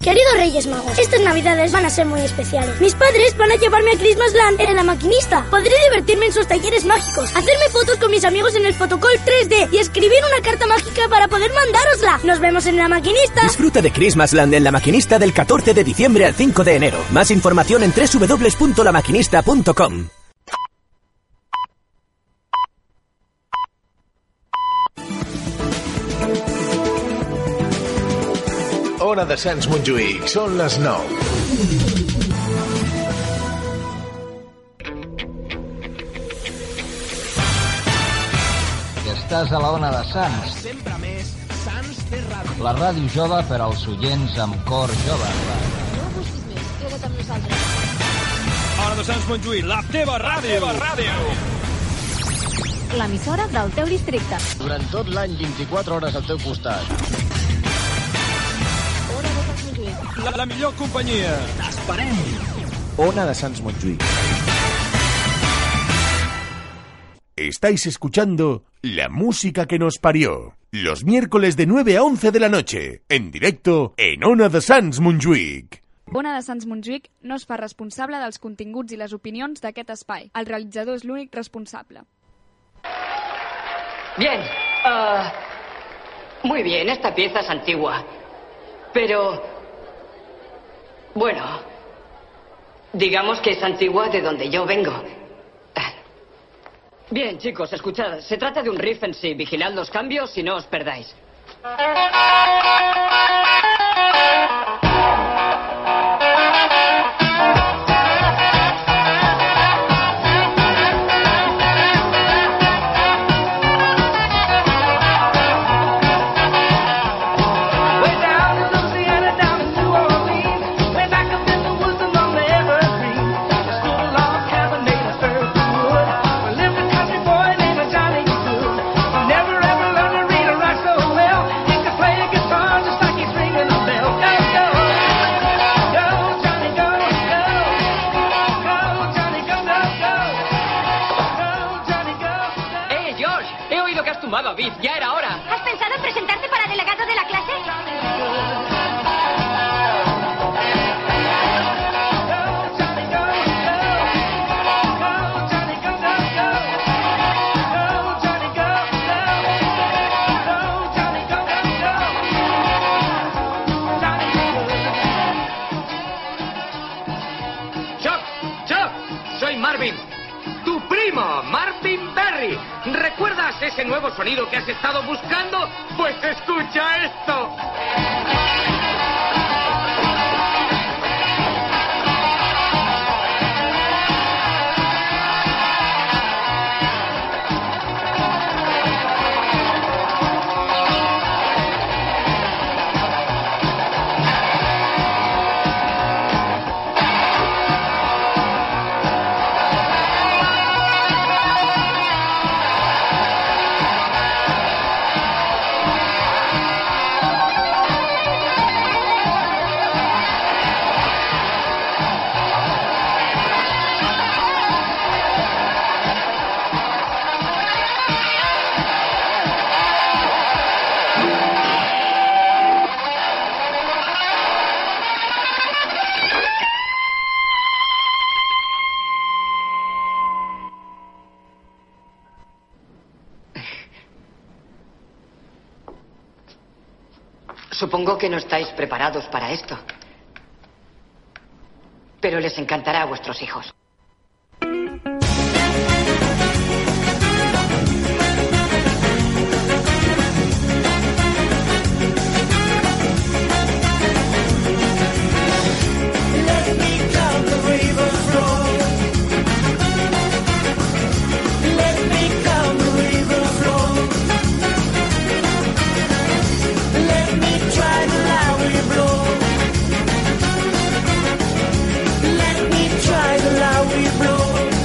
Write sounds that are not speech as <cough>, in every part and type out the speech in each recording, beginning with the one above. Queridos Reyes Magos, estas navidades van a ser muy especiales. Mis padres van a llevarme a Christmasland en la maquinista. Podré divertirme en sus talleres mágicos, hacerme fotos con mis amigos en el fotocall 3D y escribir una carta mágica para poder mandárosla. Nos vemos en la maquinista. Disfruta de Christmasland en La Maquinista del 14 de diciembre al 5 de enero. Más información en www.lamaquinista.com. Hora de Sants Montjuïc. Són les 9. I estàs a la ona de Sants. Sempre més, Sants té ràdio. La ràdio jove per als oients amb cor jove. Hora de Sants Montjuïc, la teva ràdio. La teva ràdio. l'emissora del teu districte. Durant tot l'any, 24 hores al teu costat. La, la millor companyia. Ona de Sans Montjuïc. Estáis escuchando la música que nos parió. Los miércoles de 9 a 11 de la noche. En directo en Ona de Sants Montjuïc. Ona de Sants Montjuïc no es fa responsable dels continguts i les opinions d'aquest espai. El realitzador és l'únic responsable. Bien. ah, muy bien, esta pieza es antigua. Pero... Bueno. Digamos que es antigua de donde yo vengo. Ah. Bien, chicos, escuchad. Se trata de un riff en sí. Vigilad los cambios y no os perdáis. Way down in Louisiana, down in New Orleans, way back up in the woods among the evergreens, there stood a log cabin made of fir-wood. Where lived a country boy named Johnny Good. He never ever learned to read or write so well. He could play a guitar just like he's ringing a bell. Go, go, go, Johnny, go, go, go, Johnny, go, go, go, go, Johnny, go, go. ¡Eh, George! He oído que has tumbado a Biff. Ya era hora. Has pensado en presentarte para delegado de la clase? ¡Chuck! ¡Chuck! Soy Marvin. Tu primo, Marvin Berry. ¿Recuerdas ese nuevo sonido que has estado buscando? Pues escucha esto. Supongo que no estáis preparados para esto. Pero les encantará a vuestros hijos. Let me try the loud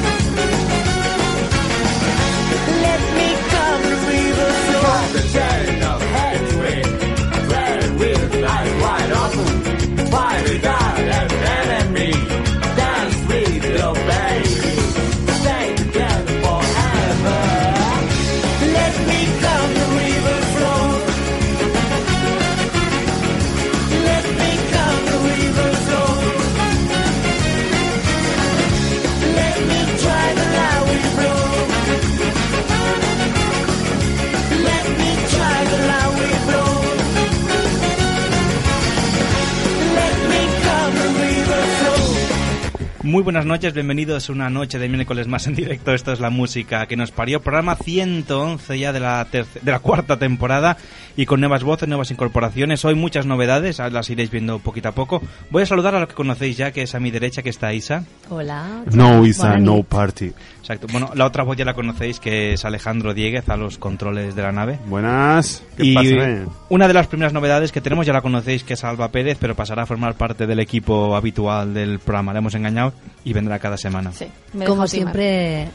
Muy buenas noches, bienvenidos una noche de miércoles más en directo. Esto es la música que nos parió. Programa 111 ya de la, terce- de la cuarta temporada y con nuevas voces, nuevas incorporaciones. Hoy muchas novedades, las iréis viendo poquito a poco. Voy a saludar a los que conocéis ya, que es a mi derecha, que está Isa. Hola. No, Isa, Buenas no noches. party. Exacto. Bueno, la otra voz ya la conocéis, que es Alejandro Dieguez, a los controles de la nave. Buenas. ¿Qué y pasa, eh? una de las primeras novedades que tenemos, ya la conocéis, que es Alba Pérez, pero pasará a formar parte del equipo habitual del programa. Le hemos engañado y vendrá cada semana. Me Como dejo timar. siempre,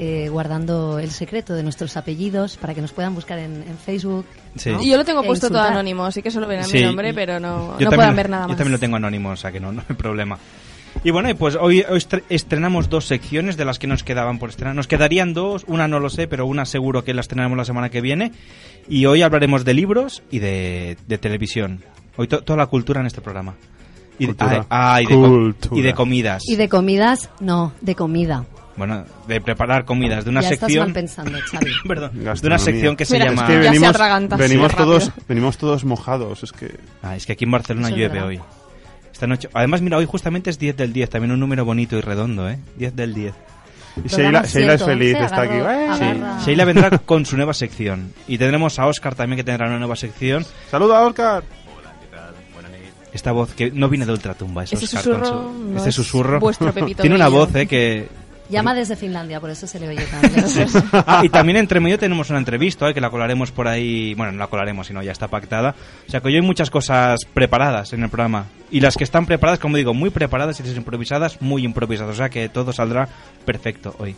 eh, guardando el secreto de nuestros apellidos para que nos puedan buscar en, en Facebook. Sí. ¿no? Y yo lo tengo E puesto todo insultar. anónimo, así que solo ven a Sí. mi nombre, pero no, Yo no también puedan lo- ver nada más. Yo también lo tengo anónimo, o sea que no, no hay problema. Y bueno, y pues hoy hoy estre- estrenamos dos secciones de las que nos quedaban por estrenar. Nos quedarían dos, una no lo sé, pero una seguro que la estrenaremos la semana que viene. Y hoy hablaremos de libros y de, de televisión. Hoy to- toda la cultura en este programa. Y, de- Cultura. ah, ah, y de, co- Cultura. y de comidas. Y de comidas, no, de comida. Bueno, de preparar comidas, de una ya estás sección... mal pensando, Xavi. <laughs> Perdón, de una Gastronomía. sección que se llama... Es que venimos, venimos todos, venimos todos mojados. Es que Ah, es que aquí en Barcelona Eso es llueve verdad. hoy. Esta noche. Además, mira, hoy justamente es 10 del 10, también un número bonito y redondo, ¿eh? 10 del 10. Y Programa Sheila- Sheila es 111, feliz, está aquí. agarro- Sí, agarra. Sheila vendrá con su nueva sección. Y tendremos a Oscar también que tendrá una nueva sección. ¡Saluda, Oscar! Esta voz que no viene de Ultratumba, es Ese Oscar susurro con su- no este es susurro. vuestro Pepito <laughs> Tiene una Grillo. voz, ¿eh? Que. Llama desde Finlandia, por eso se le oye <laughs> tan lejos. <laughs> Ah, y también entre medio tenemos una entrevista, ¿eh? que la colaremos por ahí. Bueno, no la colaremos, sino ya está pactada. O sea que hoy hay muchas cosas preparadas en el programa. Y las que están preparadas, como digo, muy preparadas y las improvisadas, muy improvisadas. O sea que todo saldrá perfecto hoy.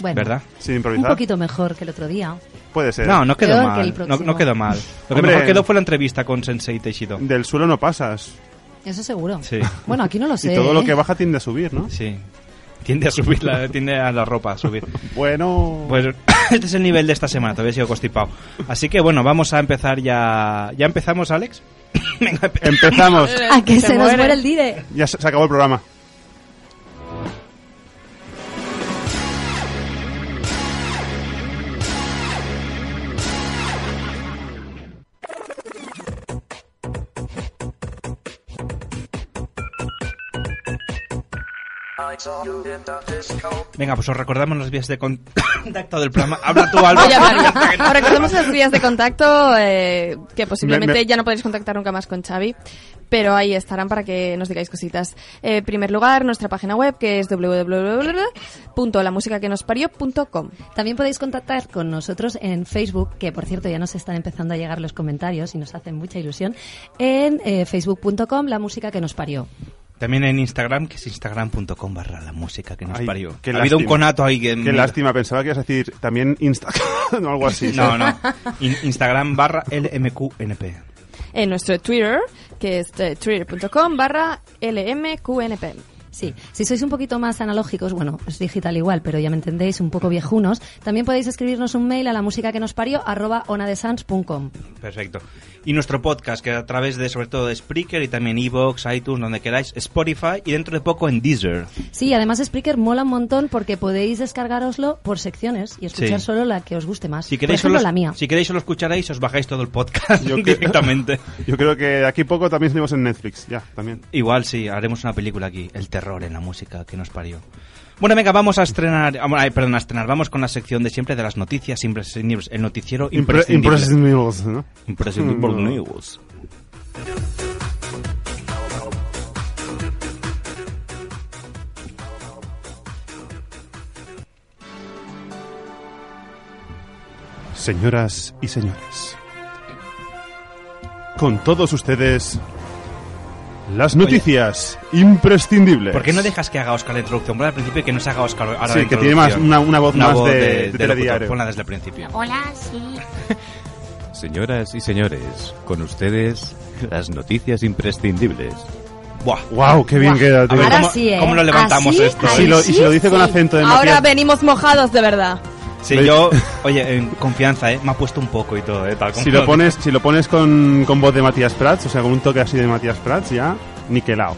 Bueno, ¿Verdad? Sin Un poquito mejor que el otro día. puede ser. No, no quedó Peor que mal. el no, próximo. no quedó mal. Lo que Hombre, mejor quedó fue la entrevista con Sensei Teixidó. Del suelo no pasas. Eso seguro. Sí. Bueno, aquí no lo sé. Y todo lo ¿eh? que baja tiende a subir, ¿no? Sí. Tiende a subir, la, tiende a la ropa a subir. Bueno. Pues <coughs> este es el nivel de esta semana, todavía sigo constipado. Así que bueno, vamos a empezar ya. ¿Ya empezamos, Alex? <coughs> Venga, empe- Empezamos. A que se, nos muere el dire. Ya se, se acabó el programa. <coughs> Venga, pues os recordamos las vías <coughs> de contacto del programa. Habla tú, Alba. Voy a <laughs> hablar yo. Os recordemos las vías de contacto, eh, que posiblemente Me- me- ya no podéis contactar nunca más con Xavi, pero ahí estarán para que nos digáis cositas. Eh, en primer lugar, nuestra página web, que es www.lamusicaquenospario.com. También podéis contactar con nosotros en Facebook, que por cierto ya nos están empezando a llegar los comentarios y nos hacen mucha ilusión, en eh, facebook.com, la música que nos parió. También en Instagram, que es instagram.com barra la música que nos Ay, parió. qué ha habido un lástima. conato ahí que... Qué lástima, pensaba que ibas a decir también Instagram <laughs> o algo así. ¿eh? No, no. In- Instagram barra LMQNP. En nuestro Twitter, que es eh, twitter.com barra lmqnp. Sí, si sois un poquito más analógicos, bueno, es digital igual, pero ya me entendéis, un poco viejunos, también podéis escribirnos un mail a la música que nos parió, arroba onadesans.com. Perfecto. Y nuestro podcast, que a través de sobre todo de Spreaker y también Evox, iTunes, donde queráis, Spotify y dentro de poco en Deezer. Sí, además Spreaker mola un montón porque podéis descargaroslo por secciones y escuchar Sí. solo la que os guste más. Si por queréis, ejemplo, solo, la mía. si queréis solo escucharéis, os bajáis todo el podcast <laughs> Yo que- directamente. Yo creo que de aquí poco también salimos en Netflix, ya, <laughs> también. Igual sí, haremos una película aquí, El terror en la música que nos parió. Bueno, venga, vamos a estrenar, ah, bueno, ay, perdón, a estrenar, vamos con la sección de siempre de las noticias imprescindibles, el noticiero Impre- imprescindible. Imprescindibles, ¿no? <laughs> Imprescindible Mm. news. Señoras y señores, con todos ustedes, las noticias imprescindibles. ¿Por qué no dejas que haga Oscar la introducción? Bueno, al principio que no se haga Oscar ahora Sí, la que tiene más- introducción. una- una voz más de- de locutor. telediario. Ponla desde el principio. Hola, sí. Señoras y señores, con ustedes las noticias imprescindibles. ¡Buah! ¡Wow! ¡Qué bien queda, tío! Ahora sí, ¿eh? ¿Ah, Así, Y ahí si lo, y si lo dice con sí. acento de Ahora Matías- venimos mojados, de verdad. Sí, yo, oye, en confianza, ¿eh? Me ha puesto un poco y todo, ¿eh? Tal como <laughs> Si lo pones, si lo pones con, con voz de Matías Prats, o sea, con un toque así de Matías Prats, ya, niquelao.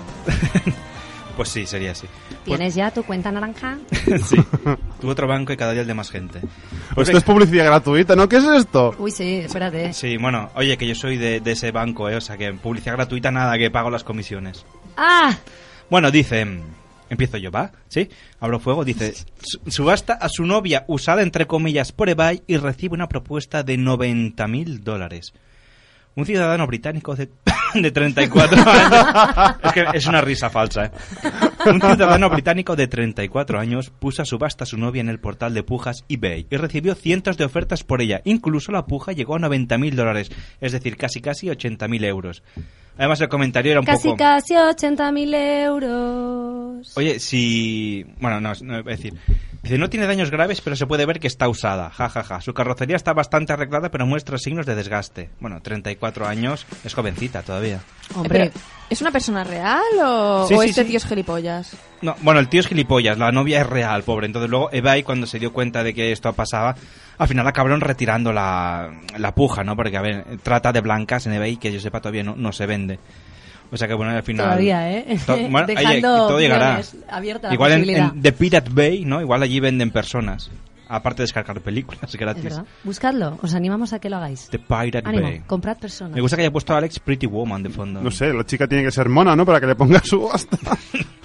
Pues sí, sería así. ¿Tienes ya tu cuenta <laughs> naranja? sí. Tu otro banco y cada día el de más gente. Pues esto es publicidad gratuita, ¿no? ¿Qué es esto? Uy, sí, espérate. Sí, bueno, oye, que yo soy de, de ese banco, ¿eh? O sea, que en publicidad gratuita nada, que pago las comisiones. ¡Ah! Bueno, dicen... Empiezo yo, ¿va? ¿Sí? Abro fuego, dice, "Su- subasta a su novia usada entre comillas por eBay y recibe una propuesta de 90.000 dólares. Un ciudadano británico de, <coughs> de 34 años... Es que es una risa falsa, ¿eh? Un ciudadano británico de 34 años puso a subasta a su novia en el portal de pujas eBay y recibió cientos de ofertas por ella. Incluso la puja llegó a 90.000 dólares, es decir, casi casi 80.000 euros. Además, el comentario era un Casi, poco... casi 80.000 euros. Oye, si... Bueno, no, no, es decir... Dice, no tiene daños graves, pero se puede ver que está usada. Ja, ja, ja. Su carrocería está bastante arreglada, pero muestra signos de desgaste. Bueno, 34 años, es jovencita todavía. Hombre. Eh, pero, ¿Es una persona real o, Sí, o sí, este sí. tío es gilipollas? No, bueno, el tío es gilipollas, la novia es real, pobre. Entonces luego Ebay, cuando se dio cuenta de que esto pasaba, al final acabaron retirando la, la puja, ¿no? Porque, a ver, trata de blancas en Ebay, que yo sepa todavía no, no se vende. O sea que, bueno, al final... Todavía, ¿eh? <laughs> To- bueno, ahí- Dejando todo llegará. opciones, abierta la Igual en, posibilidad. en The Pirate Bay, ¿no? Igual allí venden personas. Aparte de descargar películas <laughs> Es gratis. verdad. Buscadlo, os animamos a que lo hagáis. The Pirate Ánimo, Bay. comprad personas. Me gusta que haya puesto a Alex Pretty Woman de fondo. No sé, la chica tiene que ser mona, ¿no? Para que le ponga subasta.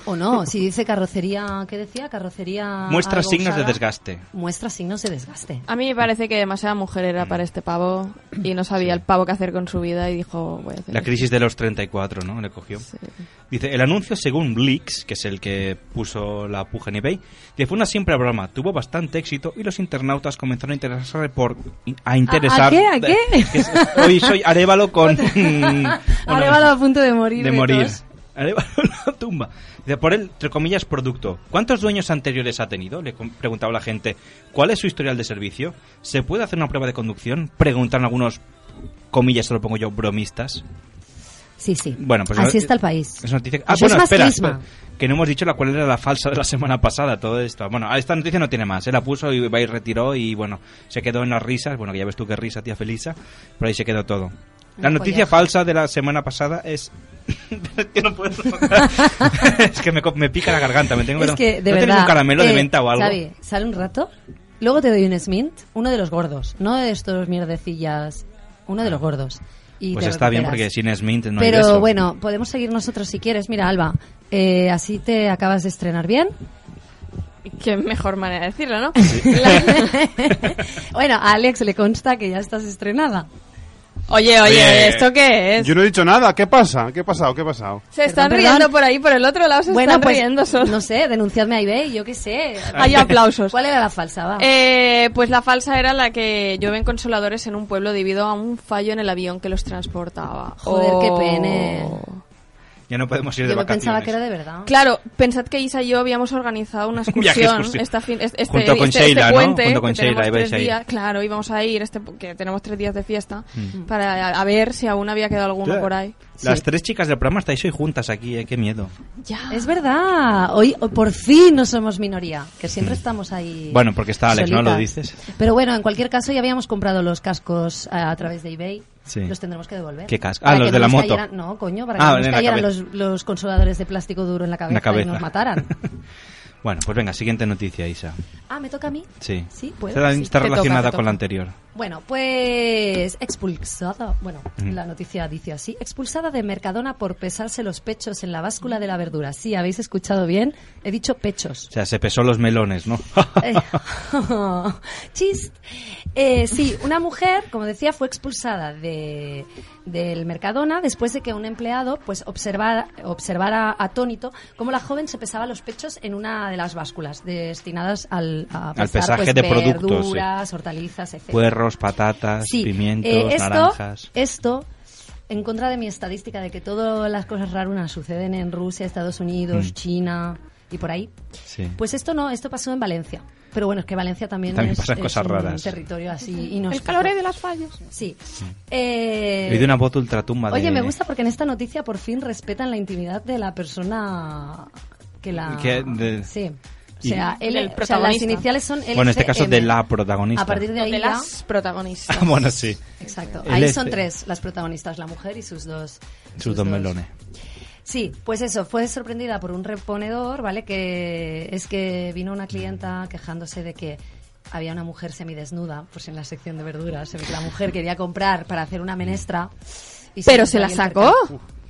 O no, si dice carrocería, ¿qué decía? Carrocería. Muestra algo signos de usada. desgaste. Muestra signos de desgaste. A mí me parece que demasiada mujer era para este pavo y no sabía el pavo qué hacer con su vida y dijo, voy a hacer La esto. crisis de los 34, ¿no? Le cogió. Dice, el anuncio según Blix, que es el que puso la puja en eBay, que fue una simple broma, tuvo bastante éxito y los internautas comenzaron a interesarse por... a interesar... ¿A qué? ¿A qué? <laughs> Que es- Hoy soy Arevalo con... Mm, <laughs> bueno, Arévalo a punto de morir. <laughs> de morir. tos. Arevalo <laughs> la tumba. Dice, por el, entre comillas, producto. ¿Cuántos dueños anteriores ha tenido? Le com- preguntaba la gente. ¿Cuál es su historial de servicio? ¿Se puede hacer una prueba de conducción? Preguntaron algunos, comillas, se lo pongo yo, bromistas. Sí, sí. Bueno, pues Así no- está el país. Es una noticia. Ah, Eso bueno, es espera, machismo. espera, Que no hemos dicho la cual era la falsa de la <laughs> semana pasada, todo esto. Bueno, a esta noticia no tiene más. Se la puso y va y retiró y bueno, se quedó en las risas. Bueno, que ya ves tú qué risa, tía Felisa. Pero ahí se quedó todo. La Un noticia follaje. falsa de la semana pasada es. <laughs> es que no puedo. <laughs> es que me, co- me pica la garganta. Me tengo Es no- que, de ¿no verdad. tienes un caramelo de eh, menta o algo? Xavi, sale un rato, luego te doy un smint, uno de los gordos, no de estos mierdecillas, uno de los gordos. Y Pues te está bien recuperas. porque sin Smint Este, no hay Pero besos. bueno, podemos seguir nosotros si quieres. Mira, Alba, eh, así te acabas de estrenar bien. Qué mejor manera de decirlo, ¿no? <laughs> Bueno, <laughs> a Alex le consta que ya estás estrenada. Oye, oye, ¿esto qué es? Yo no he dicho nada. ¿Qué pasa? ¿Qué ha pasado? ¿Qué ha pasado? Se están riendo por ahí, por el otro lado se bueno, están pues, riendo solo. No sé, denunciadme a eBay, yo qué sé. <laughs> Hay aplausos. ¿Cuál era la falsa? Va. Eh, pues la falsa era la que llueven consoladores en un pueblo debido a un fallo en el avión que los transportaba. Joder, Oh. qué pene. Oh. Ya no podemos ir de eh, Yo me vacaciones. pensaba que era de verdad. Claro, pensad que Isa y yo habíamos organizado <laughs> una Un viaje excursión excursión. esta fin, este, este- Junto con este- este Sheila, ¿no? puente Junto con que tenemos Sheila, ibais tres a ir. días, claro, íbamos a ir este que tenemos tres días de fiesta Mm. para a, a ver si aún había quedado alguno Ya. por ahí. Las tres chicas del programa estáis hoy juntas aquí, ¿eh? Qué miedo. Es verdad. Hoy hoy por fin no somos minoría, que siempre estamos ahí. Bueno, porque está Alex, ¿no? Lo solitas. dices. Pero bueno, en cualquier caso ya habíamos comprado los cascos eh, a través de eBay. Sí. Los tendremos que devolver. ¿Qué casco? Para Ah, los que de no la nos moto. cayeran- no, coño, para que Ah, no nos en la cayeran los, cabeza. los consoladores de plástico duro en la cabeza, y cabeza. nos <laughs> mataran. Bueno, pues venga, siguiente noticia, Isa. ah, ¿me toca a mí? Sí. Sí, puedo. Está, Sí. está Te toca, relacionada te con la toca. anterior. Bueno, pues expulsada. Bueno, Ujú. la noticia dice así: expulsada de Mercadona por pesarse los pechos en la báscula de la verdura. Sí, habéis escuchado bien. He dicho pechos. O sea, se pesó los melones, ¿no? Eh, <laughs> Chist. Eh, sí, una mujer, como decía, fue expulsada de, del Mercadona después de que un empleado pues observara, observara atónito cómo la joven se pesaba los pechos en una de las básculas destinadas al, a Al pesar, pesaje pues, de productos, verduras, hortalizas, etc. <laughs> Puerros, patatas, Sí, pimientos, eh, esto, naranjas. Esto, en contra de mi estadística de que todas las cosas rarunas suceden en Rusia, Estados Unidos, Mm. China y por ahí, Sí. pues esto no, esto pasó en Valencia. Pero bueno, es que Valencia también, También es, pasan es cosas un raras. territorio así y El calor de las fallas. Sí. Eh, He oído una voz ultratumba de... Oye, me gusta porque en esta noticia por fin respetan la intimidad de la persona que ah, la... Que de- Sí. O y- sea, Del L- o sea, las protagonista. iniciales son LCM. Bueno, en este caso de la protagonista. A partir de ahí De ya- las protagonistas. <laughs> Ah, bueno, sí. Exacto. El Ahí este. son tres las protagonistas, la mujer y sus dos. Sus dos melones. Sí, pues eso, fue sorprendida por un reponedor, ¿vale? Que es que vino una clienta quejándose de que había una mujer semidesnuda, pues en la sección de verduras, se ve que la mujer quería comprar para hacer una menestra. y Pero hizo se la ahí el sacó.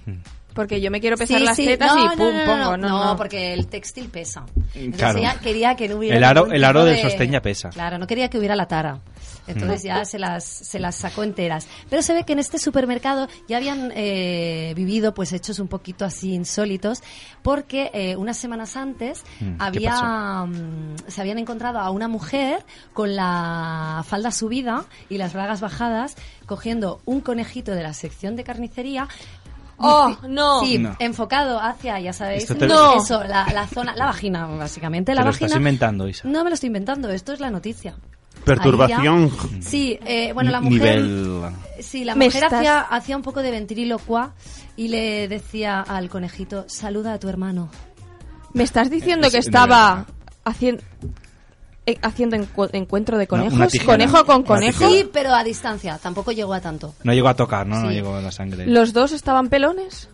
percal. Porque yo me quiero pesar Sí, las sí. tetas No, y no, pum, no, no, pongo. No, no, no. porque el textil pesa. Entonces Claro. ya quería que no hubiera. El aro- ningún el aro tipo del de- sostén ya pesa. Claro, no quería que hubiera la tara. Entonces Mm. ya se las, se las sacó enteras. Pero se ve que en este supermercado ya habían eh, vivido pues hechos un poquito así insólitos, porque eh, unas semanas antes Mm, ¿qué había pasó? mm, se habían encontrado a una mujer con la falda subida y las bragas bajadas, cogiendo un conejito de la sección de carnicería ¡Oh, Sí, no! Sí, No. enfocado hacia, ya sabéis, Esto te lo- no, No. eso, la, la zona, la vagina, básicamente. Te la lo vagina. Mm, estás inventando, Isa. No me lo estoy inventando, esto es la noticia. Perturbación. Ahí ya- Sí, eh, bueno, la Ni- mujer. nivel- Sí, la Me mujer estás- hacía, hacía un poco de ventriloquia y le decía al conejito: saluda a tu hermano. Me estás diciendo Es- que es estaba haciendo eh, haciendo encu- encuentro de conejos, una tijera. conejo con Una conejo. tijera. Sí, pero a distancia, tampoco llegó a tanto. No llegó a tocar, ¿no? No Sí. llegó la sangre. Los dos estaban pelones.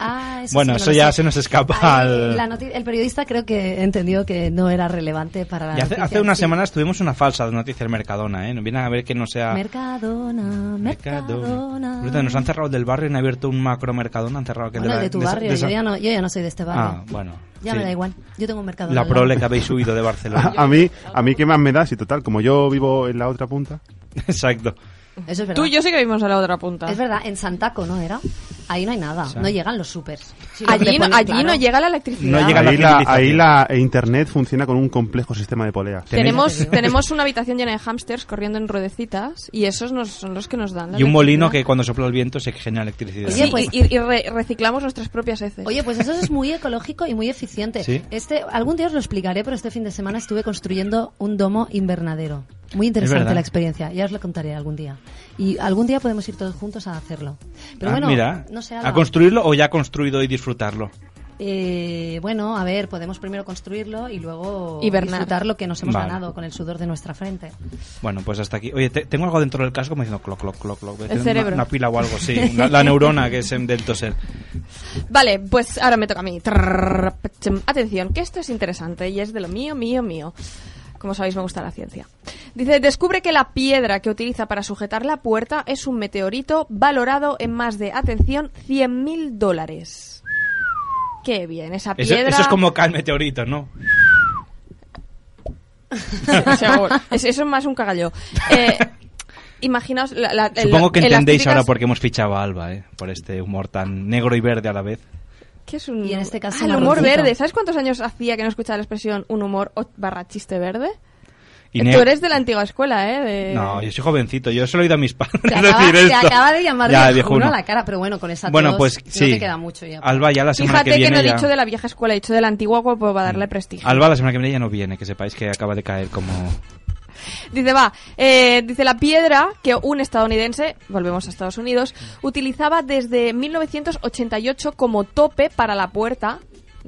Ah, eso sí, bueno, no eso lo ya eh, sé. se nos escapa al... La noti- el periodista creo que entendió que no era relevante para la Y hace, noticia hace unas sí. semanas tuvimos una falsa de noticia del Mercadona, ¿eh? Viene a ver que no sea... Mercadona, Mercadona. Bruta, Nos han cerrado el del barrio y han abierto un macro Mercadona, han cerrado aquel Bueno, la- el de tu esa- barrio, esa- yo, ya no, yo ya no soy de este barrio. Ah, bueno. ya sí. me da igual, yo tengo un mercado. La prole que habéis subido de Barcelona. <laughs> A, a mí, a mí qué más me da si total, como yo vivo en la otra punta. Exacto. Eso es verdad. Tú y yo sí que vimos a la otra punta. Es verdad, en Santaco, ¿no era? Ahí no hay nada, Sí. no llegan los supers. Si lo Allí, que no, ponen, allí claro. no llega la electricidad. No llega la ahí la, civilización. ahí la eh, internet funciona con un complejo sistema de poleas. Tenemos, <laughs> tenemos una habitación llena de hámsters corriendo en ruedecitas y esos nos, son los que nos dan. la Y un molino que electricidad. cuando sopla el viento se genera electricidad. Sí, pues, pues. y, y re- reciclamos nuestras propias heces. Oye, pues eso es muy ecológico y muy eficiente. Sí. Este, algún día os lo explicaré, pero este fin de semana estuve construyendo un domo invernadero. Muy Es interesante verdad. la experiencia, ya os lo contaré algún día. Y algún día podemos ir todos juntos a hacerlo. Pero Ah, bueno, mira, no sé, a Alba. construirlo o ya construido y disfrutarlo. Eh, bueno, a ver, podemos primero construirlo y luego Hibernar. disfrutar lo que nos hemos Vale. ganado con el sudor de nuestra frente. Bueno, pues hasta aquí. Oye, te- tengo algo dentro del casco como diciendo cloc, cloc, cloc, cloc. Tengo una- cerebro. Una, pila o <laughs> algo, sí. Una- la neurona que es em, del toser. Vale, pues ahora me toca a mí. Trrr, pachem. Atención, que esto es interesante y es de lo mío, mío, mío. Como sabéis, me gusta la ciencia. Dice, descubre que la piedra que utiliza para sujetar la puerta es un meteorito valorado en más de, atención, 100.000 dólares. Qué bien, esa Eso, piedra... eso es como cae el meteorito, ¿no? <laughs> <laughs> Seguro. Es- eso es más un cagallo. Eh, imaginaos... la- la- el- Supongo que en las entendéis típicas- ahora por qué hemos fichado a Alba, ¿eh? Por este humor tan negro y verde a la vez. ¿Qué es un Y en este caso Ah, el humor marroncito. verde. ¿Sabes cuántos años hacía que no escuchaba la expresión un humor o- barra chiste verde? Eh, Y Tú negro- eres de la antigua escuela, ¿eh? De- No, yo soy jovencito, yo solo he oído a mis padres <laughs> Te acaba, decir te esto. acaba de llamar Ya, de viejuno. viejuno a la cara, pero bueno, con esa Bueno, tos pues sí. no te queda mucho ya. Alba ya la semana Fíjate que que, viene no he ya- Mm. dicho de la vieja escuela, he dicho de la antigua como para darle prestigio. Alba la semana que viene ya no viene, que sepáis que acaba de caer como... Dice, va, eh, dice la piedra que un estadounidense, volvemos a Estados Unidos, utilizaba desde 1988 como tope para la puerta.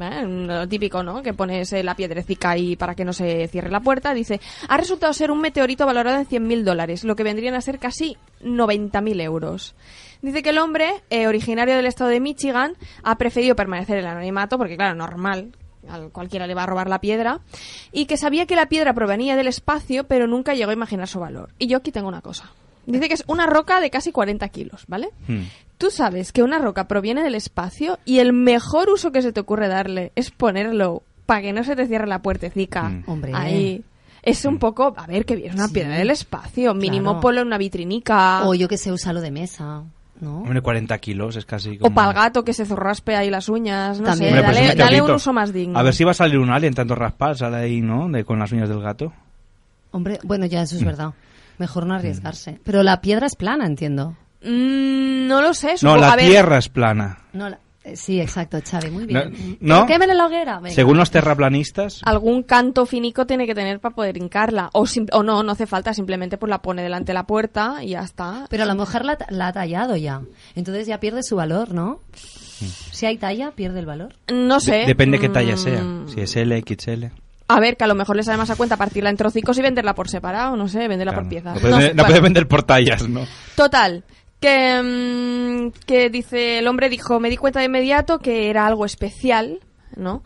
¿eh? Lo típico, ¿no? Que pones eh, la piedrecica ahí para que no se cierre la puerta. Dice, ha resultado ser un meteorito valorado en 100.000 dólares, lo que vendrían a ser casi 90.000 euros. Dice que el hombre, eh, originario del estado de Michigan, ha preferido permanecer en el anonimato, porque claro, normal, al cualquiera le va a robar la piedra, y que sabía que la piedra provenía del espacio, pero nunca llegó a imaginar su valor. Y yo aquí tengo una cosa. Dice que es una roca de casi 40 kilos, ¿vale? este, hmm, Tú sabes que una roca proviene del espacio y el mejor uso que se te ocurre darle es ponerlo para que no se te cierre la puertecica. Mm. Hombre. Ahí. Es un poco, a ver, que es una piedra del espacio. Mínimo Claro. ponlo en una vitrinica. O yo que sé, usarlo de mesa, ¿no? Hombre, 40 kilos, es casi O como... para el gato que se zorraspe ahí las uñas, no También. sé, Hombre, pues dale, un dale un meteorito. uso más digno. A ver si va a salir un alien tanto raspar, sale ahí, ¿no? De- con las uñas del gato. Hombre, bueno, ya Mm. eso es verdad. Mejor no arriesgarse. Pero la piedra es plana, entiendo. Mm, no lo sé, No, supongo- la a ver, tierra es plana. No, la- eh, sí, exacto, Xavi, muy bien. No, no. Quémelo en la hoguera. venga. Según los terraplanistas... Algún canto finico tiene que tener para poder hincarla. O, sim- o no, no hace falta, simplemente pues la pone delante de la puerta y ya está. Pero la mujer la, ta- la ha tallado ya. Entonces ya pierde su valor, ¿no? Si hay talla, pierde el valor. No sé. de- depende qué Mm, talla sea, si es L, XL... A ver, que a lo mejor les sale más a cuenta partirla en trocicos y venderla por separado, no sé, venderla Claro. por piezas. No puedes, No vender- sé, no vale. puedes vender por tallas, ¿no? Total, que, mm, que dice, el hombre dijo, me di cuenta de inmediato que era algo especial, ¿no?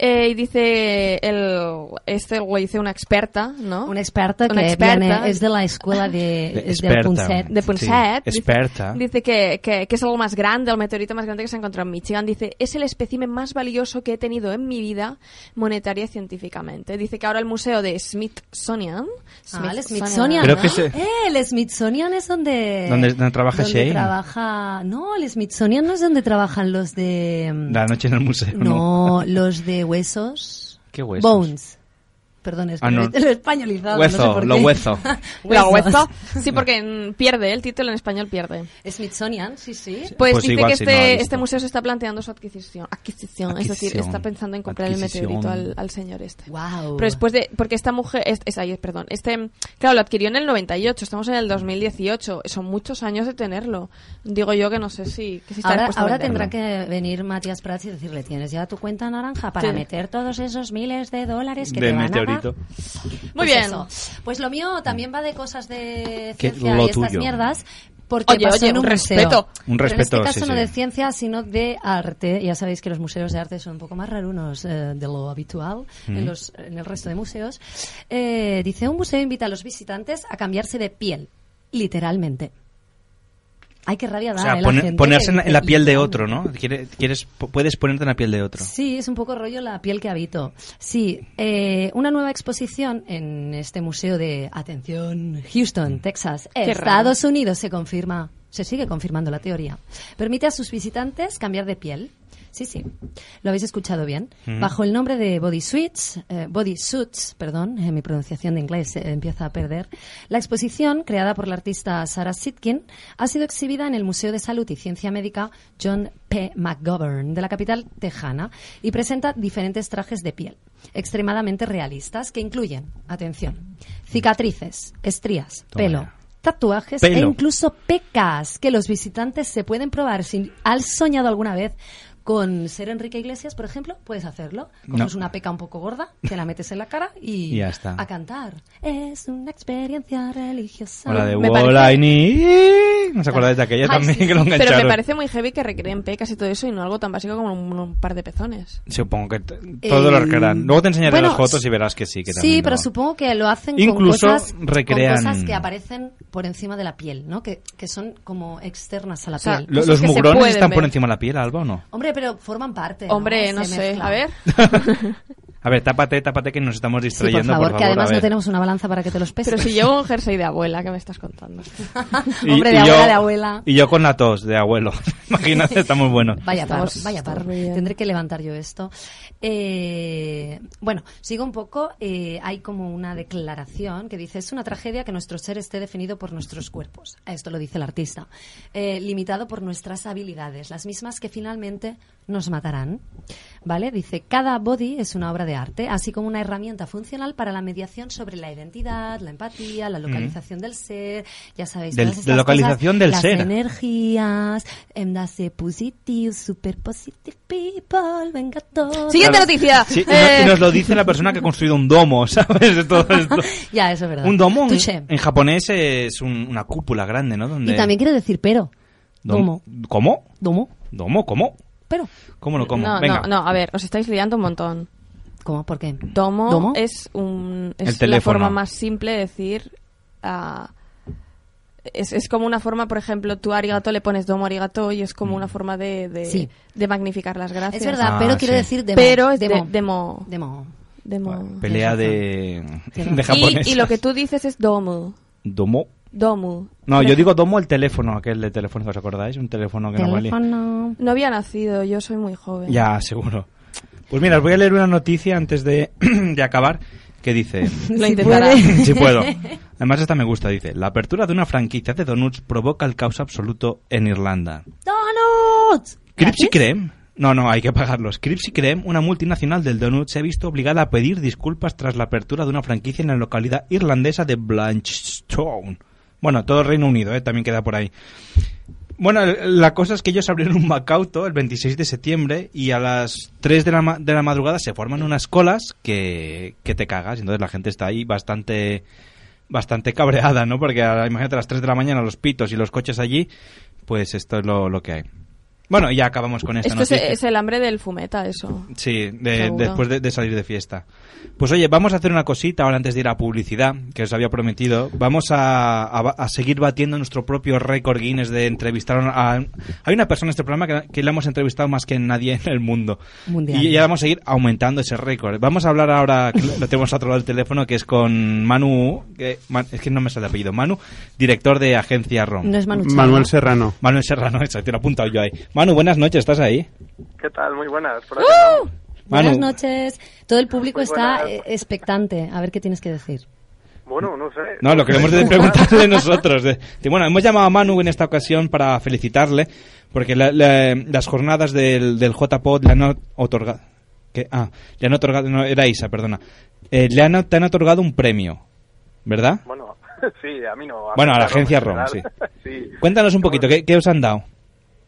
Eh, y dice, el, este lo dice una experta, ¿no? Una experta Una que experta. viene- es de la escuela de, es del experta. Punset. De Punset. Sí, Dice- experta. Dice, que, que- que es algo más grande, el meteorito más grande que se ha encontrado en Michigan. Dice, es el espécimen más valioso que he tenido en mi vida, monetaria y científicamente. Dice que ahora el museo de Smithsonian... Ah, el Smithsonian. Creo ¿no? que se- Eh, el Smithsonian es donde. Donde- donde trabaja donde Shane. trabaja- No, el Smithsonian no es donde trabajan los de. mm, La noche en el museo. No, los de huesos. ¿Qué huesos? Bones. Perdón, es que Ah, no. lo he- lo he españolizado. Huezo, no sé por lo qué. <laughs> huezo. <laughs> Lo Huesos. hueso. Sí, porque mm, pierde, el título en español <laughs> pierde. Smithsonian, sí, sí. Pues, Pues dice igual que sí, este, no, listo. este museo se está planteando su adquisición, adquisición, es decir, Adquisición. está pensando en comprar el Adquisición. meteorito al, al señor este. Wow. Pero después de, porque esta mujer, es, es ahí, perdón, este, claro, lo adquirió en el 98, estamos en el 2018, son muchos años de tenerlo. Digo yo que no sé si, que si está Ahora, dispuesto a ahora venderlo. tendrá que venir Matías Prats y decirle, tienes ya tu cuenta naranja para Sí. meter todos esos miles de dólares que Del te van a meteorito. dar. Muy bien. Pues lo mío también va de cosas de Que ciencia lo y estas tuyo. mierdas. Porque Oye, pasó oye, en un, un museo. respeto. Un Pero respeto, en este caso sí, no sí. de ciencia, sino de arte. Ya sabéis que los museos de arte son un poco más rarunos eh, de lo habitual Mm. en, los, en el resto de museos. Eh, dice, un museo invita a los visitantes a cambiarse de piel, literalmente. Ay, qué rabia O da sea, eh, la pone- gente ponerse que en la, en dice, la piel de otro, ¿no? Quiere- Quieres, po- puedes ponerte en la piel de otro. Sí, es un poco rollo la piel que habito. Sí, eh, una nueva exposición en este museo de, atención, Houston, Texas, Qué Estados Unidos, se confirma, se sigue confirmando la teoría. Permite a sus visitantes cambiar de piel. Sí, sí, lo habéis escuchado bien. Mm. Bajo el nombre de Body Suits, eh, Body Suits, perdón, eh, mi pronunciación de inglés eh, empieza a perder. La exposición, creada por la artista Sarah Sitkin, ha sido exhibida en el Museo de Salud y Ciencia Médica John P. McGovern de la capital tejana y presenta diferentes trajes de piel extremadamente realistas que incluyen, atención, cicatrices, estrías, Toma pelo, ya. tatuajes e Pelo. incluso pecas que los visitantes se pueden probar. Si has soñado alguna vez con ser Enrique Iglesias, por ejemplo, puedes hacerlo. No. Coges una peca un poco gorda, te la metes en la cara <laughs> y Ya está. a cantar. Es una experiencia religiosa. O la de Me Wall parece- I Need. ¿No os acordáis de aquella Ay, también sí, que lo sí. engancharon? Pero me parece muy heavy que recreen pecas y todo eso y no algo tan básico como un, un par de pezones. Supongo que t- todo lo Eh, recrearán. Luego te enseñaré bueno, las fotos y verás que sí. Que Sí, también pero lo- supongo que lo hacen Incluso con, cosas, con recrean- cosas que aparecen por encima de la piel, ¿no? Que, que son como externas a la O sea, piel. Lo- cosas ¿Los que se mugrones pueden están por ver. encima de la piel, Alba, o no? Hombre, pero forman parte. Hombre, no Se sé, mezclan. a <laughs> ver. A ver, tápate, tápate que nos estamos Sí, por distrayendo, favor, que a además no ver. tenemos una balanza para que te los peses. Pero si llevo un jersey de abuela, ¿qué me estás contando? Y- Hombre, y de abuela, <laughs> yo- de abuela. Y yo con la tos de abuelo. <laughs> Imagínate, está muy bueno. Vaya par, Estamos- vaya par. estamos bien. Tendré que levantar yo esto. Eh, bueno, sigo un poco. Eh, hay como una declaración que dice: Es una tragedia que nuestro ser esté definido por nuestros cuerpos. Esto lo dice el artista. Eh, limitado por nuestras habilidades, las mismas que finalmente nos matarán. ¿Vale? Dice: Cada body es una obra de arte, así como una herramienta funcional para la mediación sobre la identidad, la empatía, la localización del ser. Ya sabéis, Mm. Del- todas de estas localización cosas, del las ser. energías, hem de ser positiu, super positive people, venga todo. Siguiente noticia. Sí, y, no- Eh, y nos lo dice la persona que ha construido un domo, <laughs> ¿sabes? De todo <laughs> esto. Ya, eso es verdad. Un domo en, Touché. en japonés es un- una cúpula grande, ¿no? Donde Y también quiere <laughs> decir pero. dom- Domo. ¿Cómo? Domo. ¿Domo? ¿Cómo? Pero. ¿Cómo no cómo? No, Venga. no, no, a ver, os estáis liando un montón. ¿Cómo? ¿Por qué? Domo, ¿Domo? es, un, El es la teléfono. forma más simple de decir... ah, es, es como una forma, por ejemplo, tú arigato le pones domo arigato y es como una forma de, de, Mm. Sí. de magnificar las gracias. Es verdad, Ah, pero quiere sí. decir demo. Pero es de- demo. demo. Demo. Demo. Pelea de, <laughs> de japonés. Y, y lo que tú dices es domu. ¿Domo? Domu. No, yo digo domo el teléfono, aquel de teléfono que os acordáis, un teléfono que no valía. Teléfono. No había nacido, yo soy muy joven. Ya, seguro. Pues mira, os voy a leer una noticia antes de, <clears throat> de acabar que dice... <laughs> Lo Si intentará. puede. <laughs> <laughs> Si puedo. Además, esta me gusta. Dice: La apertura de una franquicia de donuts provoca el caos absoluto en Irlanda. ¡Donuts! Crips y Creme. No, no, hay que pagarlos. Crips y Creme, una multinacional del donut, se ha visto obligada a pedir disculpas tras la apertura de una franquicia en la localidad irlandesa de Blanchstone. Bueno, todo Reino Unido, ¿eh? también queda por ahí. Bueno, la cosa es que ellos abrieron un Macauto el 26 de septiembre y a las 3 de la, ma- de la madrugada se forman unas colas que, que te cagas. Entonces la gente está ahí bastante bastante cabreada, ¿no? Porque ahora, imagínate a las 3 de la mañana los pitos y los coches allí, pues esto es lo, lo que hay. Bueno, ya acabamos con esta Esto es, eh, noticia. es el hambre del fumeta, eso. Sí, de- Seguro. después de, de salir de fiesta. Pues oye, vamos a hacer una cosita ahora antes de ir a publicidad, que os había prometido. Vamos a, a ba- a seguir batiendo nuestro propio récord Guinness de entrevistar a... a- Hay una persona en este programa que, que la hemos entrevistado más que nadie en el mundo. Mundial. Y ya vamos a seguir aumentando ese récord. Vamos a hablar ahora, que lo tenemos a otro lado del teléfono, que es con Manu... que- Man- es que no me sale el apellido. Manu, director de Agencia ROM. No es Manu Chao. Manuel Serrano. Manuel Serrano, <laughs> exacto, lo he apuntado yo ahí. Manu, buenas noches, ¿estás ahí? ¿Qué tal? Muy buenas. Por ¡Uh! Manu. Buenas noches. Todo el público Muy está buenas. eh, expectante. A ver qué tienes que decir. Bueno, no sé. No, lo queremos de preguntarle nosotros. de- de- bueno, hemos llamado a Manu en esta ocasión para felicitarle, porque la- la- las jornadas del, del JPod le han o- otorgado... que- Ah, le han otorgado... No, era Isa, perdona. Eh, le han, o- te han otorgado un premio, ¿verdad? Bueno, <laughs> sí, a mí no. Bueno, a la mí, claro, agencia en ROM, sí. general. <laughs> sí. Cuéntanos un poquito, ¿qué, qué os han dado?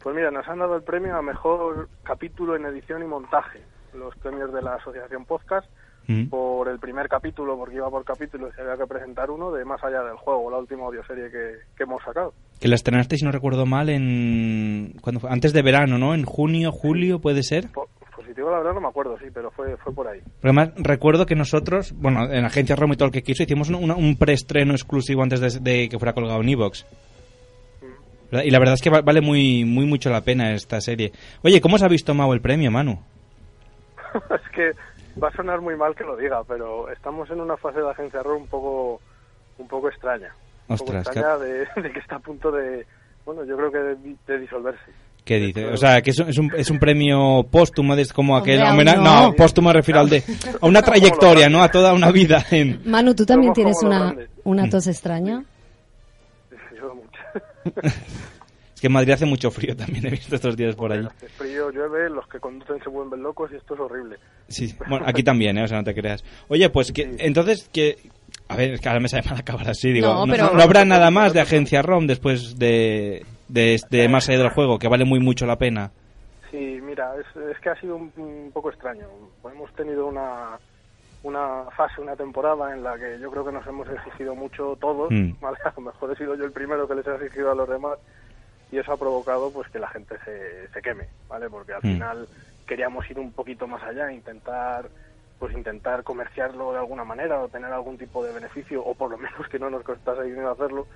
Pues mira, nos han dado el premio a mejor capítulo en edición y montaje, los premios de la Asociación Podcast, Mm. por el primer capítulo, porque iba por capítulo y se había que presentar uno de Más Allá del Juego, la última audioserie que, que hemos sacado. Que la estrenaste, si no recuerdo mal, en... cuando fue? Antes de verano, ¿no? En junio, julio, ¿puede ser? Pues si te digo la verdad, no me acuerdo, sí, pero fue, fue por ahí. <laughs> Porque además recuerdo que nosotros, bueno, en Agencia ROM y todo el que quiso, hicimos un, una- un preestreno exclusivo antes de, de que fuera colgado en Evox. Y la verdad es que va- vale muy, muy mucho la pena esta serie. Oye, ¿cómo os habéis tomado el premio, Manu? es que va a sonar muy mal que lo diga, pero estamos en una fase de agencia ROM un poco, un poco extraña. Un poco Ostras, extraña de, <laughs> de que está a punto de, bueno, yo creo que de, de disolverse. ¿Qué dices? O sea, que es, un- es un, es un premio póstumo, es como Hombre, aquel... aún homena- no. no, póstumo me refiero al de... A una trayectoria, ¿no? A toda una vida en... Manu, ¿tú también tienes una, una Mm. tos extraña? Es que en Madrid hace mucho frío también, he visto estos días por allí. Hace frío, llueve, los que conducen se vuelven locos y esto es horrible. Sí, bueno, aquí también, ¿eh? o sea, no te creas. Oye, pues que entonces que a ver, es que ahora me sale mal acabar así, digo, No, no, pero- no habrá nada más de agencia ROM después de de, este más allá del juego que vale muy mucho la pena. Sí, mira, es, es que ha sido un, un poco extraño. Hemos tenido una, una fase, una temporada en la que yo creo que nos hemos exigido mucho todos. Mm. ¿vale? <laughs> A lo mejor he sido yo el primero que les he exigido a los demás y eso ha provocado pues que la gente se, se queme, ¿vale? Porque al Mm. final queríamos ir un poquito más allá, intentar pues intentar comerciarlo de alguna manera o tener algún tipo de beneficio o por lo menos que no nos costase dinero hacerlo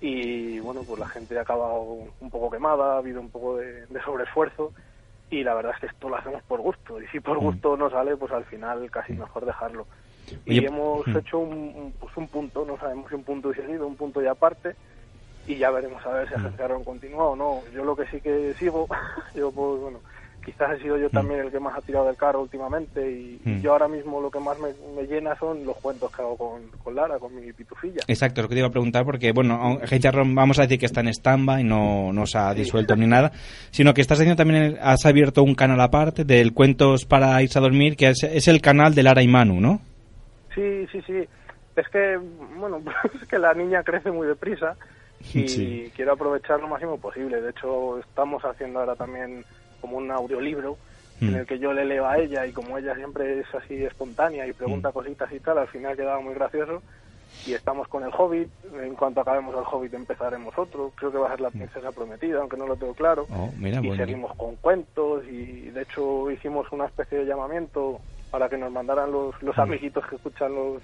y bueno, pues la gente ha acabado un poco quemada, ha habido un poco de, de sobreesfuerzo y la verdad es que esto lo hacemos por gusto y si por gusto no sale, pues al final casi mejor dejarlo. y Oye, hemos mm. hecho un, un- pues un punto, no sabemos si un punto y seguido, un punto y aparte y ya veremos a ver si agenciaron continúa o no. Yo lo que sí que sigo, <laughs> yo pues bueno, quizás he sido yo también el que más ha tirado del carro últimamente y, y Mm. yo ahora mismo lo que más me, me llena son los cuentos que hago con, con Lara, con mi pitufilla. Exacto, lo que te iba a preguntar porque bueno, aun- agencia ROM vamos a decir que está en standby, no no se ha disuelto ni nada, sino que estás haciendo también el- has abierto un canal aparte del cuentos para irse a dormir que es, es el canal de Lara y Manu, ¿no? Sí, sí, sí. Es que, bueno, <laughs> es que la niña crece muy deprisa y Sí. quiero aprovechar lo máximo posible. De hecho, estamos haciendo ahora también como un audiolibro en Mm. el que yo le leo a ella y como ella siempre es así espontánea y pregunta cositas y tal, al final quedaba muy gracioso. Y estamos con el Hobbit. En cuanto acabemos el Hobbit empezaremos otro. Creo que va a ser la princesa prometida, aunque no lo tengo claro Oh, mira, y bueno. seguimos con cuentos y de hecho hicimos una especie de llamamiento para que nos mandaran los, Mm. los amiguitos que escuchan los,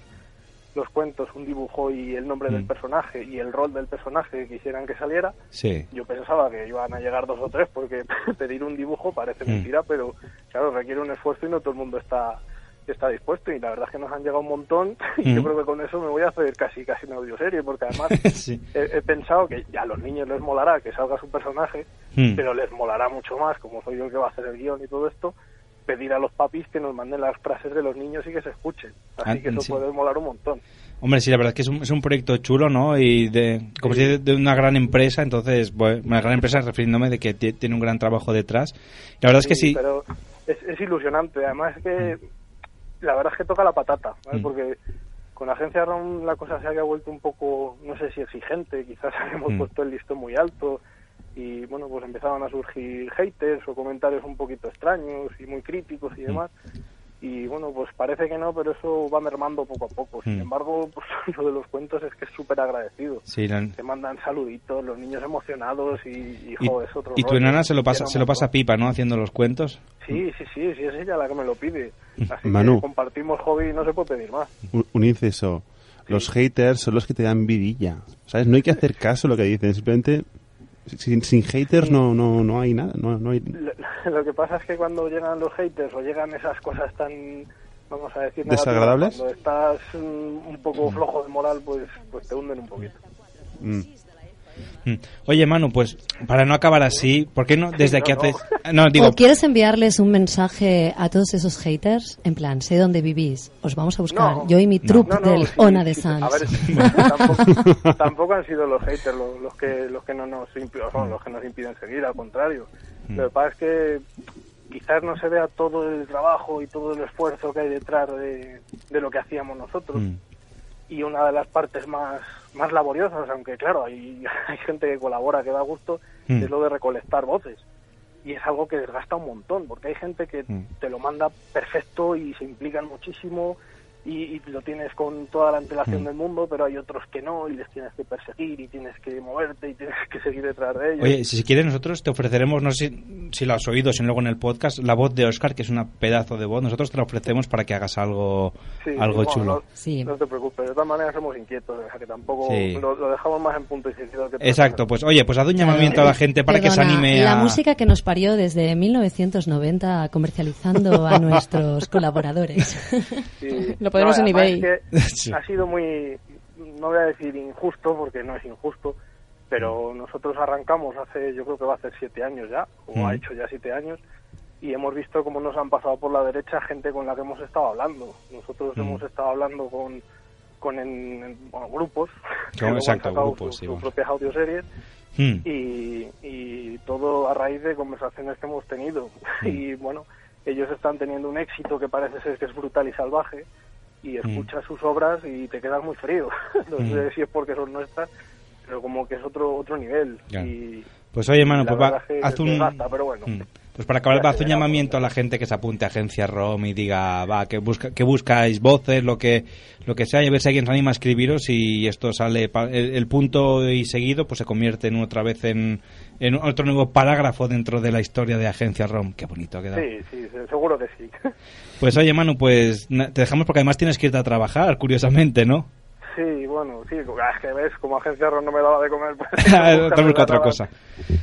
los cuentos un dibujo y el nombre Mm. del personaje y el rol del personaje que quisieran que saliera. Sí. <laughs> Yo pensaba que iban a llegar dos o tres porque <laughs> pedir un dibujo parece Mm. mentira, pero claro, requiere un esfuerzo y no todo el mundo está está dispuesto y la verdad es que nos han llegado un montón <laughs> y yo Mm. creo que con eso me voy a hacer casi casi una audioserie porque además <laughs> Sí. he, he pensado que a los niños les molará que salga su personaje, Mm. pero les molará mucho más, como soy yo el que va a hacer el guión y todo esto, pedir a los papis que nos manden las frases de los niños y que se escuchen. Así Ah, que eso sí. puede molar un montón. Hombre, sí, la verdad es que es un, es un proyecto chulo, ¿no? Y de, como si de, de una gran empresa, entonces, bueno, una gran empresa refiriéndome de que tie- tiene un gran trabajo detrás. La verdad es que sí, Pero es, es ilusionante, además es que la verdad es que toca la patata, ¿vale? Mm. porque con la agencia ROM la cosa se había vuelto un poco, no sé si exigente, quizás <laughs> habíamos Mm. puesto el listón muy alto y bueno, Mm. pues empezaban a surgir haters o comentarios un poquito extraños y muy críticos y demás. Y bueno, pues parece que no, pero eso va mermando poco a poco. Sin Mm. embargo, <laughs> pues, lo de los cuentos es que es súper agradecido. Sí, la- Te mandan saluditos, los niños emocionados y, y, Y, jo, es otro y tu rollo. enana se lo pasa, Quiero se lo mucho. pasa pipa, ¿no? Haciendo los cuentos. Sí, sí, sí, sí, es ella la que me lo pide. Así que Mm, Manu. compartimos hobby y no se puede pedir más. Un, un inceso. Los haters son los que te dan vidilla. ¿Sabes? No hay que hacer caso a lo que dicen. Simplemente, sin, sin haters no, no, no hay nada. No, no hay... Lo, <laughs> lo que pasa es que cuando llegan los haters o llegan esas cosas tan, vamos a decir, negativas, ¿Desagradables? Cuando estás mm, un poco flojo de moral, pues, pues te hunden un poquito. Mm. Mm. Oye, Manu, pues para no acabar así, ¿por <laughs> qué no desde que haces... ah, No, digo, ¿O quieres enviarles un mensaje a todos esos haters? En plan, sé dónde vivís, os vamos a buscar. No. Yo y mi No. troupe No, no, del sí, Ona de sí, Sans. <laughs> A ver, <laughs> <laughs> tampoco, tampoco han sido los haters los, los que los que no nos impi- o son los que nos impiden seguir, al contrario. Lo que pasa es que quizás no se vea todo el trabajo y todo el esfuerzo que hay detrás de, de lo que hacíamos nosotros. Y una de las partes más, más laboriosas, aunque claro, hay, <laughs> hay gente que colabora, que da gusto, hmm, Mm. es lo de recolectar voces. Y es algo que desgasta un montón, porque hay gente que hmm, te lo manda perfecto y se implican muchísimo y, y lo tienes con toda la antelación Mm. del mundo, pero hay otros que no y les tienes que perseguir y tienes que moverte y tienes que seguir detrás de ellos. Oye, si quieres nosotros te ofreceremos, no sé si, si la has oído, si no, luego en el podcast, la voz de Oscar, que es una pedazo de voz, nosotros te la ofrecemos para que hagas algo, Sí, algo bueno, chulo. No, no te preocupes, de todas maneras somos inquietos, o sea que tampoco Sí. lo, lo dejamos más en punto y sentido que Exacto, pues oye, pues haz un llamamiento a la gente para que se Eh, Perdona, anime La a... música que nos parió desde 1990 comercializando <laughs> a nuestros colaboradores. Sí. <laughs> Lo ponemos en además eBay. es que <laughs> Sí. Ha sido muy, no voy a decir injusto, porque no es injusto, pero Mm. nosotros arrancamos hace, yo creo que va a hacer siete años ya, o Mm. hmm, ha hecho ya siete años, y hemos visto cómo nos han pasado por la derecha gente con la que hemos estado hablando. Nosotros Mm. hemos estado hablando con con en, en- bueno, grupos, Con- que <laughs> luego han exacto, sacado grupos, sus- sí, sus bueno. propias audioseries, Hmm. y, y todo a raíz de conversaciones que hemos tenido. Mm. Y bueno, ellos están teniendo un éxito que parece ser que es brutal y salvaje, y escuchas sus obras y te quedas muy frío. <laughs> No Mm. sé si es porque son nuestras, pero como que es otro otro nivel. Ya. Y Pues oye, mano, la pues va, verdad es que haz un... desgasta, pero bueno. Mm. Pues para acabar, va, haz un llamamiento a la gente que se apunte a Agencia ROM y diga, va, que, busca, que buscáis voces, lo que, lo que sea, y a ver si alguien se anima a escribiros y esto sale, pa- el, el punto y seguido, pues se convierte en otra vez en, en otro nuevo parágrafo dentro de la historia de Agencia ROM. Qué bonito ha quedado. Sí, sí, se- seguro que sí. <laughs> Pues oye, Manu, pues na- te dejamos porque además tienes que irte a trabajar, curiosamente, ¿no? Sí, bueno, sí, ah, es que ves, como agencia Ron no me daba de comer, pues, <laughs> Te busco Ah, otra cosa.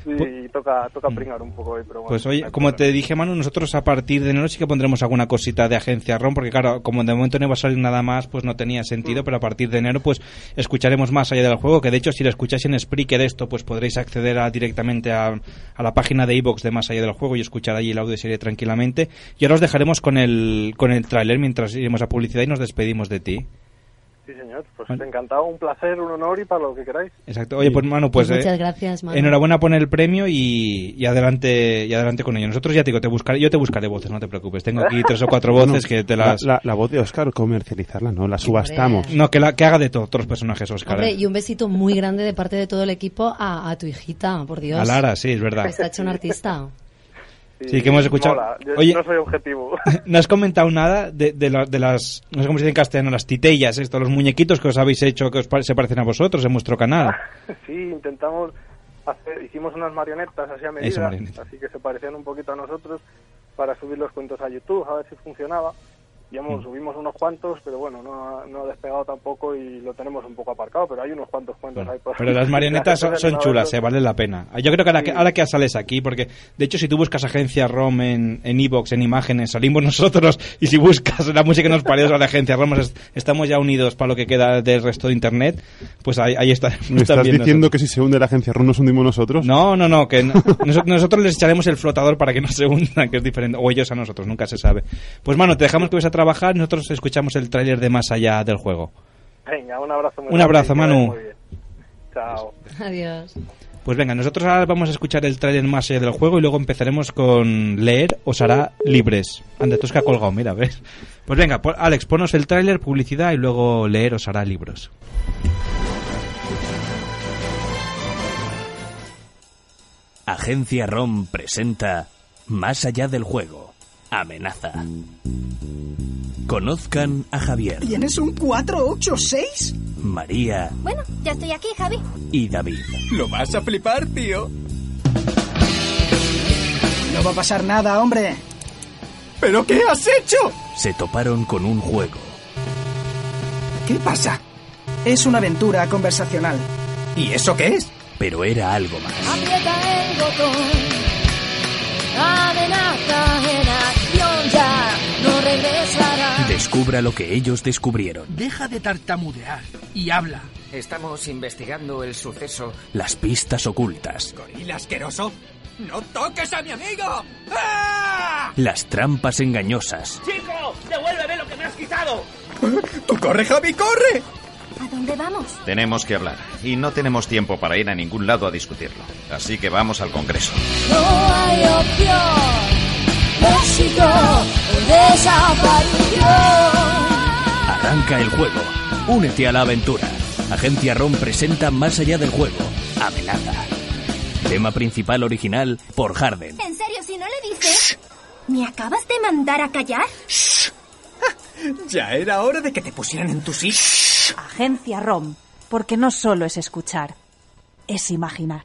Y toca, toca pringar un poco hoy, pero bueno. Pues oye, como te dije, Manu, nosotros a partir de enero sí que pondremos alguna cosita de agencia ROM, porque claro, como de momento no iba a salir nada más, pues no tenía Mm. sentido, pero a partir de enero pues escucharemos más allá del juego, que de hecho si lo escucháis en Spreaker esto, pues podréis acceder a- directamente a, a la página de iVoox de más allá del juego y escuchar allí el audio serie tranquilamente. Y ahora os dejaremos con el, con el tráiler mientras iremos a publicidad y nos despedimos de ti. Sí, señor, pues encantado, un placer, un honor y para lo que queráis. Exacto. Oye, pues Manu, pues... Pues muchas eh, gracias, Manu. Enhorabuena por el premio y, y adelante y adelante con ello. Nosotros ya te digo, te buscaré, yo te buscaré voces, no te preocupes. Tengo aquí tres o <laughs> cuatro <laughs> Bueno, voces que te las... La, la- la voz de Oscar, comercializarla, no, la subastamos. No, que, la, que haga de todo, todos los personajes, Oscar. Hombre, eh. y un besito muy grande de parte de todo el equipo a, a tu hijita, por Dios. Pues A Lara, sí, es verdad. Está hecha una artista. Sí, que hemos escuchado. Mola, yo Oye, no soy objetivo. <laughs> no has comentado nada de, de, la- de las, no sé cómo se dice en castellano, las titellas, esto, los muñequitos que os habéis hecho que os pare- se parecen a vosotros en vuestro canal. <laughs> sí, intentamos hacer, hicimos unas marionetas así a medida, Eso, marionetas. así que se parecían un poquito a nosotros para subir los cuentos a YouTube, a ver si funcionaba. Ya hemos- Mm. subimos unos cuantos, pero bueno, no, ha- no ha despegado tampoco y lo tenemos un poco aparcado, pero hay unos cuantos cuentos ahí por- Pero <laughs> las marionetas son, Gracias, son Leonardo. chulas, eh, vale la pena. Yo creo que ahora, que ahora que sales aquí, porque de hecho si tú buscas agencia ROM en en iBox, en imágenes, salimos <laughs> nosotros y si buscas la música que nos parió a la agencia ROM, es- estamos ya unidos para lo que queda del resto de Internet, pues ahí, ahí está. <laughs> ¿Me estás diciendo que si se hunde la agencia ROM nos hundimos nosotros? No, no, no, que no- noso- nosotros les echaremos el flotador para que no se hundan, que es diferente, o ellos a nosotros, nunca se sabe. Pues mano, te dejamos que vayas a trabajar, nosotros escuchamos el tráiler de más allá del juego. Venga, un abrazo. muy Un grande abrazo, y que vaya Manu. muy bien. Chao. Adiós. Pues venga, nosotros ahora vamos a escuchar el tráiler más allá del juego y luego empezaremos con leer os hará libres. Anda, esto es que ha colgado, mira, ¿ves? Pues venga, po- Alex, ponos el tráiler, publicidad y luego leer os hará libros. Agencia ROM presenta Más allá del juego. Amenaza. Conozcan a Javier, ¿Tienes un 486? María Bueno, ya estoy aquí, Javi. y David. Lo vas a flipar, tío. No va a pasar nada, hombre. ¿Pero qué has hecho? Se toparon con un juego ¿Qué pasa? Es una aventura conversacional. ¿Y eso qué es? Pero era algo más. Aprieta el botón. Amenaza en acción ya. No regresará. Descubra lo que ellos descubrieron. Deja de tartamudear y habla. Estamos investigando el suceso. Las pistas ocultas. ¿Y asqueroso? ¡No toques a mi amigo! Las trampas engañosas. ¡Chico! ¡Devuélveme lo que me has quitado! ¡Tú corre, Javi, corre! ¿A dónde vamos? Tenemos que hablar y no tenemos tiempo para ir a ningún lado a discutirlo. Así que vamos al Congreso. No hay opción. México desapareció. Arranca el juego. Únete a la aventura. Agencia ROM presenta Más allá del juego. Amenaza. Tema principal original por Harden. ¿En serio, si no le dices? ¿Me acabas de mandar a callar? Ya era hora de que te pusieran en tu sitio. Agencia ROM, porque no solo es escuchar, es imaginar.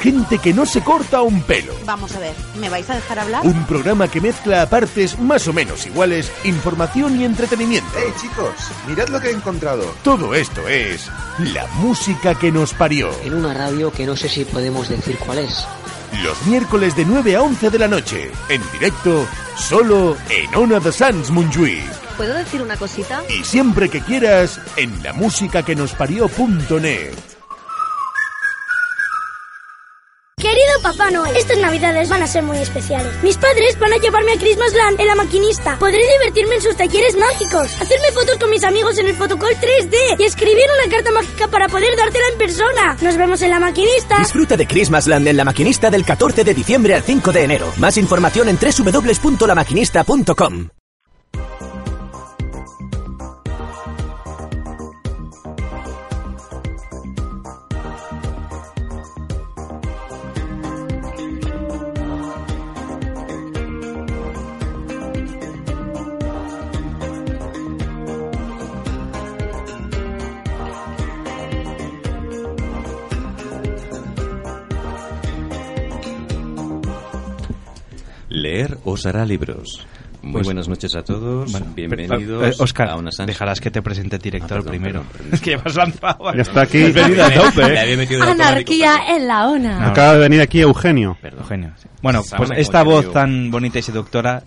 Gente que no se corta un pelo. Vamos a ver, ¿me vais a dejar hablar? Un programa que mezcla a partes más o menos iguales información y entretenimiento. ¡Hey, chicos! Mirad lo que he encontrado. Todo esto es la música que nos parió. En una radio que no sé si podemos decir cuál es. Los miércoles de 9 a 11 de la noche, en directo, solo en Ona de Sans Montjuïc. ¿Puedo decir una cosita? Y siempre que quieras, en la música que nos parió.net. Querido Papá Noel, estas navidades van a ser muy especiales. Mis padres van a llevarme a Christmasland en la maquinista. Podré divertirme en sus talleres mágicos, hacerme fotos con mis amigos en el fotocall 3D y escribir una carta mágica para poder dártela en persona. Nos vemos en la maquinista. Disfruta de Christmasland en La Maquinista del 14 de diciembre al 5 de enero. Más información en www.lamaquinista.com. Leer os hará libros. Muy Pues- buenas noches a todos. Bueno, Bienvenidos pero, eh, Óscar, a una Sans- dejarás que te presente el director Ah, perdón, primero. perdón, Es que ya me has lanzado. Ya está aquí. Le había metido de automático. Anarquía en la ONA. Acaba de venir aquí Eugenio. Eugenio. Bueno, Sama pues esta Eugenio. voz tan bonita y seductora.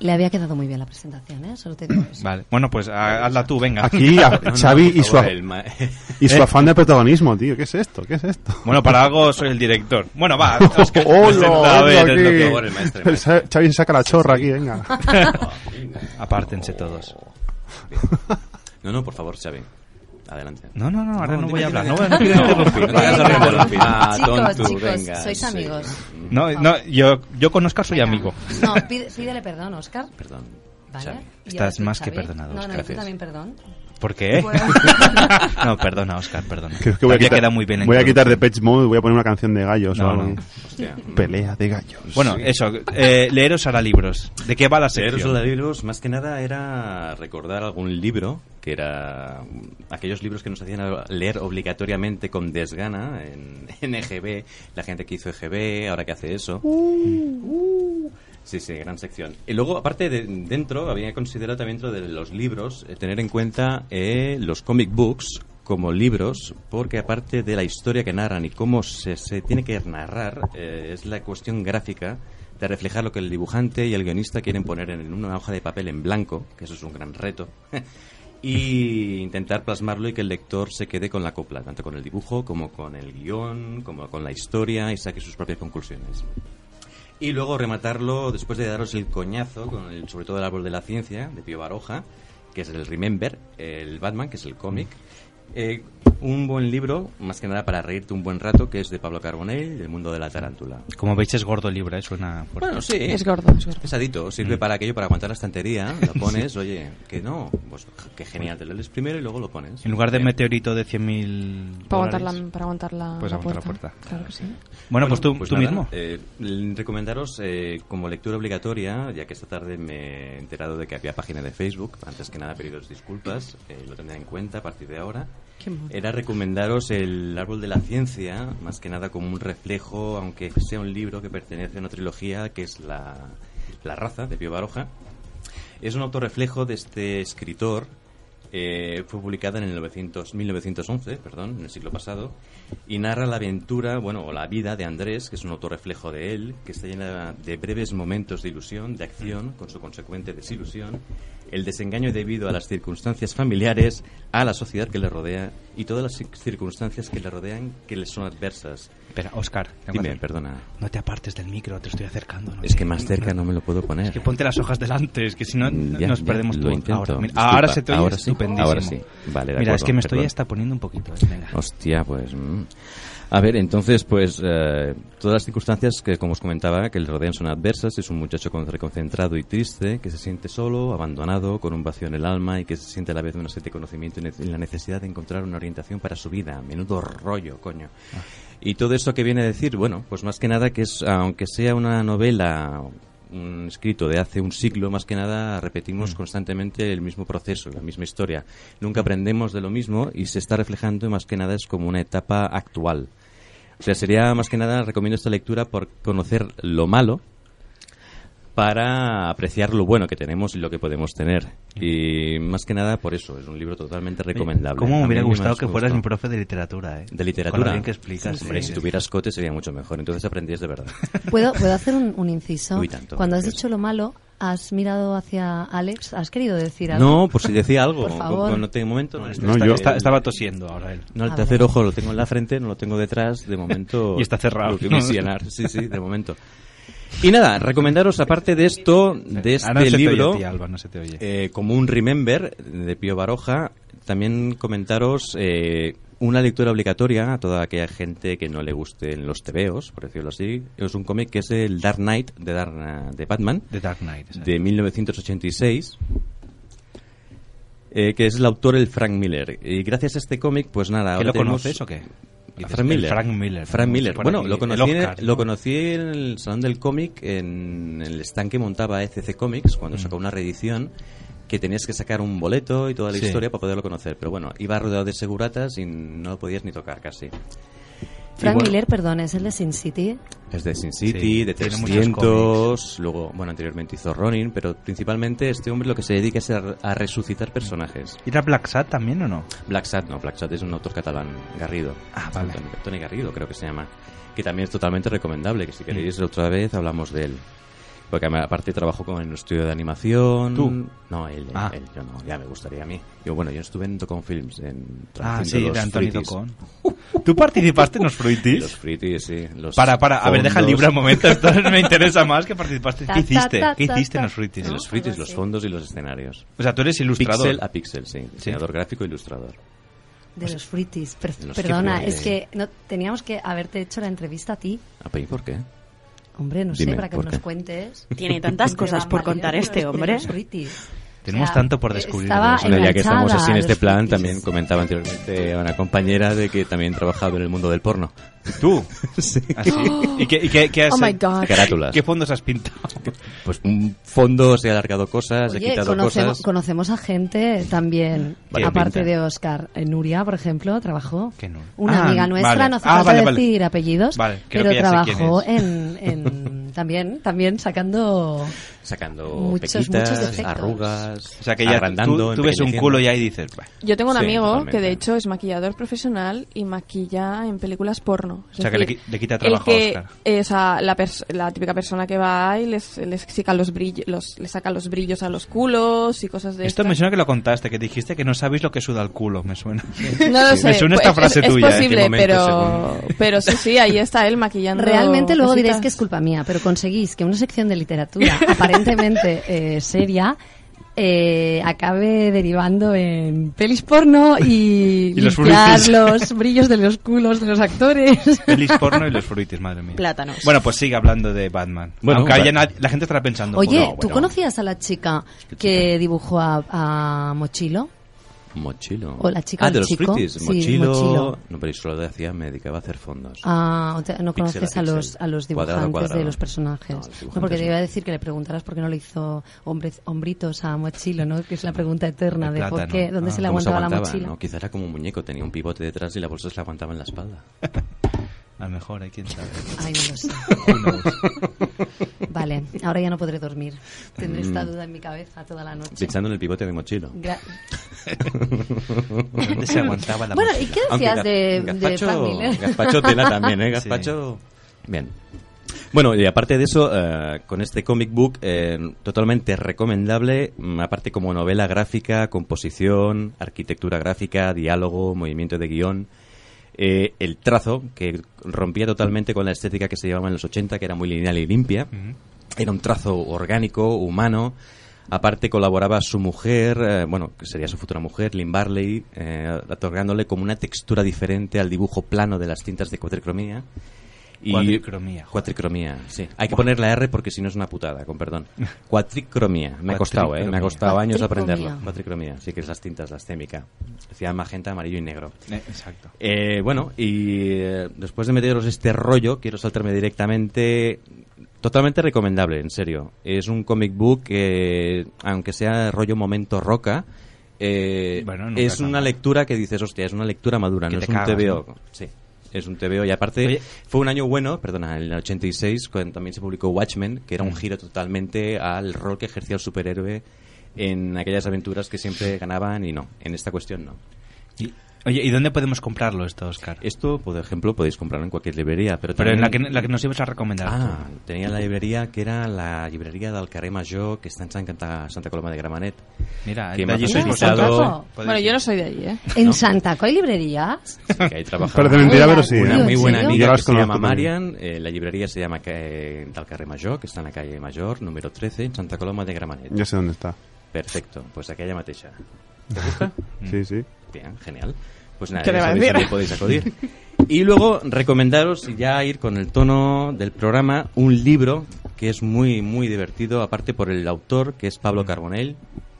Le había quedado muy bien la presentación, ¿eh? Solo te digo eso. Vale. Bueno, pues ha- hazla tú, venga. <laughs> Aquí a No, no, Xavi por y su, favor, af- el ma- <laughs> y su Eh, afán de protagonismo, tío. ¿Qué es esto? ¿Qué es esto? Bueno, para algo soy el director. Bueno, va. <laughs> Óscar, presenta, ¡Hola! a ver, venga es lo aquí. que- por favor, el maestro, el El Sa- Xavi saca la chorra aquí, venga. <laughs> <laughs> Apártense todos. No, no, por favor, Xavi. Adelante. No, no, no, ahora no, No, voy a dime, hablar. No, dime, no dime. quiero No, interrumpir. no hagas interrumpir. Ah, chicos, tonto, chicos, venga, sois sí. amigos. No, no, yo, yo con Oscar soy amigo. <coughs> No, pide- pídele perdón, Oscar. Perdón. Vale. Xavi. Y Estás ahora tú, más que Xavi. perdonado, No, no, Óscar. y tú también perdón. ¿Por qué? Bueno. <laughs> no, perdona, Oscar, perdona. Creo que voy a Te ha quitar, quedado muy bien. en voy a todo. quitar de Page Mode, voy a poner una canción de gallos No, o algo. no. Pelea de gallos. Bueno, eso, eh, leeros hará libros. ¿De qué va la sección? Leeros los libros, más que nada, era recordar algún libro, que era mm, aquellos libros que nos hacían a- leer obligatoriamente con desgana en, en EGB, la gente que hizo EGB, ahora que hace eso. Sí, sí, gran sección. Y luego, aparte de dentro, había considerado también dentro de los libros eh, tener en cuenta eh, los comic books como libros, porque aparte de la historia que narran y cómo se, se tiene que narrar, eh, es la cuestión gráfica de reflejar lo que el dibujante y el guionista quieren poner en una hoja de papel en blanco, que eso es un gran reto, y intentar plasmarlo y que el lector se quede con la copla, tanto con el dibujo como con el guión, como con la historia y saque sus propias conclusiones. Y luego rematarlo después de daros el coñazo con el, sobre todo el árbol de la ciencia de Pío Baroja que es el Remember, el Batman, que es el cómic. Eh, un buen libro, más que nada para reírte un buen rato, que es de Pablo Carbonell, del mundo de la tarántula. Como veis, es gordo el libro, ¿eh? suena fuerte. Bueno, sí. Es gordo, es gordo. Pesadito, sirve Mm. para aquello, para aguantar la <laughs> estantería. Lo pones, oye, que no, pues que genial, te lo lees primero y luego lo pones. En lugar de meteorito de 100.000 Para aguantar dólares. la, para aguantar la, Pues la aguantar la puerta. puerta. Claro que sí. Bueno, pues tú, tú nada, mismo. eh, l- recomendaros eh, como lectura obligatoria, ya que esta tarde me he enterado de que había página de Facebook. Antes que nada, pediros disculpas, eh, lo tendré en cuenta a partir de ahora. Qué mono. Era recomendaros el árbol de la ciencia, más que nada como un reflejo, aunque sea un libro que pertenece a una trilogía que es La, la raza de Pío Baroja. Es un autorreflejo de este escritor. eh, fue publicada en el 900 1911, perdón, en el siglo pasado, y narra la aventura, bueno, o la vida de Andrés, que es un autorreflejo de él, que está llena de breves momentos de ilusión, de acción, con su consecuente desilusión, el desengaño debido a las circunstancias familiares, a la sociedad que le rodea y todas las cir- circunstancias que le rodean que le son adversas. Espera, Oscar, Dime, perdona. No te apartes del micro, te estoy acercando. no Es te- que más cerca no me lo puedo poner. Es que ponte las hojas delante, es que si no Mm, ya, nos ya, perdemos lo todo. intento. Ahora, mira, Disculpa, ahora se te oye ahora sí, estupendísimo. ahora sí. Vale, de mira, es acuerdo, que me estoy perdón. hasta poniendo un poquito. eh, Venga. Hostia, pues. mm. A ver, entonces, pues eh, todas las circunstancias que, como os comentaba, que le rodean son adversas. Es un muchacho con- reconcentrado y triste, que se siente solo, abandonado, con un vacío en el alma y que se siente a la vez una sed de conocimiento y ne- y la necesidad de encontrar una orientación para su vida. Menudo rollo, coño. Y todo eso que viene a decir, bueno, pues más que nada que es, aunque sea una novela, un escrito de hace un siglo, más que nada repetimos Mm. constantemente el mismo proceso, la misma historia. Nunca aprendemos de lo mismo y se está reflejando más que nada es como una etapa actual. O sea, sería más que nada, recomiendo esta lectura por conocer lo malo para apreciar lo bueno que tenemos y lo que podemos tener. Y más que nada por eso, es un libro totalmente recomendable. ¿Cómo A me mí hubiera me gustado más que fueras gustó. mi profe de literatura, eh? De Con literatura. lo bien que explicas. Hombre, eh. si tuvieras cote sería mucho mejor, entonces aprendías de verdad. ¿Puedo, puedo hacer un, un inciso? Uy, tanto. Cuando has dicho lo malo, ¿has mirado hacia Alex? ¿Has querido decir algo? No, por si decía algo. Por favor. No tengo momento. No, No, yo- Está- estaba tosiendo ahora él. No, el Ah, tercer vale. ojo lo tengo en la frente, no lo tengo detrás. De momento. <laughs> Y está cerrado, Lo que ¿no? visionar. Sí, sí, de momento. Y nada, recomendaros, aparte de esto, de este Ahora Ah, no se te oye a libro, ti, Alba, no se te oye. eh, como un Remember de Pío Baroja, también comentaros eh, una lectura obligatoria a toda aquella gente que no le gusten los tebeos, por decirlo así. Es un cómic que es el Dark Knight de, Dark- de Batman. The Dark Knight, exacto. De 1986. eh, que es el autor el Frank Miller. Y gracias a este cómic, pues nada. ¿Que ahora lo tenemos- conoces o qué? A Dices, Frank el Miller. Frank Miller. Frank Como Miller. si fuera Bueno, el- lo el conocí, en- Oscar, lo conocí en el Salón del Cómic, en el stand que montaba ECC Comics, cuando Mm. sacó una reedición, que tenías que sacar un boleto y toda la Sí. historia para poderlo conocer. Pero bueno, iba rodeado de seguratas y no lo podías ni tocar casi. Y Frank bueno, Miller, perdón, es el de Sin City. es de Sin City, Sí, de tiene muchos 300, luego, bueno, anteriormente hizo Ronin, pero principalmente este hombre lo que se dedica es a, a resucitar personajes. ¿Y ¿Era Black Sat también o no? Black Sat, no, Black Sat es un autor catalán, Garrido. Ah, vale. Tony, Tony Garrido creo que se llama, que también es totalmente recomendable, que si Mm. queréis otra vez hablamos de él. Porque ama- aparte trabajo con en un estudio de animación. ¿Tú? No, él, él, Ah. él, yo no, ya me gustaría a mí. Yo, bueno, yo estuve en Tocón Films, en Ah, haciendo sí, los de Antonio Fruities. Tocón. ¿Tú participaste <laughs> en los Fruities? Los Fruities, sí. los Para, para, a ver, deja el fondos. libro un momento, esto <laughs> me interesa más que participaste. Ta, ¿Qué hiciste? ta, ta, ¿Qué ta, hiciste en ta. los Fruities? En los Fruities, los fondos y los escenarios. O sea, tú eres ilustrador. Pixel a pixel, sí. Diseñador gráfico e ilustrador. De los Fruities. Per- De los perdona, Fruities. es que no, teníamos que haberte hecho la entrevista a ti. ¿A pedir por qué? Hombre, no Dime, sé, para que ¿por nos qué? cuentes. <laughs> Tiene tantas Siempre cosas van por variando contar los- este de hombre. los Fruities. Tenemos O sea, tanto por descubrir. de Estaba los Bueno, ya que estamos así enganchada en a este los plan, Fruities. también comentaba anteriormente a una compañera de que también trabajaba en el mundo del porno. ¿Tú? <laughs> sí. Ah, sí. ¿Y qué, y qué- qué has Oh my God. Carátulas. ¿Qué fondos has pintado? Pues un fondo, se ha alargado cosas, he Oye, quitado conocemos, cosas. conocemos a gente también, Vale, aparte pinta. de Oscar. Eh, Nuria, por ejemplo, trabajó. Ah, Una amiga nuestra, vale. no hace Ah, falta vale, vale. decir apellidos, Vale, creo pero que ya sé trabajó quién en, en- <laughs> también, también sacando... Sacando Muchos, pequitas, muchos defectos. arrugas, O sea, que ya agrandando, tú, tú ves un empequeñeciendo. culo ya y dices... "Bah". Yo tengo un Sí, amigo totalmente. que de hecho es maquillador profesional y maquilla en películas porno. Es O sea, que le decir, qui- le quita el trabajo a que- Oscar. eh, o sea, la, pers- la típica persona que va y les, les saca los brillos, los, les saca los brillos a los culos y cosas de Esto me estas. suena que lo contaste, que dijiste que no sabéis lo que suda el culo, me suena. <laughs> No lo sé. Me suena esta pues, frase es, es tuya. ¿eh? posible, pero, pero sí, sí, ahí está él maquillando. Realmente luego cositas. diréis que es culpa mía, pero conseguís que una sección de literatura aparentemente eh, seria eh, acabe derivando en pelis porno y, <laughs> Y los limpiar frutis. los brillos de los culos de los actores. Feliz <laughs> porno y los frutis, madre mía. Plátanos. Bueno, pues sigue hablando de Batman. Bueno, Aunque va- haya nadie- la gente estará pensando. Oye, "Joder, ¿tú bueno". conocías a la chica que dibujó a, a Mochilo? Mochilo. O la chica ah, o de el los chico. Fruities. Sí, Mochilo. mochilo. No, pero yo solo hacía, me dedicaba a hacer fondos. Ah, o te- no Pixel conoces a, pixel. los, a los dibujantes Cuadrado cuadrado. de los personajes. No, No, los dibujantes porque te no. iba a decir que le preguntaras por qué no le hizo hombre, hombritos a Mochilo, ¿no? Que es la pregunta eterna de por Plátano. qué, dónde Ah, se le ¿cómo aguantaba la aguantaba? mochila. No, quizá era como un muñeco, tenía un pivote detrás y la bolsa se la aguantaba en la espalda. A lo mejor, hay quien sabe. <laughs> Ay, no lo sé. Who knows? <laughs> Vale, ahora ya no podré dormir. Tendré Mm. esta duda en mi cabeza toda la noche. Pensando en el pivote de mochilo. Gra- ¿Dónde se aguantaba la Bueno, ¿y mochila? qué Aunque decías Gaz- de- de Gazpacho- Frank Miller? Gazpacho tela también, ¿eh? Sí. Gazpacho... Bien. Bueno, y aparte de eso, eh, con este comic book eh, totalmente recomendable, mm, aparte como novela gráfica, composición, arquitectura gráfica, diálogo, movimiento de guión, eh, el trazo, que rompía totalmente con la estética que se llevaba en los 80, que era muy lineal y limpia. Era un trazo orgánico, humano. Aparte colaboraba su mujer, eh, bueno, que sería su futura mujer, Lynn Barley, eh, otorgándole como una textura diferente al dibujo plano de las cintas de cuatricromía. Cuadricromía, joder. Cuatricromía, sí. Hay que poner la R porque si no es una putada, con perdón. Cuatricromía. Me ha costado, ¿eh? Me ha costado años Cuatricromía. aprenderlo. Cuatricromía, sí que es las tintas, las témica. Decía magenta, amarillo y negro. Eh, exacto. Eh, bueno, y eh, después de meteros este rollo, quiero saltarme directamente. Totalmente recomendable, en serio. Es un comic book que, aunque sea rollo momento roca, eh, nunca es está una lectura que dices, hostia, es una lectura madura, Que no te es un cagas, TVO. ¿no? Sí, es un TVO. Y aparte, fue un año bueno, perdona, en el 86, cuando también se publicó Watchmen, que era Mm. un giro totalmente al rol que ejercía el superhéroe en aquellas aventuras que siempre ganaban y no, en esta cuestión no. Y- oye, ¿y dónde podemos comprarlo esto, Oscar? Esto, por ejemplo, podéis comprarlo en cualquier librería. Pero, Pero en la que, también- la que nos ibas a recomendar. Ah, tú. tenía la librería que era la librería del carrer Major, que está en Santa, Santa Coloma de Gramanet. Mira, que de allí sois vosotros. Bueno, yo no soy de allí, ¿eh? ¿En Santa Coy librerías? que ahí trabajaba. Parece mentira, pero sí, Una ¿eh? muy ¿En buena serio? amiga que Yo las se llama conozco también. Marian. eh, la librería se llama eh, del carrer Major, que está en la calle Mayor, número 13, en Santa Coloma de Gramanet. Ya sé dónde está. Perfecto, pues aquella <laughs> matecha. ¿Te gusta? Mm. Sí, sí. Bien, genial. Pues nada, ¿Qué le ya va a sabéis a decir? dónde podéis acudir. Y luego recomendaros, y ya ir con el tono del programa, un libro que es muy, muy divertido, aparte por el autor, que es Mm. Pablo Carbonell,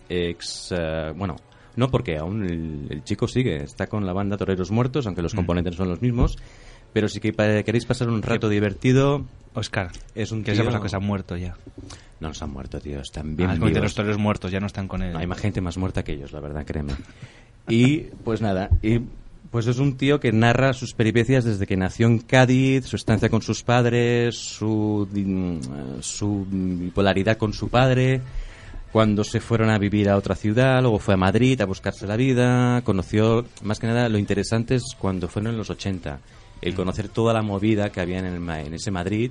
ex... eh, bueno, no porque aún el, el chico sigue, está con la banda Toreros Muertos, aunque Mm. los componentes son los mismos, pero si que pa- queréis pasar un rato divertido... Oscar, es un que tío- sepas que se han muerto ya. No, se han muerto, tío, están bien Ah, el vivos. Comité de los toreros muertos, ya no están con él. No, hay más gente más muerta que ellos, la verdad, créeme. Y pues nada, y, pues es un tío que narra sus peripecias desde que nació en Cádiz, su estancia con sus padres, su, di- su bipolaridad con su padre, cuando se fueron a vivir a otra ciudad, luego fue a Madrid a buscarse la vida, conoció, más que nada, lo interesante es cuando fueron en los 80, Mm. el conocer toda la movida que había en, el ma- en ese Madrid,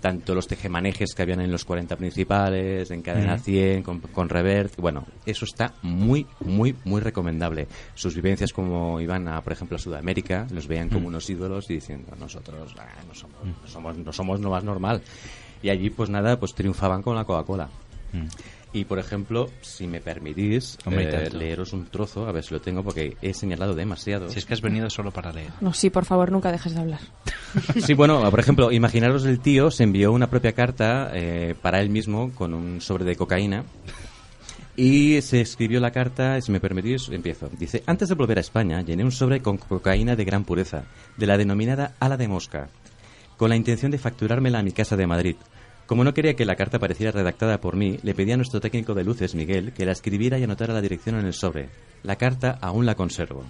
tanto los tejemanejes que habían en los 40 principales, en Cadena Ujú. 100, con, con Revert, bueno, eso está muy, muy, muy recomendable. Sus vivencias como iban, a, por ejemplo, a Sudamérica, los veían como Mm. unos ídolos y diciendo, nosotros ah, no, somos, no, somos, no somos lo más normal. Y allí, pues nada, pues triunfaban con la Coca-Cola. Mm. Y, por ejemplo, si me permitís, Hombre, y eh, tanto. leeros un trozo, a ver si lo tengo, porque he señalado demasiado. Si es que has venido solo para leer. No, sí, por favor, nunca dejes de hablar. Sí, bueno, por ejemplo, imaginaros el tío se envió una propia carta eh, para él mismo con un sobre de cocaína y se escribió la carta, si me permitís, empiezo. Dice, antes de volver a España, llené un sobre con cocaína de gran pureza, de la denominada ala de mosca, con la intención de facturármela a mi casa de Madrid. Como no quería que la carta pareciera redactada por mí, le pedí a nuestro técnico de luces, Miguel, que la escribiera y anotara la dirección en el sobre. La carta aún la conservo.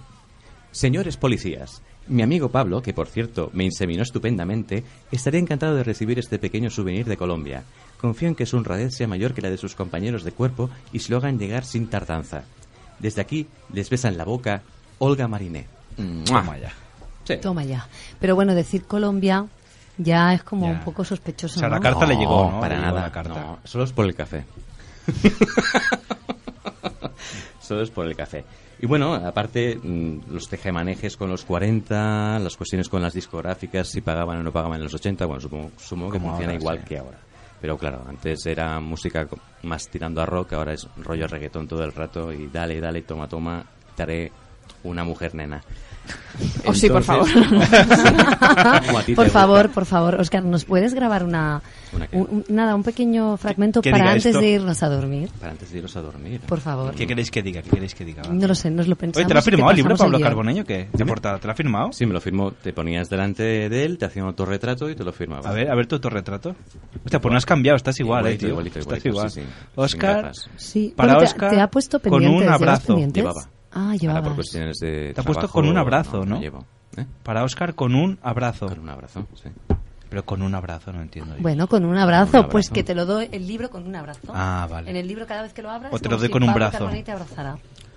Señores policías, mi amigo Pablo, que por cierto me inseminó estupendamente, estaría encantado de recibir este pequeño souvenir de Colombia. Confío en que su honradez sea mayor que la de sus compañeros de cuerpo y se lo hagan llegar sin tardanza. Desde aquí les besan la boca Olga Mariné. ¡Mua! Toma ya. Toma ya. Pero bueno, decir Colombia ya es como un poco sospechoso. O sea, la ¿no? carta le No, llegó, ¿no? para Le nada, llegó la carta. no, solo es por el café. <laughs> solo es por el café. Y bueno, aparte, mm, los tejemanejes con los 40, las cuestiones con las discográficas, si pagaban o no pagaban en los 80, bueno, supongo, supongo que Como funciona ahora, igual sí. que ahora. Pero claro, antes era música co- más tirando a rock, ahora es rollo reggaetón todo el rato y dale, dale, toma, toma, te haré una mujer nena. Oh, sí, por favor. <laughs> <laughs> Como a ti te por gusta. favor, por favor, Oscar, ¿nos puedes grabar una, ¿Una qué? un- un- nada, un pequeño fragmento que para diga antes esto? de irnos a dormir? Para antes de iros a dormir. Por favor. ¿Qué queréis que diga? ¿Qué queréis que diga? Va. No lo sé, nos lo Ah. Oye, pensamos. ¿te lo ha y firmado el libro pasamos Pablo guión. Carbonello? ¿Qué? ¿De portada? ¿Te lo ha firmado? Sí, me lo firmó. Te ponías delante de él, te hacía un autorretrato y te lo firmaba. A ver, a ver tu autorretrato. Hostia, pues no has cambiado, estás igual, Igualito, eh, tío. igualito, estás igualito, igual. sí, sí. Sin Oscar, gafas. Sí, para bueno, te- Oscar, te ha puesto con pendientes, un ¿llevas abrazo. pendientes? Llevaba. Ah, Ahora por llevabas. cuestiones de Te ha puesto Este trabajo, con un abrazo, ¿no? llevo. Para Oscar, con un abrazo. Con un abrazo, sí. Pero con un abrazo, no entiendo. yo. Bueno, con un abrazo, pues que te lo doy el libro con un abrazo. Ah, vale. En el libro cada vez que lo abras, O te lo como doy si con un Pablo brazo. Carbonell te abrazará.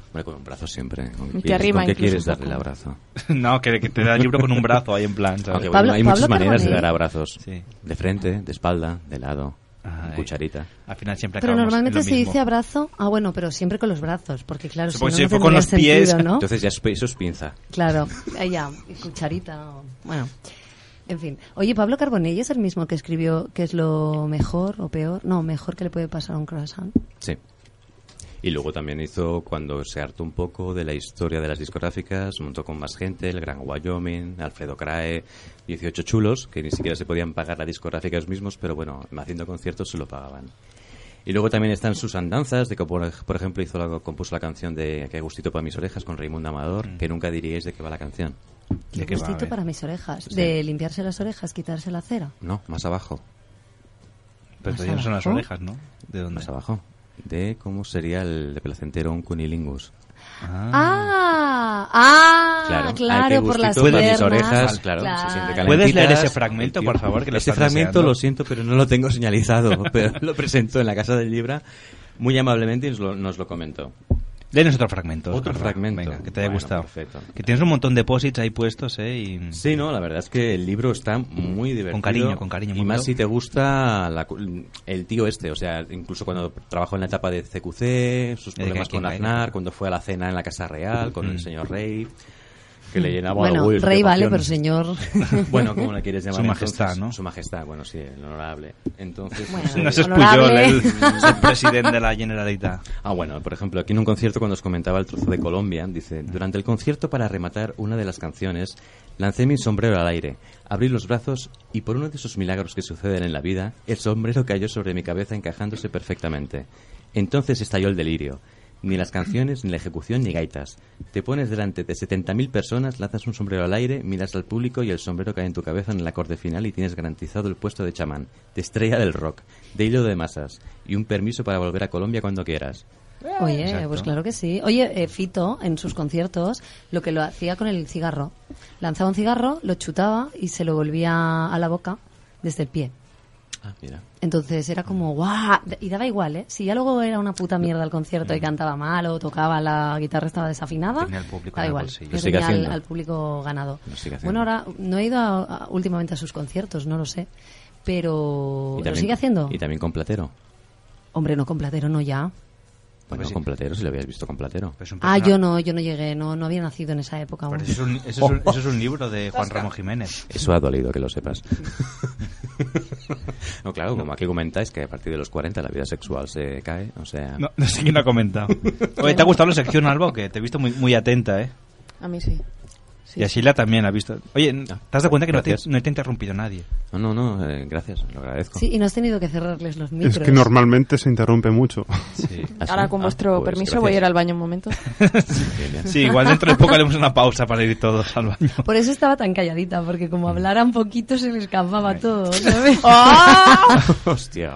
Hombre, con un brazo siempre. ¿Con qué Te quieres, arrima ¿con qué incluso quieres un darle el abrazo? <laughs> no, que, que te da el libro con un brazo ahí en plan, ¿sabes? Aunque, bueno, hay muchas maneras de dar abrazos. De frente, de espalda, de lado, con cucharita. Al final siempre Pero normalmente se dice abrazo. Ah, bueno, pero siempre con los brazos, porque claro, Pues si no, si no fue con tendría los pies, sentido, ¿no? entonces ya es- eso es pinza. Claro, eh, ya, y cucharita. o- Bueno, en fin. Oye, Pablo Carbonell es el mismo que escribió que es lo mejor o peor. No, mejor que le puede pasar a un croissant. Sí. Y luego también hizo, cuando se hartó un poco de la historia de las discográficas, montó con más gente, el Gran Wyoming, Alfredo Crae, 18 chulos, que ni siquiera se podían pagar la discográfica ellos mismos, pero bueno, haciendo conciertos se lo pagaban. Y luego también están sus andanzas, de que por, ej- por ejemplo hizo la, compuso la canción de Qué gustito para mis orejas con Raimundo Amador, que nunca diríais de qué va la canción. Qué gustito para mis orejas. eh. Sí. De limpiarse las orejas, quitarse la cera. No, más abajo. Pero ¿Más todavía no son las abajo? orejas, ¿no? ¿De dónde? Más abajo. De cómo sería el de placentero un cunilingus. Ah, ah, claro, ay, qué por las gustito para mis piernas. orejas, claro, Claro. se siente ¿Puedes leer calentitas. ese fragmento, por favor, que lo Ese estás este fragmento deseando? lo siento, pero no lo tengo señalizado, <laughs> pero lo presentó en la Casa del Libra muy amablemente y nos lo, nos lo comentó. Léenos otro fragmento. Otro Oscar, fragmento. Venga, que te haya Bueno, gustado. perfecto. Que tienes un montón de posits ahí puestos, ¿eh? Y... Sí, no, la verdad es que el libro está muy divertido. Con cariño, con cariño. Y muy más bien. si te gusta la cu- el tío este, o sea, incluso cuando trabajó en la etapa de CQC, sus que problemas con quién cae. Aznar, cuando fue a la cena en la Casa Real Mm. con el señor Rey, que le llenaba Bueno, los huevos de rey vale, pero emociones. señor. <laughs> Bueno, como la quieres llamar. Su majestad, ¿no? Su majestad, bueno, sí, el honorable. Entonces, pues, Bueno, sé- No se es honorable. Puyol, el- es el presidente de la Generalitat. Ah, bueno, por ejemplo, aquí en un concierto, cuando os comentaba el trozo de Colombia, dice: Durante el concierto, para rematar una de las canciones, lancé mi sombrero al aire, abrí los brazos y por uno de esos milagros que suceden en la vida, el sombrero cayó sobre mi cabeza encajándose perfectamente. Entonces estalló el delirio. Ni las canciones, ni la ejecución, ni gaitas. Te pones delante de 70.000 personas, lanzas un sombrero al aire, miras al público y el sombrero cae en tu cabeza en el acorde final y tienes garantizado el puesto de chamán, de estrella del rock, de hilo de masas y un permiso para volver a Colombia cuando quieras. Oye, Exacto. pues claro que sí. Oye, eh, Fito, en sus conciertos, lo que lo hacía con el cigarro. Lanzaba un cigarro, lo chutaba y se lo volvía a la boca desde el pie. Ah, mira. Entonces era como, ¡guau! Y daba igual, ¿eh? Si ya luego era una puta mierda el concierto y cantaba mal o tocaba la guitarra estaba desafinada, Mm. Tenía al público en daba el igual. bolsillo. Yo Lo sigue tenía al, haciendo. al público ganado. Lo sigue Bueno, haciendo. ahora no he ido a- a- últimamente a sus conciertos, no lo sé. Pero Y lo también- sigue haciendo. Y también con Platero. Hombre, no con Platero, no ya. Pues Bueno, con Platero, si lo habías visto con Platero. Ah, yo no, yo no llegué, no, no había nacido en esa época aún. Pero eso es, un, eso es un- eso es un libro de Juan Ramón Jiménez. Eso ha dolido, que lo sepas. no, claro, como aquí comentáis que a partir de los 40 la vida sexual se cae, o sea... No, no sé quién lo ha comentado. Ah. <laughs> Oye, ¿te ha gustado la sección, Albo? Que te he visto muy, muy atenta, ¿eh? A mí sí. Y a Sheila también ha visto. Oye, ¿te has dado cuenta que no te, Ah. gracias. no te ha interrumpido nadie? No, no, no, eh, gracias, lo agradezco. Sí, y no has tenido que cerrarles los micros. Es que normalmente se interrumpe mucho. <laughs> Ahora, con vuestro Ah, pues permiso, voy a ir al baño un momento. Sí, igual dentro de poco haremos una pausa para ir todos al baño. <laughs> Por eso estaba tan calladita, porque como Mm. hablaran poquito se les escapaba <laughs> todo. ¿sabes? <laughs> <laughs> ¡Ah! Hostia.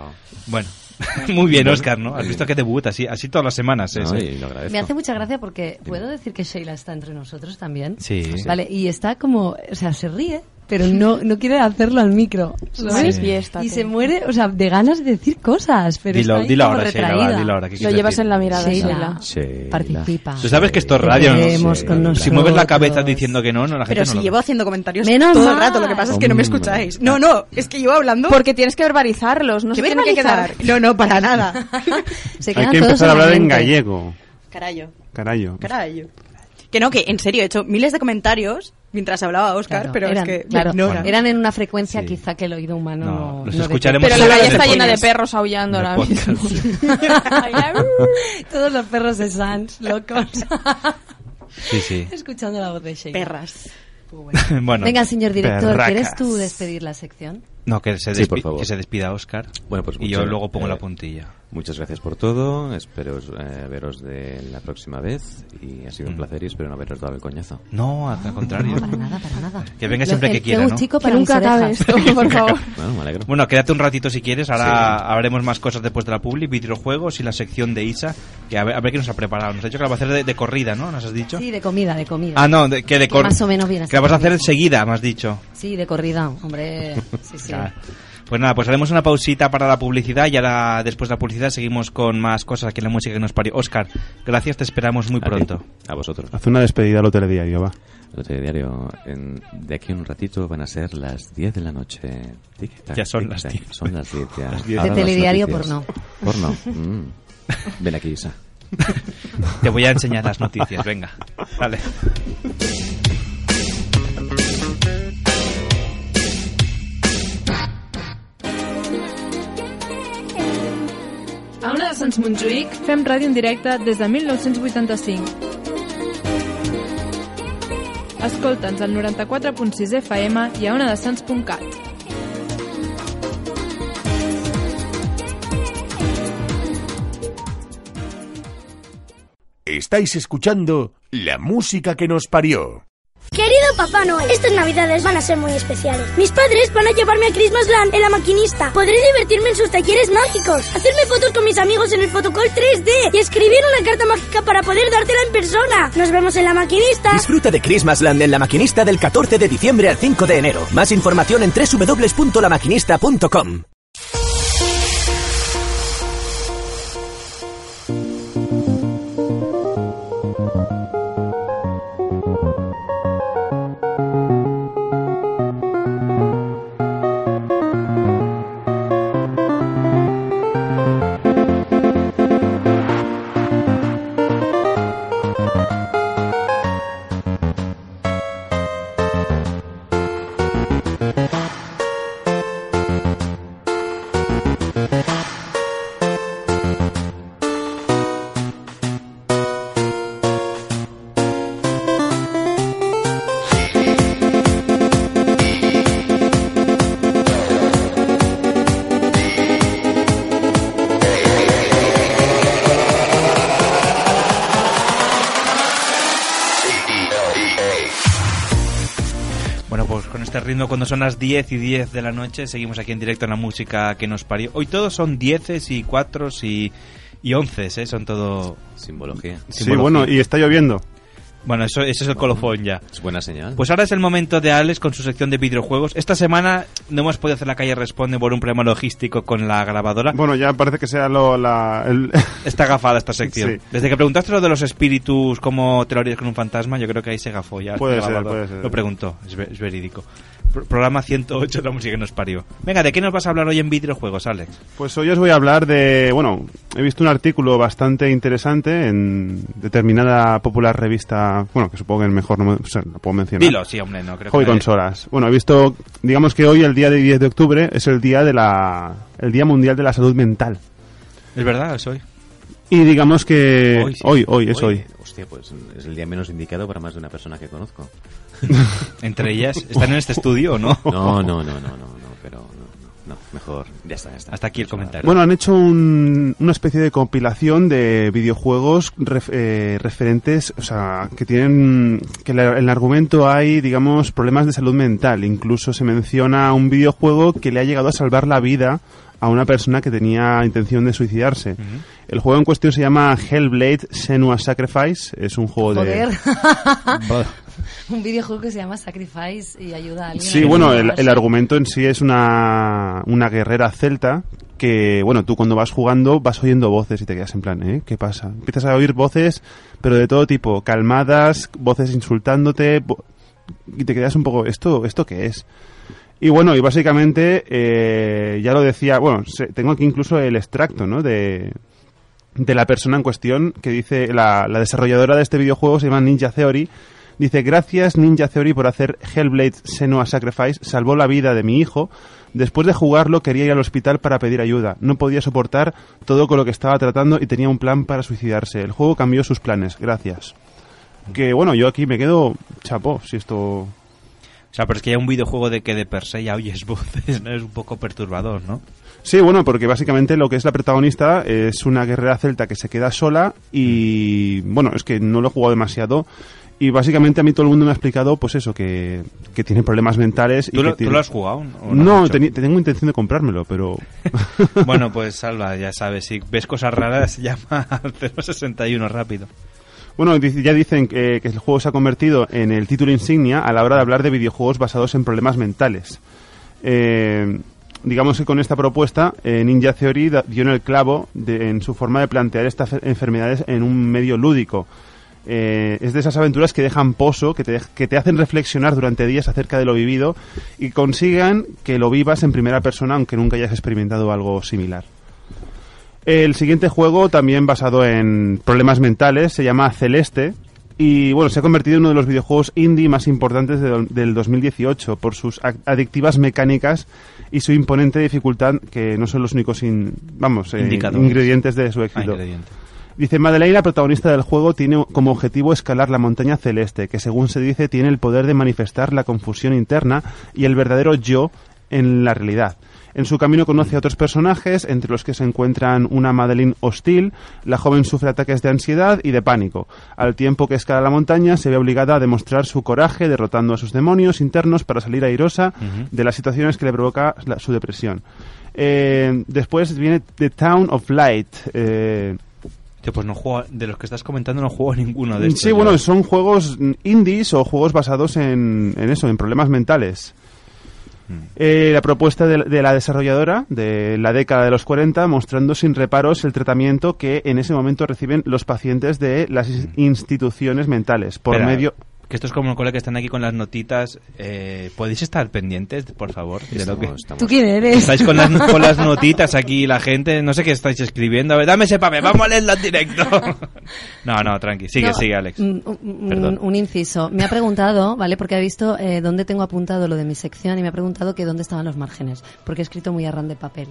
Bueno, <laughs> muy bien, Oscar, ¿no? Has visto que debut así, así todas las semanas. ¿eh? No, Sí. y lo agradezco. Me hace mucha gracia porque puedo decir que Sheila está entre nosotros también. Ah, Sí. Vale, y está como, o sea, se ríe, pero no, no quiere hacerlo al micro. ¿sabes? Sí. Manifiéstate. Y se muere, o sea, de ganas de decir cosas, pero Dilo- está ahí dilo como ahora, Sheila, va, retraída. dilo ahora, ¿qué Lo quieres llevas decir? en la mirada, Sheila. Sheila. Participa. Tú sabes que esto es radio, ¿no? Queremos con Si mueves la nosotros. cabeza diciendo que no, no la gente Pero no si lo llevo haciendo comentarios Menos todo mal. el rato, lo que pasa es que no me escucháis. No, no, es que llevo hablando. Porque tienes que verbalizarlos, no ¿Qué se tiene que verbalizar? quedar. No, no, para <laughs> nada. Se Hay que empezar a hablar en gallego. Carayo, Carayo. carayo. Que no, que en serio he hecho miles de comentarios mientras hablaba Claro, Oscar, pero eran, es que claro, me ignora. eran en una frecuencia quizá que el oído humano No, no, los no escucharemos detecta. en Pero la Está llena de perros aullando ahora mismo. <laughs> Todos los perros de Sans, locos. <laughs> Sí, sí. Escuchando la voz de Shakira. Perras. <laughs> Bueno. Venga, señor director, Perracas. ¿quieres tú despedir la sección? No, que se, Sí, despi- por favor. que se despida Oscar. Bueno, pues y yo muchas- luego pongo eh, la puntilla. Muchas gracias por todo. Espero eh, veros de la próxima vez. Y ha sido Mm. un placer y espero no haberos dado el coñazo. No, al contrario. para nada, Ah, para nada. Que venga siempre que quiera, ¿no? chico Que para mis nunca acabe orejas. esto, <laughs> por favor. Bueno, me alegro. Bueno, quédate un ratito si quieres. Ahora Sí. haremos más cosas después de la publi, videojuegos y la sección de Isa. Que a ver, a ver qué nos ha preparado. Nos ha dicho que la va a hacer de, de corrida, ¿no? ¿Nos has dicho? Sí, de comida, de comida. Ah, no, de- que de corrida. Más o menos viene Que la vas a hacer enseguida, me has dicho. Sí, de corrida, hombre. <laughs> Sí, sí. Claro. Pues nada, pues haremos una pausita para la publicidad y ahora después de la publicidad seguimos con más cosas que la música que nos parió. Oscar, gracias, te esperamos muy pronto. A vosotros. Haz una despedida al hotel diario, va. El otro diario, en- de aquí a un ratito van a ser las 10 de la noche. Tic-tac, Ya son las tic-tac. 10. Son las 10 ya. <laughs> Las 10. Ahora De las telediario noticias. porno. <laughs> Porno. mm. Ven aquí, Isa. <laughs> Te voy a enseñar las <laughs> noticias, venga. Dale. A Ona de Sants Montjuïc fem ràdio en directe des de 1985. Escolta'ns al 94.6 FM i a onadesans.cat. Estáis escuchando la música que nos parió. Querido Papá Noel, estas navidades van a ser muy especiales. Mis padres van a llevarme a Christmasland en la maquinista. Podré divertirme en sus talleres mágicos, hacerme fotos con mis amigos en el fotocall 3D y escribir una carta mágica para poder dártela en persona. Nos vemos en la maquinista. Disfruta de Christmasland en La Maquinista del 14 de diciembre al 5 de enero. Más información en www.lamaquinista.com. Bueno, pues con este ritmo, cuando son las 10 y 10 de la noche, seguimos aquí en directo en la música que nos parió. Hoy todos son 10 y 4 y, y 11, ¿eh? Son todo... Simbología. Sí, bueno, y está lloviendo. Bueno, eso, ese es el colofón ya. Es buena señal. Pues ahora es el momento de Alex con su sección de videojuegos. Esta semana no hemos podido hacer la calle Responde por un problema logístico con la grabadora. Bueno, ya parece que sea lo, la, el- <laughs> Está gafada esta sección. Sí. Desde que preguntaste lo de los espíritus, cómo te lo harías con un fantasma, yo creo que ahí se gafó ya. Puede La ser, grabadora puede ser. Lo preguntó, es, ve- es verídico. Pro- programa 108 de la música que nos parió. Venga, ¿de qué nos vas a hablar hoy en videojuegos, Alex? Pues hoy os voy a hablar de, bueno, he visto un artículo bastante interesante en determinada popular revista, bueno, que supongo que es mejor, no, me- o sea, lo puedo mencionar. Dilo, sí, hombre, no creo que Hobby nadie- Consolas. Bueno, he visto, digamos que hoy, el día de 10 de octubre, es el día de la, el Día Mundial de la Salud Mental. Es verdad, es hoy. Y digamos que hoy, sí. Eh, hoy, es hoy. Hostia, pues es el día menos indicado para más de una persona que conozco. <laughs> Entre ellas, ¿están en este estudio o no? <laughs> No, no, no, no, no, no, pero no, no, no, mejor. Ya está, ya está. Hasta aquí el comentario. Bueno, han hecho un- una especie de compilación de videojuegos ref- eh, referentes, o sea, que tienen, que la- en el argumento hay, digamos, problemas de salud mental. Incluso se menciona un videojuego que le ha llegado a salvar la vida a una persona que tenía intención de suicidarse. El juego en cuestión se llama Hellblade Senua Sacrifice. Es un juego Joder. de... <laughs> <laughs> Un videojuego que se llama Sacrifice y ayuda a alguien. Sí, a bueno, el, recuperarse. el argumento en sí es una, una guerrera celta que, bueno, tú cuando vas jugando vas oyendo voces y te quedas en plan, ¿eh? ¿Qué pasa? Empiezas a oír voces, pero de todo tipo, calmadas, voces insultándote, vo- y te quedas un poco, ¿esto, esto qué es? Y bueno, y básicamente, eh, ya lo decía, bueno, se- tengo aquí incluso el extracto, ¿no? De, de la persona en cuestión que dice, la, la desarrolladora de este videojuego se llama Ninja Theory, Dice, gracias Ninja Theory por hacer Hellblade Senua Sacrifice, salvó la vida de mi hijo. Después de jugarlo quería ir al hospital para pedir ayuda. No podía soportar todo con lo que estaba tratando y tenía un plan para suicidarse. El juego cambió sus planes. Gracias. Que bueno, yo aquí me quedo chapó si esto... O sea, pero es que ya un videojuego de que de per se ya oyes <laughs> voces, ¿no? Es un poco perturbador, ¿no? <laughs> Sí, bueno, porque básicamente lo que es la protagonista es una guerrera celta que se queda sola y bueno, es que no lo he jugado demasiado y básicamente a mí todo el mundo me ha explicado pues eso, que, que tiene problemas mentales. y ¿Tú, que lo, tú tiene- lo has jugado? o lo has No, hecho? teni- tengo intención de comprármelo, pero Bueno, pues salva, ya sabes, si ves cosas raras, <laughs> llama al 061 rápido. Bueno, dice- ya dicen que, que el juego se ha convertido en el título insignia a la hora de hablar de videojuegos basados en problemas mentales. Eh, digamos que con esta propuesta, eh, Ninja Theory da- dio en el clavo de- en su forma de plantear estas fe- enfermedades en un medio lúdico. Eh, es de esas aventuras que dejan pozo, que te, dej- que te hacen reflexionar durante días acerca de lo vivido y consigan que lo vivas en primera persona aunque nunca hayas experimentado algo similar. El siguiente juego, también basado en problemas mentales, se llama Celeste. Y bueno, se ha convertido en uno de los videojuegos indie más importantes de do- del 2018 por sus ac- adictivas mecánicas y su imponente dificultad, que no son los únicos in- vamos, eh, Indicadores. ingredientes de su Ah, éxito. ingrediente. Dice Madeleine, la protagonista del juego, tiene como objetivo escalar la montaña celeste, que según se dice tiene el poder de manifestar la confusión interna y el verdadero yo en la realidad. En su camino conoce a otros personajes, entre los que se encuentran una Madeleine hostil, la joven sufre ataques de ansiedad y de pánico. Al tiempo que escala la montaña, se ve obligada a demostrar su coraje derrotando a sus demonios internos para salir airosa Ujú. de las situaciones que le provoca la- su depresión. Eh, después viene The Town of Light. eh, Tío, pues no juego, de los que estás comentando no juego a ninguno de estos. Sí, yo. bueno, son juegos mm, indies o juegos basados en, en eso, en problemas mentales. Mm. Eh, la propuesta de, la- de la desarrolladora de la década de los 40, mostrando sin reparos el tratamiento que en ese momento reciben los pacientes de las is- instituciones mentales por Mm. Espera, medio. Que esto es como el colega que están aquí con las notitas. Eh, ¿Podéis estar pendientes, por favor? De lo que... ¿Tú quién eres? Estáis con las, <laughs> con las notitas aquí, la gente. No sé qué estáis escribiendo. A ver, dame ese papel, vamos a leerlo <laughs> en directo. No, no, tranqui. Sigue, No, sigue, Alex. mm, Un, Perdón. un- un inciso. Me ha preguntado, ¿vale? Porque ha visto eh, dónde tengo apuntado lo de mi sección y me ha preguntado que dónde estaban los márgenes. Porque he escrito muy a ran de papel.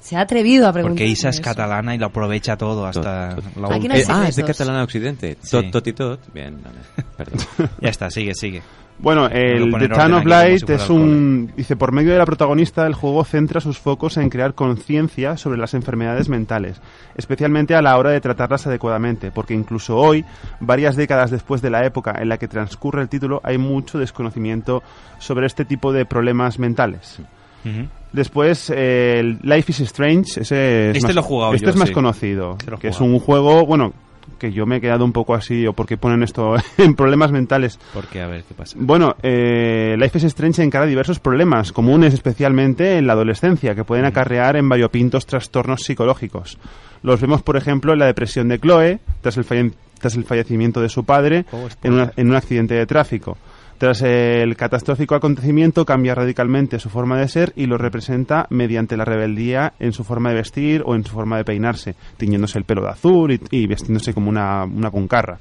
Se ha atrevido a preguntar. Eh, Porque Isa es catalana y lo aprovecha todo hasta la Aquí no última. hay Eh, ah, es de secretos. catalán a occidente. Tot, tot y tot. Bien, vale. <laughs> Perdón. Ya está, sigue, sigue. Bueno, Voy a el poner The Town orden of aquí como Light si fuera es alcohol. un... Dice, por medio de la protagonista, el juego centra sus focos en crear conciencia sobre las enfermedades mentales, especialmente a la hora de tratarlas adecuadamente, porque incluso hoy, varias décadas después de la época en la que transcurre el título, hay mucho desconocimiento sobre este tipo de problemas mentales. Ujú. Después, eh, el Life is Strange. Ese es Este más, lo he jugado este yo, es más sí. conocido. Este lo he Que es jugado. un juego, bueno, que yo me he quedado un poco así, o porque ponen esto <laughs> en problemas mentales. Porque, a ver, ¿qué pasa? Bueno, eh, Life is Strange encara diversos problemas, comunes especialmente en la adolescencia, que pueden acarrear en variopintos trastornos psicológicos. Los vemos, por ejemplo, en la depresión de Chloe, tras el, falle- tras el fallecimiento de su padre, Oh, en, una- en un accidente de tráfico. Tras el catastrófico acontecimiento cambia radicalmente su forma de ser y lo representa mediante la rebeldía en su forma de vestir o en su forma de peinarse, tiñéndose el pelo de azul y, y vestiéndose como una, una puncarra.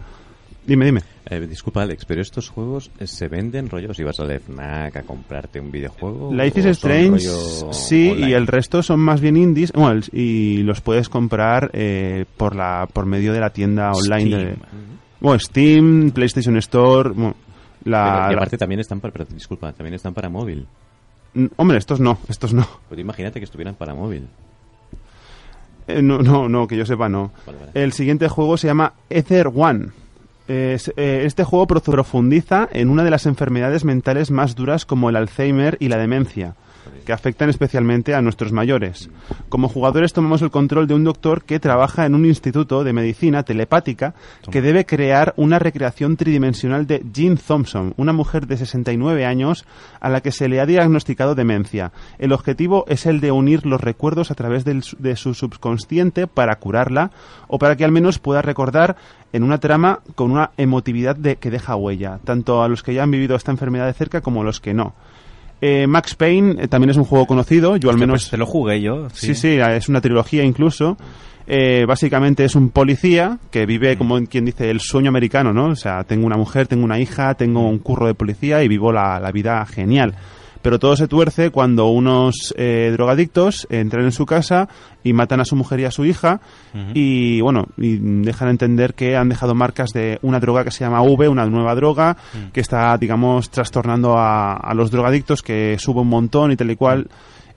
Dime, dime. Eh, disculpa, Alex, pero estos juegos eh, se venden rollos. Si vas al FNAC a comprarte un videojuego. Life is o son Strange, rollo sí, y online? el resto son más bien indies. Bueno, el- y los puedes comprar eh, por la por medio de la tienda online de Steam. bueno, Steam, PlayStation Store. bueno, la, Pero- y la- aparte también están para, pero, disculpa, también están para móvil. Mm, hombre, estos no, estos no. Pues imagínate que estuvieran para móvil. Eh, no, no, no, que yo sepa, no. Vale, vale. El siguiente juego se llama Ether One. Es- eh, este juego prof- profundiza en una de las enfermedades mentales más duras como el Alzheimer y la demencia, que afectan especialmente a nuestros mayores. Como jugadores tomamos el control de un doctor que trabaja en un instituto de medicina telepática que debe crear una recreación tridimensional de Jean Thompson, una mujer de 69 años a la que se le ha diagnosticado demencia. El objetivo es el de unir los recuerdos a través del su- de su subconsciente para curarla o para que al menos pueda recordar en una trama con una emotividad de, que deja huella, tanto a los que ya han vivido esta enfermedad de cerca como a los que no. Eh, Max Payne eh, también es un juego conocido, yo al menos... Te lo jugué yo. Sí, sí, es una trilogía incluso. eh, básicamente es un policía que vive, como quien dice, el sueño americano, ¿no? O sea, tengo una mujer, tengo una hija, tengo un curro de policía y vivo la, la vida genial. Pero todo se tuerce cuando unos eh, drogadictos entran en su casa y matan a su mujer y a su hija y, bueno, y dejan entender que han dejado marcas de una droga que se llama V, una nueva droga, que está, digamos, trastornando a, a los drogadictos, que sube un montón y tal y cual.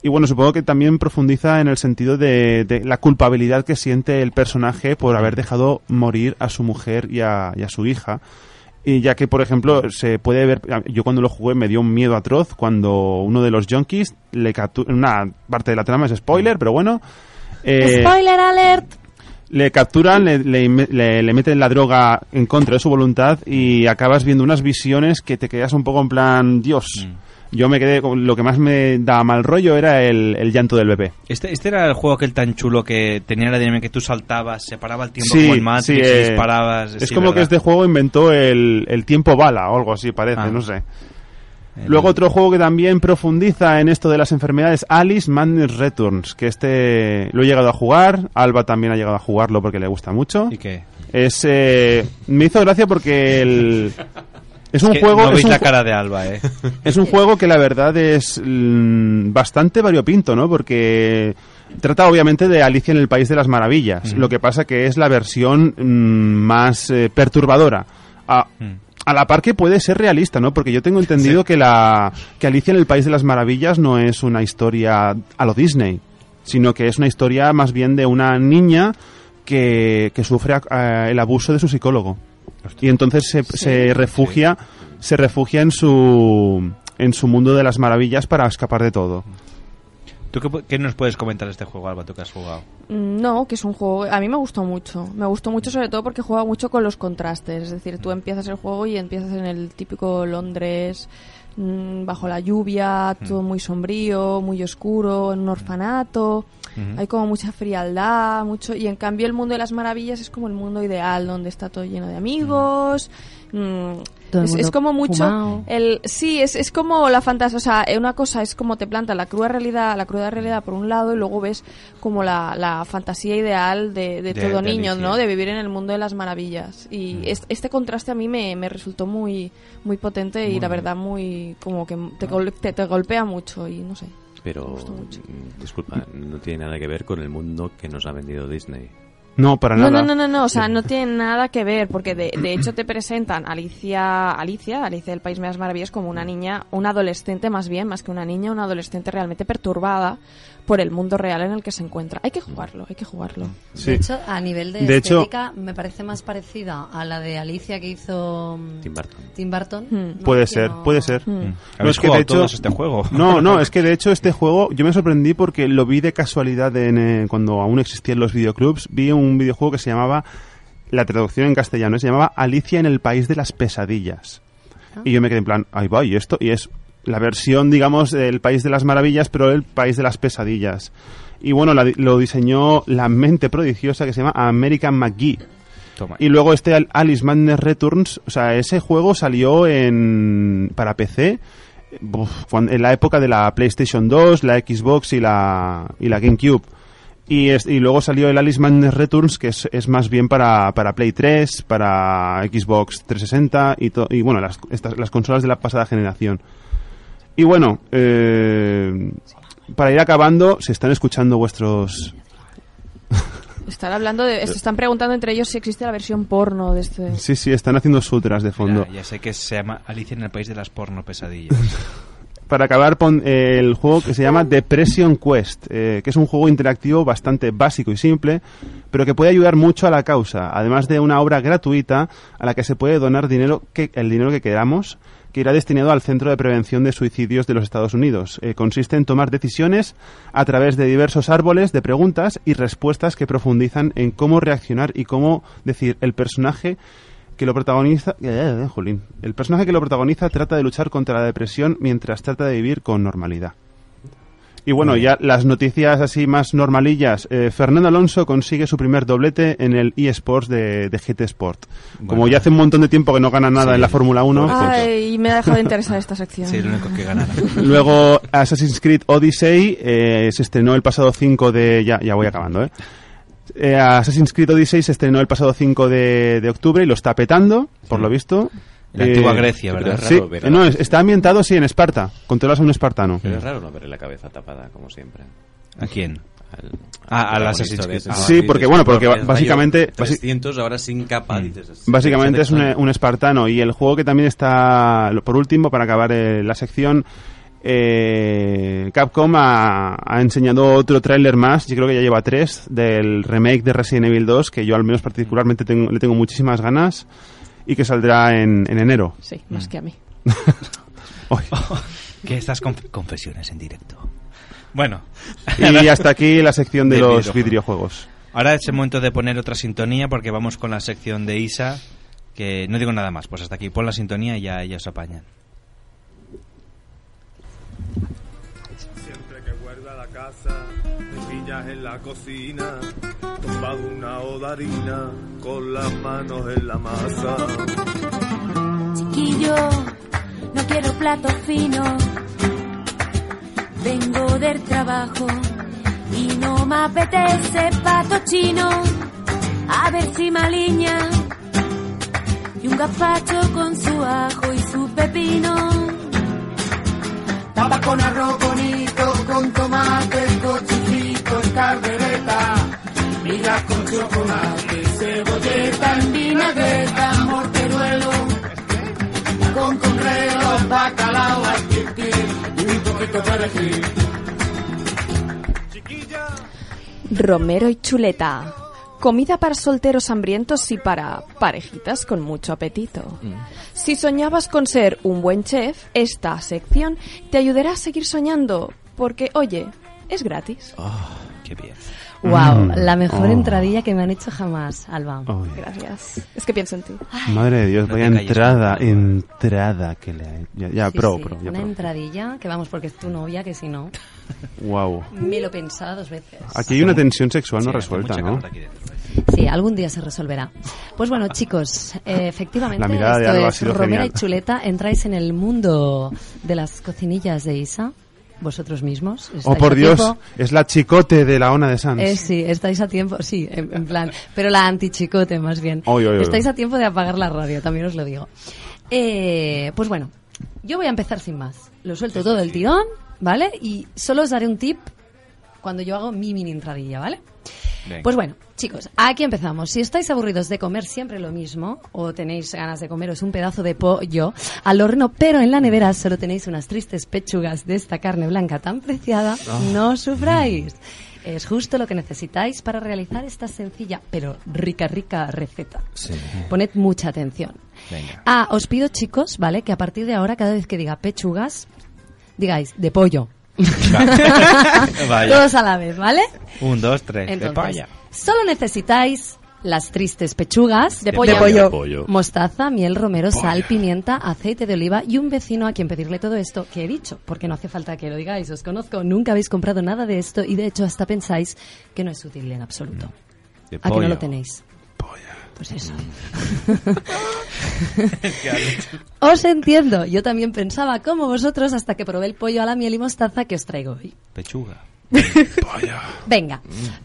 Y bueno, supongo que también profundiza en el sentido de, de la culpabilidad que siente el personaje por haber dejado morir a su mujer y a, y a su hija. Y ya que, por ejemplo, se puede ver, yo cuando lo jugué me dio un miedo atroz cuando uno de los junkies le captura, una parte de la trama es spoiler, pero bueno. eh, Spoiler alert. le capturan, le, le- le- le meten la droga en contra de su voluntad y acabas viendo unas visiones que te quedas un poco en plan, Dios. Yo me quedé, con- lo que más me da mal rollo era el, el llanto del bebé. Este, este era el juego aquel tan chulo que tenía la dinámica que tú saltabas, separaba el tiempo Sí, como el Matrix sí, y eh, disparabas. Es sí, como que ¿verdad? este juego inventó el, el tiempo bala o algo así, parece, Ah. no sé. Luego otro juego que también profundiza en esto de las enfermedades, Alice Madness Returns, que este lo he llegado a jugar, Alba también ha llegado a jugarlo porque le gusta mucho. ¿Y qué? Es, eh, me hizo gracia porque el, es un que juego... No es veis un la ju- cara de Alba, eh. es un juego que la verdad es mm, bastante variopinto, ¿no? Porque trata obviamente de Alicia en el País de las Maravillas. Lo que pasa que es la versión mm, más eh, perturbadora. A, a la par que puede ser realista, ¿no? Porque yo tengo entendido que la que Alicia en el País de las Maravillas no es una historia a lo Disney, sino que es una historia más bien de una niña que, que sufre eh, el abuso de su psicólogo. Y entonces se, se refugia se refugia en su en su mundo de las maravillas para escapar de todo. ¿Tú qué, pu- qué nos puedes comentar de este juego, Alba, tú que has jugado? Mm, No, que es un juego. A mí me gustó mucho. Me gustó mucho, sobre todo porque juega mucho con los contrastes. Es decir, tú empiezas el juego y empiezas en el típico Londres, mm, bajo la lluvia, todo muy sombrío, muy oscuro, en un orfanato. Mhm. Ujú. Hay como mucha frialdad, mucho. Y en cambio, el mundo de las maravillas es como el mundo ideal, donde está todo lleno de amigos. mm, Todo el es, es mundo como mucho fumao. el sí es, es como la fantasía o sea eh, una cosa es como te planta la cruda realidad la cruda realidad por un lado y luego ves como la, la fantasía ideal de, de De- todo de niño Alicia. no de vivir en el mundo de las maravillas y es- este contraste a mí me, me resultó muy muy potente y Muy la bien. verdad muy como que te, gol- te, te golpea mucho y no sé Pero, mm, disculpa, no tiene nada que ver con el mundo que nos ha vendido Disney. No, para no, nada. No, no, no, no, o sea, no tiene nada que ver, porque de, de hecho te presentan a Alicia, Alicia, Alicia del País de las Maravillas, como una niña, una adolescente más bien, más que una niña, una adolescente realmente perturbada por el mundo real en el que se encuentra. Hay que jugarlo, hay que jugarlo. Sí. De hecho, a nivel de, Eh, De hecho- estética, me parece más parecida a la de Alicia que hizo mm, Tim Burton. Tim Burton. No, Hmm. Puede que ser, no- puede ser. ¿Habéis jugado todos este juego? <laughs> No, no, es que de hecho este juego yo me sorprendí porque lo vi de casualidad en, eh, cuando aún existían los videoclubs. Vi un videojuego que se llamaba, la traducción en castellano, se llamaba Alicia en el País de las Pesadillas. Y yo me quedé en plan, ahí va, y esto, y es la versión, digamos, del País de las Maravillas, pero el País de las Pesadillas. Y bueno, la di- lo diseñó la mente prodigiosa que se llama American McGee. Toma. Y luego este Al- Alice Madness Returns, o sea, ese juego salió en para PC eh, uf, cuan- en la época de la PlayStation 2, la Xbox y la, y la GameCube. Y, es- y luego salió el Alice Madness Returns, que es, es más bien para, para Play 3, para Xbox 360 y, to- y bueno, las, estas- las consolas de la pasada generación. Y bueno, eh, para ir acabando, se están escuchando vuestros... Están hablando de, se están preguntando entre ellos si existe la versión porno de este... Sí, sí, están haciendo sutras de fondo. Ya, ya sé que se llama Alicia en el país de las porno pesadillas. para acabar, pon eh, el juego que se llama Depression Quest, eh, que es un juego interactivo bastante básico y simple, pero que puede ayudar mucho a la causa, además de una obra gratuita a la que se puede donar dinero que, el dinero que queramos, que irá destinado al Centro de Prevención de Suicidios de los Estados Unidos. Eh, consiste en tomar decisiones a través de diversos árboles de preguntas y respuestas que profundizan en cómo reaccionar y cómo decir el personaje que lo protagoniza, eh, eh, jolín. el personaje que lo protagoniza trata de luchar contra la depresión mientras trata de vivir con normalidad. Y bueno, ya las noticias así más normalillas. Eh, Fernando Alonso consigue su primer doblete en el eSports de, de GT Sport. Como ya hace un montón de tiempo que no gana nada Sí. en la Fórmula 1. Ay, me ha dejado de interesar esta sección. Sí, lo único que ganara. Luego Assassin's Creed Odyssey eh, se estrenó el pasado 5 de... Ya, ya voy acabando, ¿eh? Eh, Assassin's Creed Odyssey se estrenó el pasado 5 de, de octubre y lo está petando, por lo visto. Eh, La antigua Grecia, ¿verdad? Sí, Eh, Raro, pero- no, es- está ambientado, sí, en Esparta. Controlas a un espartano. Pero es raro no verle la cabeza tapada, como siempre. Mm. ¿A quién? Al, Ah, protagonista al Assassin's de Creed. Assassin's Sí, Creed. porque, bueno, porque Rayo básicamente- 300, ahora sin capa, dices. Mm. Básicamente es un, Alexander. un espartano. Y el juego que también está, lo- por último, para acabar eh, la sección, eh, Capcom ha, ha enseñado otro tráiler más, yo creo que ya lleva tres, del remake de Resident Evil 2, que yo al menos particularmente tengo- le tengo muchísimas ganas y que saldrá en, en <laughs> enero. Sí, más que a mí. <laughs> Que estas conf- confesiones en directo. Bueno. Y hasta aquí la sección de, De los videojuegos. videojuegos. Ahora es el momento de poner otra sintonía porque vamos con la sección de Isa, que no digo nada más, pues hasta aquí pon la sintonía y ya ellos apañan. Siempre que vuelve a la casa, me pillas en la cocina, tumbado una odarina, con las manos en la masa. Chiquillo, no quiero plato fino. Vengo del trabajo y no me apetece pato chino. A ver si maliña y un gazpacho con su ajo y su pepino. Papa con arroz bonito, con tomate, cochicito, escarbereta, migas con chocolate, cebolleta en vinagreta, morteruelo, con conreos, bacalao, al kirkir, y un poquito de perejil. Romero y chuleta. Comida para solteros hambrientos y para parejitas con mucho apetito. Mm. Si soñabas con ser un buen chef, esta sección te ayudará a seguir soñando, porque, oye, es gratis. qué bien. Wow, Mm. la mejor Oh. entradilla que me han hecho jamás, Alba. Ah, Oh, yeah. Gracias. Es que pienso en ti. Madre de Dios, No vaya te calles, entrada, entrada que le ha Ya, ya, Sí, pro, sí, pro, ya, una pro. entradilla que vamos porque es tu novia que si no Guau. me lo pensaba dos veces. Aquí hay una tensión sexual no resuelta, ¿no? Sí, algún día se resolverá. Pues bueno, chicos, <laughs> eh, efectivamente La mirada de esto Alba ha es sido Romero genial. y Chuleta. Entráis en el mundo de las cocinillas de Isa, vosotros mismos. Oh, Estáis por a Dios, tiempo. es la chicote de la ONA de Sans. Eh, sí, estáis a tiempo, sí, en, en plan, pero la antichicote más bien. Oy, oy, oy. Estáis a tiempo de apagar la radio, también os lo digo. Eh, pues bueno, yo voy a empezar sin más. Lo suelto todo el tirón, ¿vale? Y solo os daré un tip cuando yo hago mi mini entradilla, ¿vale? Pues bueno, chicos, aquí empezamos. Si estáis aburridos de comer siempre lo mismo o tenéis ganas de comeros un pedazo de pollo al horno, pero en la nevera solo tenéis unas tristes pechugas de esta carne blanca tan preciada, Ah. no sufráis. Es justo lo que necesitáis para realizar esta sencilla pero rica, rica receta. Poned mucha atención. Venga. Ah, os pido chicos, ¿vale? Que a partir de ahora, cada vez que diga pechugas, digáis de pollo. <laughs> Vaya. Todos a la vez, ¿vale? Un, dos, tres, de Entonces, paya. Solo necesitáis las tristes pechugas De pollo. De pollo. De pollo. mostaza, miel, romero, sal, pimienta, aceite de oliva y un vecino a quien pedirle todo esto que he dicho, porque no hace falta que lo digáis, os conozco, nunca habéis comprado nada de esto y de hecho hasta pensáis que no es útil en absoluto. De ¿A que no pollo. lo tenéis? Pues eso. Os entiendo, yo también pensaba como vosotros hasta que probé el pollo a la miel y mostaza que os traigo hoy. Pechuga. Venga,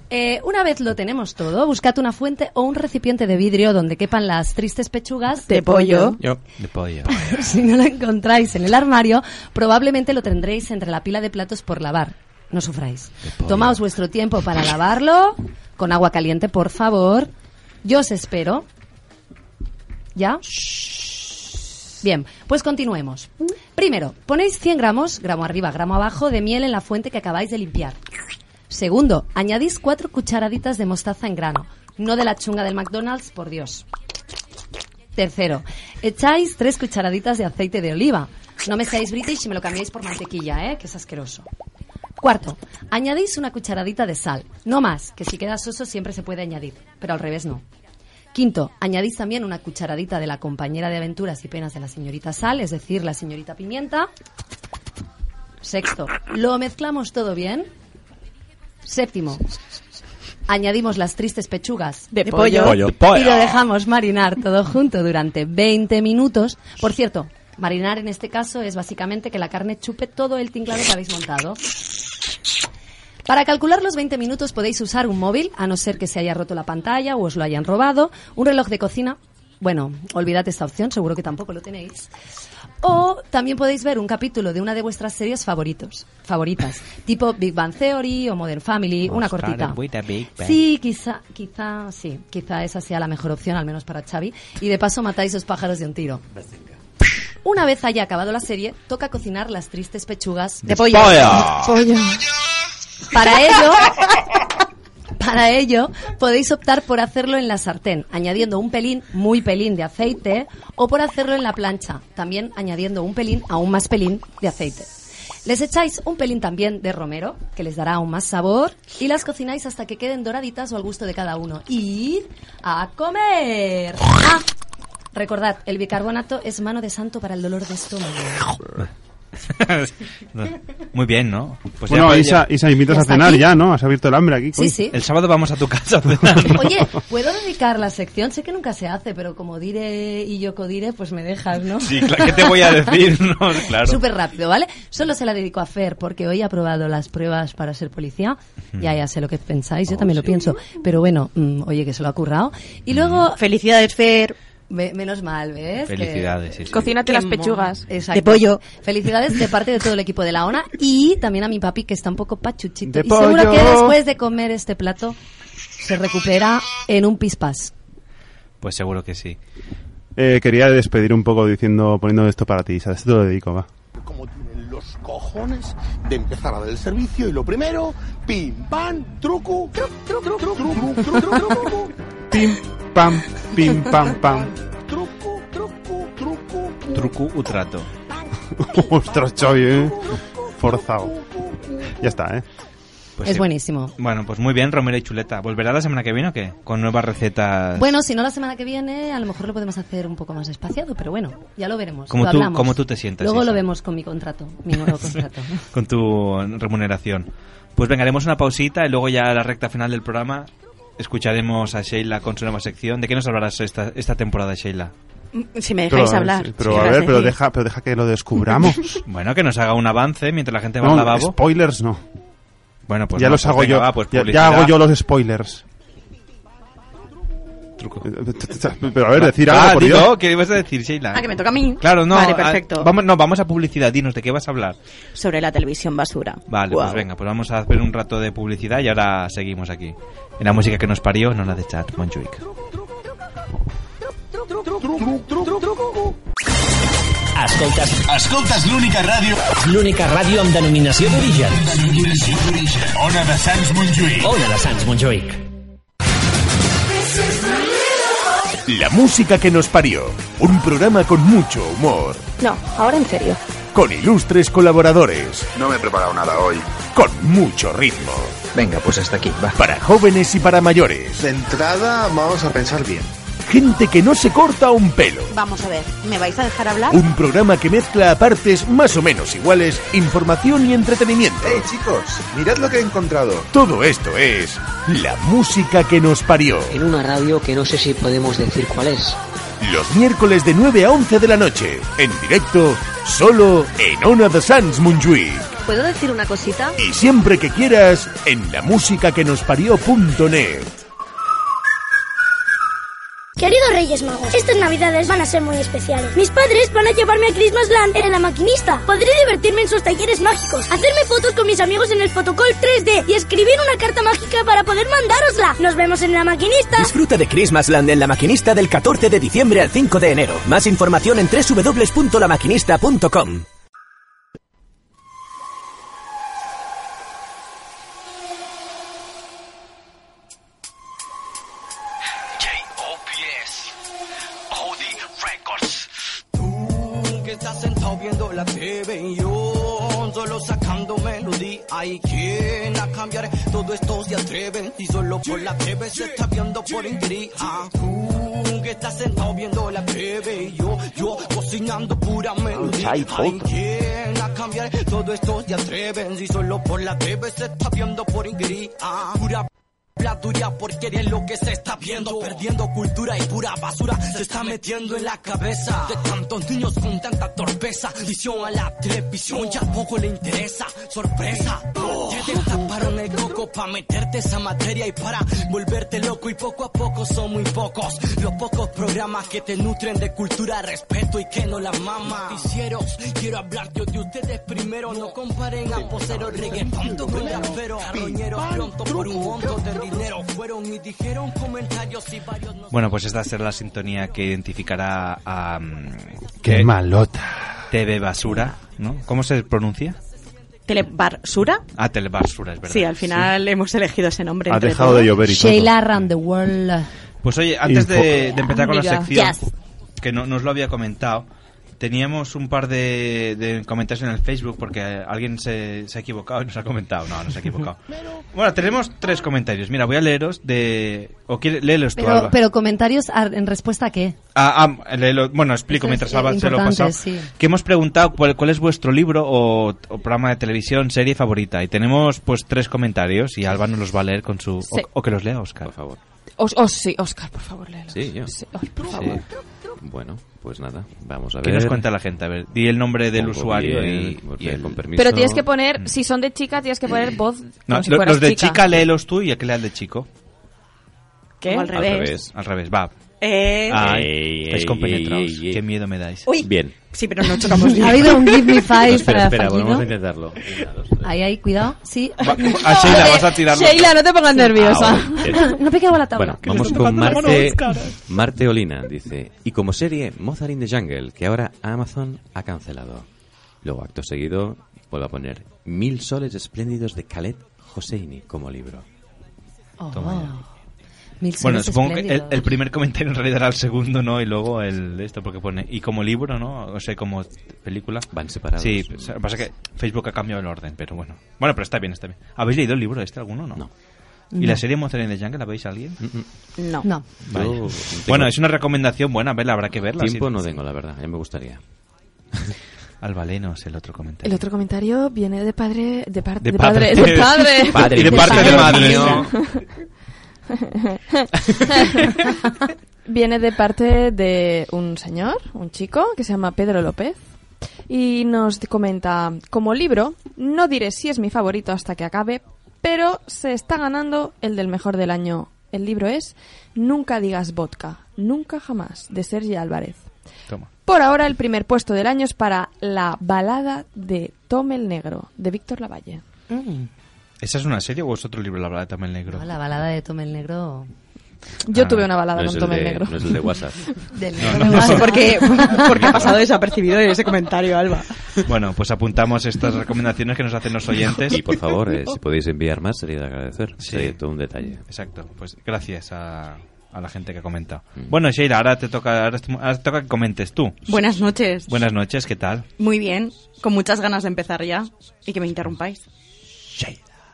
eh, una vez lo tenemos todo, buscad una fuente o un recipiente de vidrio donde quepan las tristes pechugas <laughs> de, pollo. Yo. De pollo. <laughs> Si no lo encontráis en el armario, probablemente lo tendréis entre la pila de platos por lavar. No sufráis. Tomaos vuestro tiempo para lavarlo con agua caliente, por favor. Yo os espero. ¿Ya? Bien, pues continuemos. Primero, ponéis 100 gramos, gramo arriba, gramo abajo, de miel en la fuente que acabáis de limpiar. Segundo, añadís cuatro cucharaditas de mostaza en grano. No de la chunga del McDonald's, por Dios. Tercero, echáis tres cucharaditas de aceite de oliva. No me seáis british y me lo cambiáis por mantequilla, ¿eh? que es asqueroso. Cuarto, añadís una cucharadita de sal. No más, que si queda soso siempre se puede añadir, pero al revés no. Quinto, añadís también una cucharadita de la compañera de aventuras y penas de la señorita Sal, es decir, la señorita Pimienta. Sexto, lo mezclamos todo bien. Séptimo, añadimos las tristes pechugas de, pollo. Pollo, y pollo. lo dejamos marinar todo junto durante 20 minutos. Por cierto, marinar en este caso es básicamente que la carne chupe todo el tinglado que habéis montado. Para calcular los 20 minutos podéis usar un móvil, a no ser que se haya roto la pantalla o os lo hayan robado, un reloj de cocina. Bueno, olvidad esta opción, seguro que tampoco lo tenéis. O también podéis ver un capítulo de una de vuestras series favoritos, favoritas, tipo Big Bang Theory o Modern Family, una cortita. Sí, quizá, quizá, sí, quizá esa sea la mejor opción, al menos para Xavi. Y de paso matáis los pájaros de un tiro. Una vez haya acabado la serie, toca cocinar las tristes pechugas De pollo. Pollo. Para <laughs> ello, para ello, podéis optar por hacerlo en la sartén, añadiendo un pelín, muy pelín de aceite, o por hacerlo en la plancha, también añadiendo un pelín, aún más pelín de aceite. Les echáis un pelín también de romero, que les dará aún más sabor, y las cocináis hasta que queden doraditas o al gusto de cada uno. ¡Y a comer! Ah, recordad, el bicarbonato es mano de santo para el dolor de estómago. <laughs> Muy bien, ¿no? Pues ya bueno, podéis- Isa, Isa, invitas a cenar ya, ¿no? Has abierto el hambre aquí. Sí, sí. El sábado vamos a tu casa <laughs> Pues a cenar, <laughs> ¿no? Oye, ¿puedo dedicar la sección? Sé que nunca se hace, pero como diré y yo codiré, pues me dejas, ¿no? Sí, claro, ¿qué te voy a decir? <laughs> No, claro. Súper rápido, ¿vale? Solo se la dedico a Fer porque hoy ha probado las pruebas para ser policía. Ya, ya sé lo que pensáis, Oh, yo también lo pienso. Pero bueno, mm, oye, que se lo ha currado. Y luego... Felicidades, Fer. menos mal, ¿ves? Que- Felicidades, sí, sí. Cocínate Qué las mono. pechugas. Exacto. De pollo. Felicidades de parte de todo el equipo de la ONA y también a mi papi que está un poco pachuchito. De y seguro pollo. que después de comer este plato se recupera en un pispás. Pues seguro que sí. Eh, quería despedir un poco diciendo, poniendo esto para ti, Isa. Esto te lo dedico, va. como tienen los cojones de empezar a dar el servicio y lo primero, pim, pam, truco, truc, truc, truc, truc, truc, truc, truc, truc, truc, Pim, pam, <laughs> pim, pam, pam. Truco u trato. <laughs> Ostras, Xavi, ¿eh? Forzado. Ya está, ¿eh? Es buenísimo. Pues Bueno, pues muy bien, Romero y Chuleta. ¿Volverá la semana que viene o qué? Con nuevas recetas. Bueno, si no la semana que viene, a lo mejor lo podemos hacer un poco más espaciado, pero bueno, ya lo veremos. Como lo tú- hablamos. como tú te sientas, Luego Isa. lo vemos con mi contrato, mi <laughs> nuevo contrato. Con tu remuneración. Pues venga, haremos una pausita y luego ya a la recta final del programa escucharemos a Sheila con su nueva sección. ¿De qué nos hablarás esta, esta temporada, Sheila? Mm, Si me dejáis Pero, hablar. Pero si a me ver, dejáis pero decir. deja, pero deja que lo descubramos. Bueno, que nos haga un avance mientras la gente va No, al lavabo. spoilers no. Bueno, pues ya no, los pues hago venga, yo. va, pues ya, ya publicidad. hago yo los spoilers. <laughs> Pero a ver, decir Ah, algo, por dilo, Dios. ¿qué ibas a decir, Sheila? Ah, que me toca a mí. Claro, no. Vale, ah, perfecto. vamos, no, vamos a publicidad. Dinos, ¿de qué vas a hablar? Sobre la televisión basura. Vale, pues Guau. venga, pues vamos a hacer un rato de publicidad y ahora seguimos aquí. En la música que nos parió, no la de Chad Monchuic. Escoltes, escoltes l'única ràdio... L'única ràdio amb denominació d'origen. Denominació d'origen. Ona de Sants Montjuïc. Ona de Sants Montjuïc. La música que nos parió. Un programa con mucho humor. No, ahora en serio. Con ilustres colaboradores. No me he preparado nada hoy. Con mucho ritmo. Venga, pues hasta aquí, va. Para jóvenes y para mayores. De entrada, vamos a pensar bien. Gente que no se corta un pelo. Vamos a ver, ¿me vais a dejar hablar? Un programa que mezcla a partes más o menos iguales información y entretenimiento. ¡Hey, chicos! Mirad lo que he encontrado. Todo esto es la música que nos parió. En una radio que no sé si podemos decir cuál es. Los miércoles de 9 a 11 de la noche. En directo, solo en Ona de Sans Montjuïc. ¿Puedo decir una cosita? Y siempre que quieras, en la música que nos parió.net. Queridos Reyes Magos, estas navidades van a ser muy especiales. Mis padres van a llevarme a Christmasland en la maquinista. Podré divertirme en sus talleres mágicos, hacerme fotos con mis amigos en el fotocall 3D y escribir una carta mágica para poder mandárosla. Nos vemos en la maquinista. Disfruta de Christmasland en La Maquinista del 14 de diciembre al 5 de enero. Más información en www.lamaquinista.com. J.O.P.S. Audi Records. Tú que estás sentado viendo la TV y yo solo sacando melodía. Hay quien la cambiaré. Todo esto se atreve y solo por la TV se está viendo por interés. Ah, Tú que estás sentado viendo la TV y yo, yo cocinando pura melodía. Outside Hay photo. quien la cambiaré. Todo esto se atreve y solo por la TV se está viendo por interés. Ah, pura La dura porquería es lo que se está viendo Perdiendo cultura y pura basura Se está metiendo en la cabeza De tantos niños con tanta torpeza Visión a la televisión ya poco le interesa Sorpresa Te destaparon el coco para meterte esa materia Y para volverte loco y poco a poco son muy pocos Los pocos programas que te nutren de cultura Respeto y que no la mama Noticieros, quiero hablar yo de ustedes primero No comparen a poseros reggaetón con raperos Carroñeros pronto por un monto de dinero Fueron y dijeron comentarios y varios no Bueno, pues esta será la sintonía que identificará a... mm, Qué malota. TV Basura, ¿no? ¿Cómo se pronuncia? ¿Telebarsura? Ah, Telebasura, es verdad. Sí, al final hemos elegido ese nombre. Ha entre dejado todos. de llover y todo. Sheila Around the World. Pues oye, antes Info. de, de empezar con la Ah, Mira. sección, Yes. que no, no os lo había comentado, teníamos un par de, de comentarios en el Facebook porque alguien se, se ha equivocado y nos ha comentado. No, no se ha <laughs> equivocado. bueno, tenemos tres comentarios. Mira, voy a leeros de... ¿O quiere, léelos tú, Pero, Alba. pero comentarios a- en respuesta a qué? Ah, ah, léelo- bueno, explico Eso es, mientras eh, Alba se lo ha importante, pasado. sí. Que hemos preguntado cuál, cuál es vuestro libro o, o programa de televisión, serie favorita. Y tenemos pues tres comentarios y Alba nos los va a leer con su... o- Sí. O, que los lea Oscar. Por favor. Os, os- sí, Oscar, por favor, léelo. Sí, yo. ay, por favor. Bueno, pues nada, vamos a ¿Qué ver. nos cuenta la gente? A ver, di el nombre del Pongo usuario bien, y- pues y, bien, el... con permiso. Pero tienes que poner, si son de chica, tienes que poner voz mm. No, como si lo- fueras los de chica. chica, léelos tú y aquel al de chico. ¿Qué? O al revés. Al revés, va. Eh. Ay, Ey, estáis ey, compenetrados. ey, ey. Qué miedo me dais. Uy. Bien. Sí, pero no <laughs> chocamos Ha habido un Give Me Five No, espera, para espera, Faquino. vamos a intentarlo. Ahí, ahí, cuidado. Sí. <laughs> a Sheila, vas a tirarlo. Sheila, no te pongas nerviosa. Ah, bueno. <laughs> no pegaba la tabla. Bueno, vamos con Marte, Marte Olina, dice. Y como serie, Mozart in the Jungle, que ahora Amazon ha cancelado. Luego, acto seguido, vuelvo a poner Mil soles espléndidos de Khaled Hosseini como libro. Oh. Toma Mil Bueno, soles supongo que el, espléndidos. el primer comentario en realidad era el segundo, ¿no? Y luego el de esto, porque pone. Y como libro, ¿no? O sea, como película. Van separados. Sí, o sea, lo que pasa es que Facebook ha cambiado el orden, pero bueno. Bueno, pero está bien, está bien. ¿Habéis leído el libro este alguno o no? ¿Y la No. serie Mozart in the Jungle la veis a alguien? No. No. Vaya. Mm, Yo tengo- Bueno, es una recomendación buena, verla, habrá que verla. Tiempo sí. no tengo, la verdad, ya me <laughs> gustaría. Albalenos, el otro comentario. El otro comentario viene de padre, de parte De de, padre, <laughs> padre. de padre, Padre, Y de de parte padre de madre. mío. <laughs> viene de parte de un señor, un chico que se llama Pedro López y nos comenta como libro no diré si es mi favorito hasta que acabe, pero se está ganando el del mejor del año. El libro es Nunca digas vodka, nunca jamás de Sergi Álvarez. Toma. Por ahora el primer puesto del año es para la balada de Tom el Negro, de Víctor Lavalle. ¿Esa es una serie o es otro libro, la balada también negro? No, la balada de Tom el Negro. Yo tuve una balada Ah, no con es el Tom el de- Negro. no es el de <laughs> WhatsApp. Del No, negro no. me No sé gusta. por <laughs> qué, por qué ha Eh, pasado desapercibido ese comentario, Alba. Bueno, pues apuntamos estas recomendaciones que nos hacen los oyentes. Y por favor, <laughs> eh, si podéis enviar más, sería de agradecer. Sí. Sería todo un detalle. Exacto, pues gracias a, a la gente que ha comentado. Mm. Bueno, Sheila, ahora te toca, ahora te- ahora te toca que comentes tú. Buenas noches. Buenas noches, ¿qué tal? Muy bien, con muchas ganas de empezar ya y que me interrumpáis.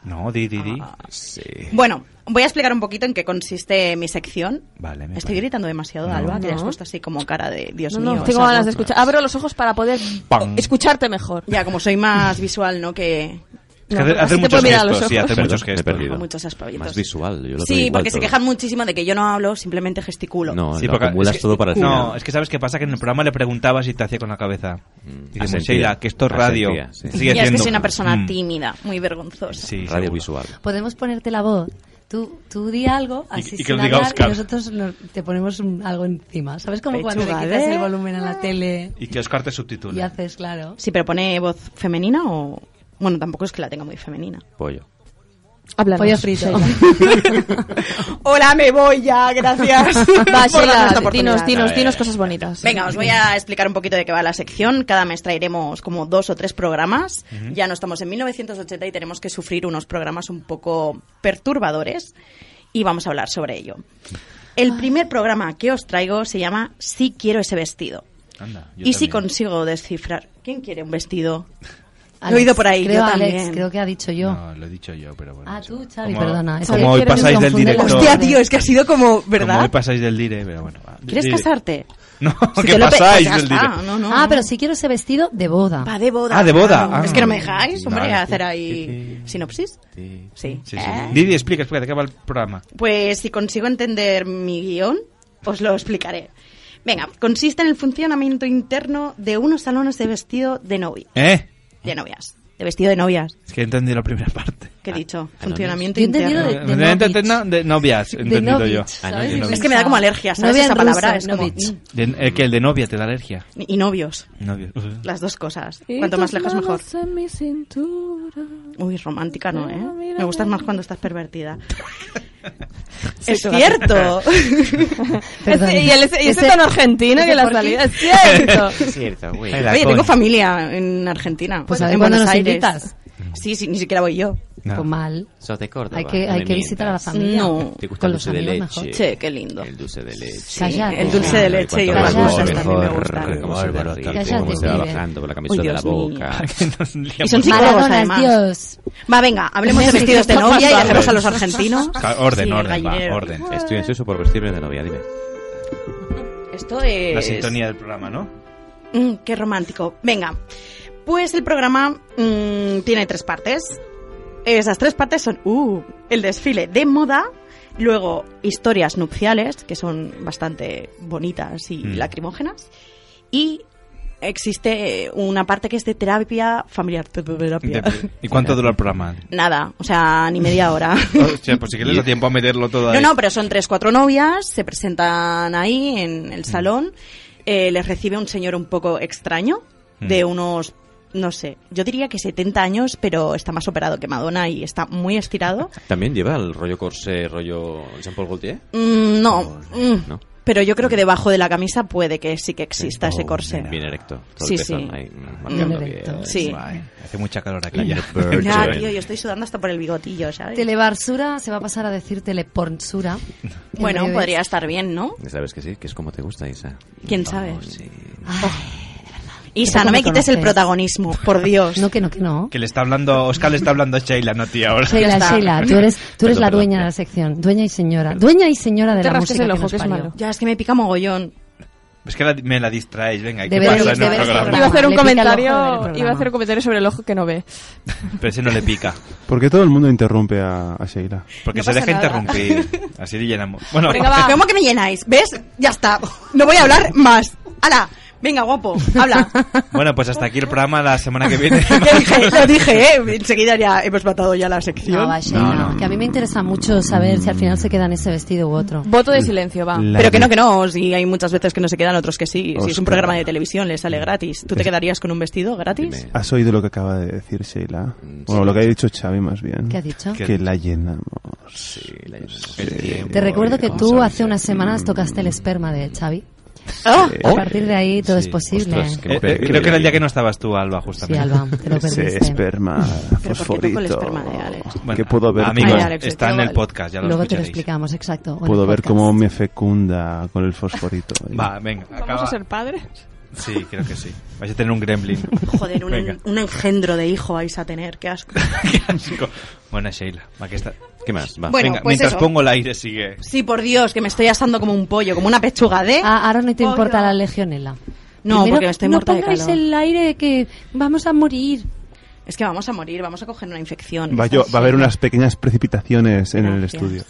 No, di, di, Ah, di. sí. Bueno, voy a explicar un poquito en qué consiste mi sección. Vale, me Estoy gritando demasiado, No. Alba, que te has No. puesto así como cara de Dios No, mío. no, tengo esas ganas de voces. escuchar. Abro los ojos para poder Pam. escucharte mejor. Ya, como soy más visual, ¿no? Que... Es que hace- hace muchos gestos, sí, hace Perdón, muchos me he gestos. perdido. Con muchos aspavientos. Más visual, yo lo tengo Sí, igual porque se todo. quejan muchísimo de que yo no hablo, simplemente gesticulo. No, Sí, lo porque acumulas es que- todo para el No, final. es que sabes qué pasa, que en el programa le preguntabas y te hacía con la cabeza. Y decimos, Asentía, Sheila, que esto es radio. asentía, Mm. sí. ya Sigue es que siendo- soy una persona Mm, tímida, muy vergonzosa. Sí, Radio visual. Podemos ponerte la voz. Tú, tú di algo, así y que sin lo diga hablar, Óscar. y nosotros nos- te ponemos un- algo encima. ¿Sabes como cuando le Pechuga, quitas ¿eh? el volumen a la tele Y que Oscar te y subtitule. haces, claro? Sí, pero pone voz femenina o... Bueno, tampoco es que la tenga muy femenina. Pollo. Háblanos. Pollo frito. <laughs> Hola, me voy ya, <laughs> gracias. Va, por darme Sheila, esta oportunidad. dinos, dinos, dinos cosas bonitas. Venga, os voy a explicar un poquito de qué va la sección. Cada mes traeremos como dos o tres programas. Ujú. Ya no estamos en 1980 y tenemos que sufrir unos programas un poco perturbadores y vamos a hablar sobre ello. El primer programa que os traigo se llama Si quiero ese vestido. Anda, yo y si también. consigo descifrar... ¿Quién quiere un vestido? Lo he oído por ahí, creo, yo Alex, también. creo que ha dicho yo. No, lo he dicho yo, pero bueno. ah, tú, Xavi, Como- perdona. es como que hoy quiero que pasáis me del confunda directo. la- Hostia, tío, es que ha sido como, Como hoy ¿verdad? pasáis del dire, pero bueno. va. ¿Quieres Dire. casarte? No, <laughs> Si que te lo pe- pasáis pues del ya dire. está, no, no, ah, no. pero sí quiero ese vestido de boda. Va de boda. Ah, de boda. claro. Ah. Es que no me dejáis, hombre, Vale. hacer ahí sinopsis. Sí. Sí, sí. Eh. Didi, explica, explica, ¿de qué va el programa? Pues si consigo entender mi guión, os lo explicaré. Venga, consiste en el funcionamiento interno de unos salones de vestido de novia. ¿Eh? De novias. De vestido de novias. Es que he entendido la primera parte. ¿Qué he dicho? Funcionamiento Yo he interno. entendido de- <laughs> No, no, no, no, de novias, he entendido yo. novich, Ah, no, ¿sabes? de novia. Es que me da como alergia, ¿sabes? Novia en Esa palabra ruso, es como... novich. De- eh, que el de novia te <laughs> da alergia. mm, Y novios. Novios. Las dos cosas. Y Cuanto más tus lejos, mejor. manos en mi cintura. Uy, romántica no, ¿eh? mira, Me gustas mira. más cuando <laughs> estás pervertida. Sí, ¡Es tú vas. <laughs> cierto! Perdón. Ese- y el- ese- y ese tono argentino que la ¿por qué? salida, <laughs> es <laughs> cierto. Es cierto, güey. El Oye, halcón. tengo familia en Argentina. Pues a en ver cuándo Buenos nos Aires. invitas. Sí, sí, ni siquiera voy yo. Pues mal. Sos de Córdoba. Hay que, no hay me que mientas. visitar a la familia. No. ¿Te gusta Con el los dulce de amigos leche? mejor. Che, qué lindo. El dulce de leche. Cállate. el dulce de leche y otras Cuanto cosas mejor, también me mejor. gustan. Cómo se Cállate, derrite, cómo se va pibe. bajando por la Uy, camiseta de la Dios mío. <laughs> boca. Y son psicólogos, Maradona, además. Dios. pues Va, venga, hablemos <laughs> de Sí, vestidos de sí, novia y sí. dejemos a los <laughs> argentinos. Ca- Orden, Sí, el orden, va, gallinero. orden. Estoy ansioso por vestirme de novia, dime. Esto Eh, es... La sintonía del programa, ¿no? Mm, qué romántico. Venga, pues el programa mm, tiene tres partes. Esas tres partes son uh, el desfile de moda, luego historias nupciales, que son bastante bonitas y Mm. lacrimógenas, y existe una parte que es de terapia familiar. <laughs> Terapia. De- ¿Y cuánto dura el <laughs> programa? Nada, o sea, ni media hora. Hostia, pues si que le da tiempo a meterlo todo ahí. No, no, pero son tres, cuatro novias, se presentan ahí en Mm. el salón, eh, les recibe un señor un poco extraño, Mm. de unos, no sé, yo diría que 70 años, pero está más operado que Madonna y está muy <laughs> estirado. ¿También lleva el rollo corsé, rollo Jean-Paul Gaultier? Mm, no, mm, ¿No? pero yo creo que debajo de la camisa puede que sí que exista ese Oh, corsé. Bien erecto. Todo Sí, el sí. pezón ahí, marcando Mm. bien. Sí. <laughs> Guay. Hace mucha calor aquí ya. Ya, tío, yo estoy sudando hasta por el bigotillo, ¿sabes? Telebarsura se va a pasar a decir telepornsura. En <laughs> Bueno, breves. podría estar bien, ¿no? Ya Sabes que sí, que es como te gusta, Isa. ¿Quién Oh, sabe? Tampoco Isa, no me me quites el conoces. protagonismo, por Dios. No, que no, que no. Que le está hablando, Oscar le está hablando a Sheila, no tío, ahora. Sheila, Sheila, tú eres, tú eres Perdón, la perdón. dueña de la sección. Dueña y señora. Dueña y señora de Te la rasques música el ojo, nos que es parió. malo. Ya, es que me pica mogollón. Es que la- me la distraéis, venga, ¿qué Deberes, pasa en el deberes del programa? Iba a hacer un Le pica el ojo del comentario, programa. iba a hacer un comentario sobre el ojo que no ve. <laughs> Pero ese no le pica, ¿Por qué todo el mundo interrumpe a, a Sheila? porque se deja interrumpir. <laughs> Así le llenamos. Bueno, Venga, va. ¿Cómo que me llenáis? ¿Ves? Ya está. No voy a hablar más. ¡Hala! Venga, guapo, habla. <laughs> bueno, pues hasta aquí el programa la semana que viene. <laughs> Lo dije, lo dije, ¿eh? Enseguida ya hemos matado ya la sección. No, va, Sheila, Que a mí me interesa mucho saber si al final se queda en ese vestido u otro. Voto de silencio, va. La Pero que de- no, que no. Si hay muchas veces que no se quedan, otros que sí. Si es un Ostras. programa de televisión, le sale gratis. ¿Tú te quedarías con un vestido gratis? <laughs> ¿Has oído lo que acaba de decir Sheila? Mm, Bueno, lo que ha dicho Xavi más bien. ¿Qué ha dicho? Que la llenamos. Sí, la llenamos. Te recuerdo que tú hace unas semanas tocaste el esperma de Xavi. Ah, oh. A partir de ahí todo es posible. Ostras, qué mujer. Eh, creo que era el día que no estabas tú, Alba, justamente. Sí, Alba, <laughs> te lo Ese perdiste. esperma tocó el fosforito. esperma de que puedo ver, Amigos, cómo- Alex, está en luego- el podcast, ya lo Luego te lo escucharéis. explicamos, exacto. o en puedo el ver podcast. cómo me fecunda con el fosforito. Va, venga, acaba. ¿Vamos a ser padres? Sí, creo que sí. Vais a tener un gremlin. <laughs> Joder, Venga. un, un engendro de hijo vais a tener. Qué asco. Bueno, Sheila, va que está. ¿Qué más? Va. Bueno, venga, pues mientras eso. pongo el aire sigue. Sí, por Dios, que me estoy asando como un pollo, como una pechuga de... Ah, ahora no te importa la legionela. No, Primero, porque me estoy no muerta de pongáis calor. el aire que vamos a morir. Es que vamos a morir, vamos a coger una infección. Va, yo- va a haber unas pequeñas precipitaciones en el estudio.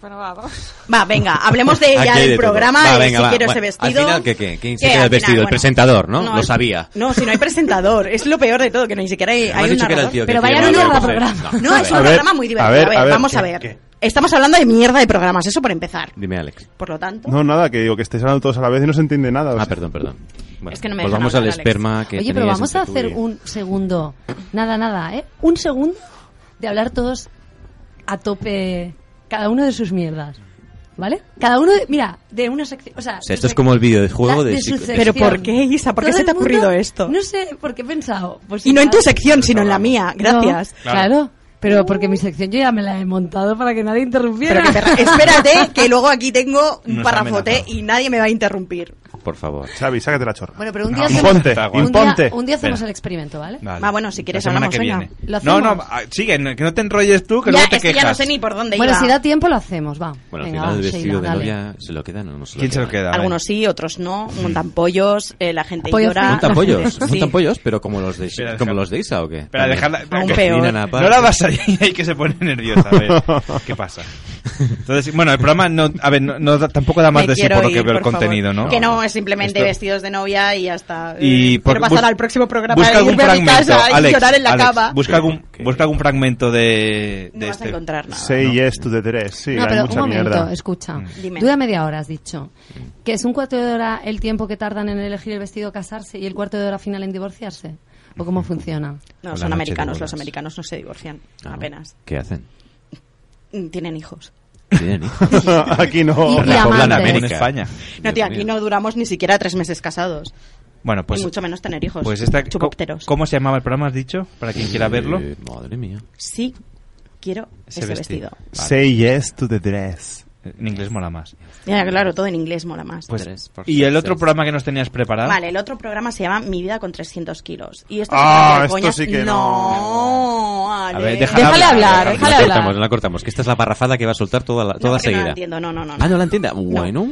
Bueno, va, vamos. <laughs> Va, venga, hablemos de ya Aquí hay del de todo. programa, Va, de venga, si va, quiero bueno, ese vestido. Al final, ¿qué, qué? ¿Quién se ¿Qué? queda Al el final, vestido? bueno. el presentador, ¿no? Lo el- sabía. No, si no hay presentador, es lo peor de todo, que ni siquiera hay, has hay un dicho que era el narrador. tío que Pero vaya no, quería hablar, entonces, no. es un A ver, programa muy divertido. A ver, vamos a ¿qué- ver. qué? Estamos hablando de mierda de programas, eso por empezar. Dime, Alex. Por lo tanto, No, nada, que digo que estés hablando todos a la vez y no se entiende nada. Ah, perdón, perdón. Bueno, Es que no me pues dejan vamos hablar, al Alex. esperma que Oye, pero tenías vamos a entre tú hacer y- un segundo. Nada, nada, ¿eh? Un segundo de hablar todos a tope, cada uno de sus mierdas. ¿Vale? Cada uno, de- mira, de una sección. O sea, O sea, esto es como el videojuego de... su psico- de- sección. ¿Pero por qué, Isa? ¿Por qué Todo se te el ha ocurrido mundo- esto? No sé, porque he pensado. Pues, Y no en tu igual- sección, sino en la mía. Gracias. No, claro. Pero porque mi sección yo ya me la he montado para que nadie interrumpiera. <laughs> Pero que te- espérate, que luego aquí tengo un Nos ha parrafote y nadie me va a interrumpir. por favor. Xavi, sácate la chorra. Bueno, pero un día, No, hacemos, imponte, un día- imponte. un día hacemos Venga. el experimento, ¿vale? Vale. Ah, bueno, si quieres La semana hablamos, que venga. viene. Lo No, hacemos. no, ah, sigue, no- que no te enrolles tú, que Ya, luego te es que quejas. ya no sé ni por dónde Bueno, iba. si da tiempo lo hacemos, va. Bueno, Venga, al final el va, vestido Sheila, de dale. novia se lo quedan o no se lo ¿Quién se lo quedan? queda? Algunos sí, otros no. Montan pollos, eh, la gente Pollo llora. <laughs> Montan pollos, Sí. montan pollos, pero como los de, como los de Isa o qué? Espera, dejarla. También. que- Cocinan aparte. No la vas a ir ahí que se pone nerviosa. A <laughs> ver, ¿qué pasa? Entonces, bueno, el programa no, a ver, no, no da- tampoco da más Me de sí quiero por lo que ir, veo el por favor. contenido, ¿no? Que no, es simplemente Esto- vestidos de novia y ya está. Y Y por- pasar bus- al próximo programa Busca e algún irme a mi fragmento, casa y Alex, llorar en la Alex, cava. Busca algún, busca algún fragmento de, de vas a este. encontrar Say yes to the dress. Sí, No, hay pero un mucha momento, eh, mierda. escucha. Dime. Dura media hora, has dicho. Que es un cuarto de hora el tiempo que tardan en elegir el vestido casarse y el cuarto de hora final en divorciarse. ¿O cómo funciona? No, La son noche americanos, de bodas. los americanos no se divorcian, Ah, apenas. <laughs> ¿Qué hacen? Mm, Tienen hijos. Tienen hijos. <laughs> Aquí no. Y- y La poblan amantes. América. En España. No, tío, aquí no duramos ni siquiera tres meses casados. Bueno, pues. y mucho menos tener hijos. Pues esta, ¿cómo, Chupópteros. cómo se llamaba el programa, has dicho? Para quien Eh, quiera verlo. Madre mía. Sí, quiero ese, vestido. Say yes to the dress. En inglés mola más. Ya, claro, todo en inglés mola más. Pues, ¿Y el otro programa que nos tenías preparado? Vale, el otro programa se llama Mi vida con 300 kilos. Y esto Ah, no es esto coñas. sí que no. Ale. A ver, déjala déjale hablar, No déjale la hablar. cortamos, no la cortamos, que esta es la barrafada que va a soltar toda, la- toda que no la seguida. entiendo, no, no, no, no. Ah, no la entienda. Bueno.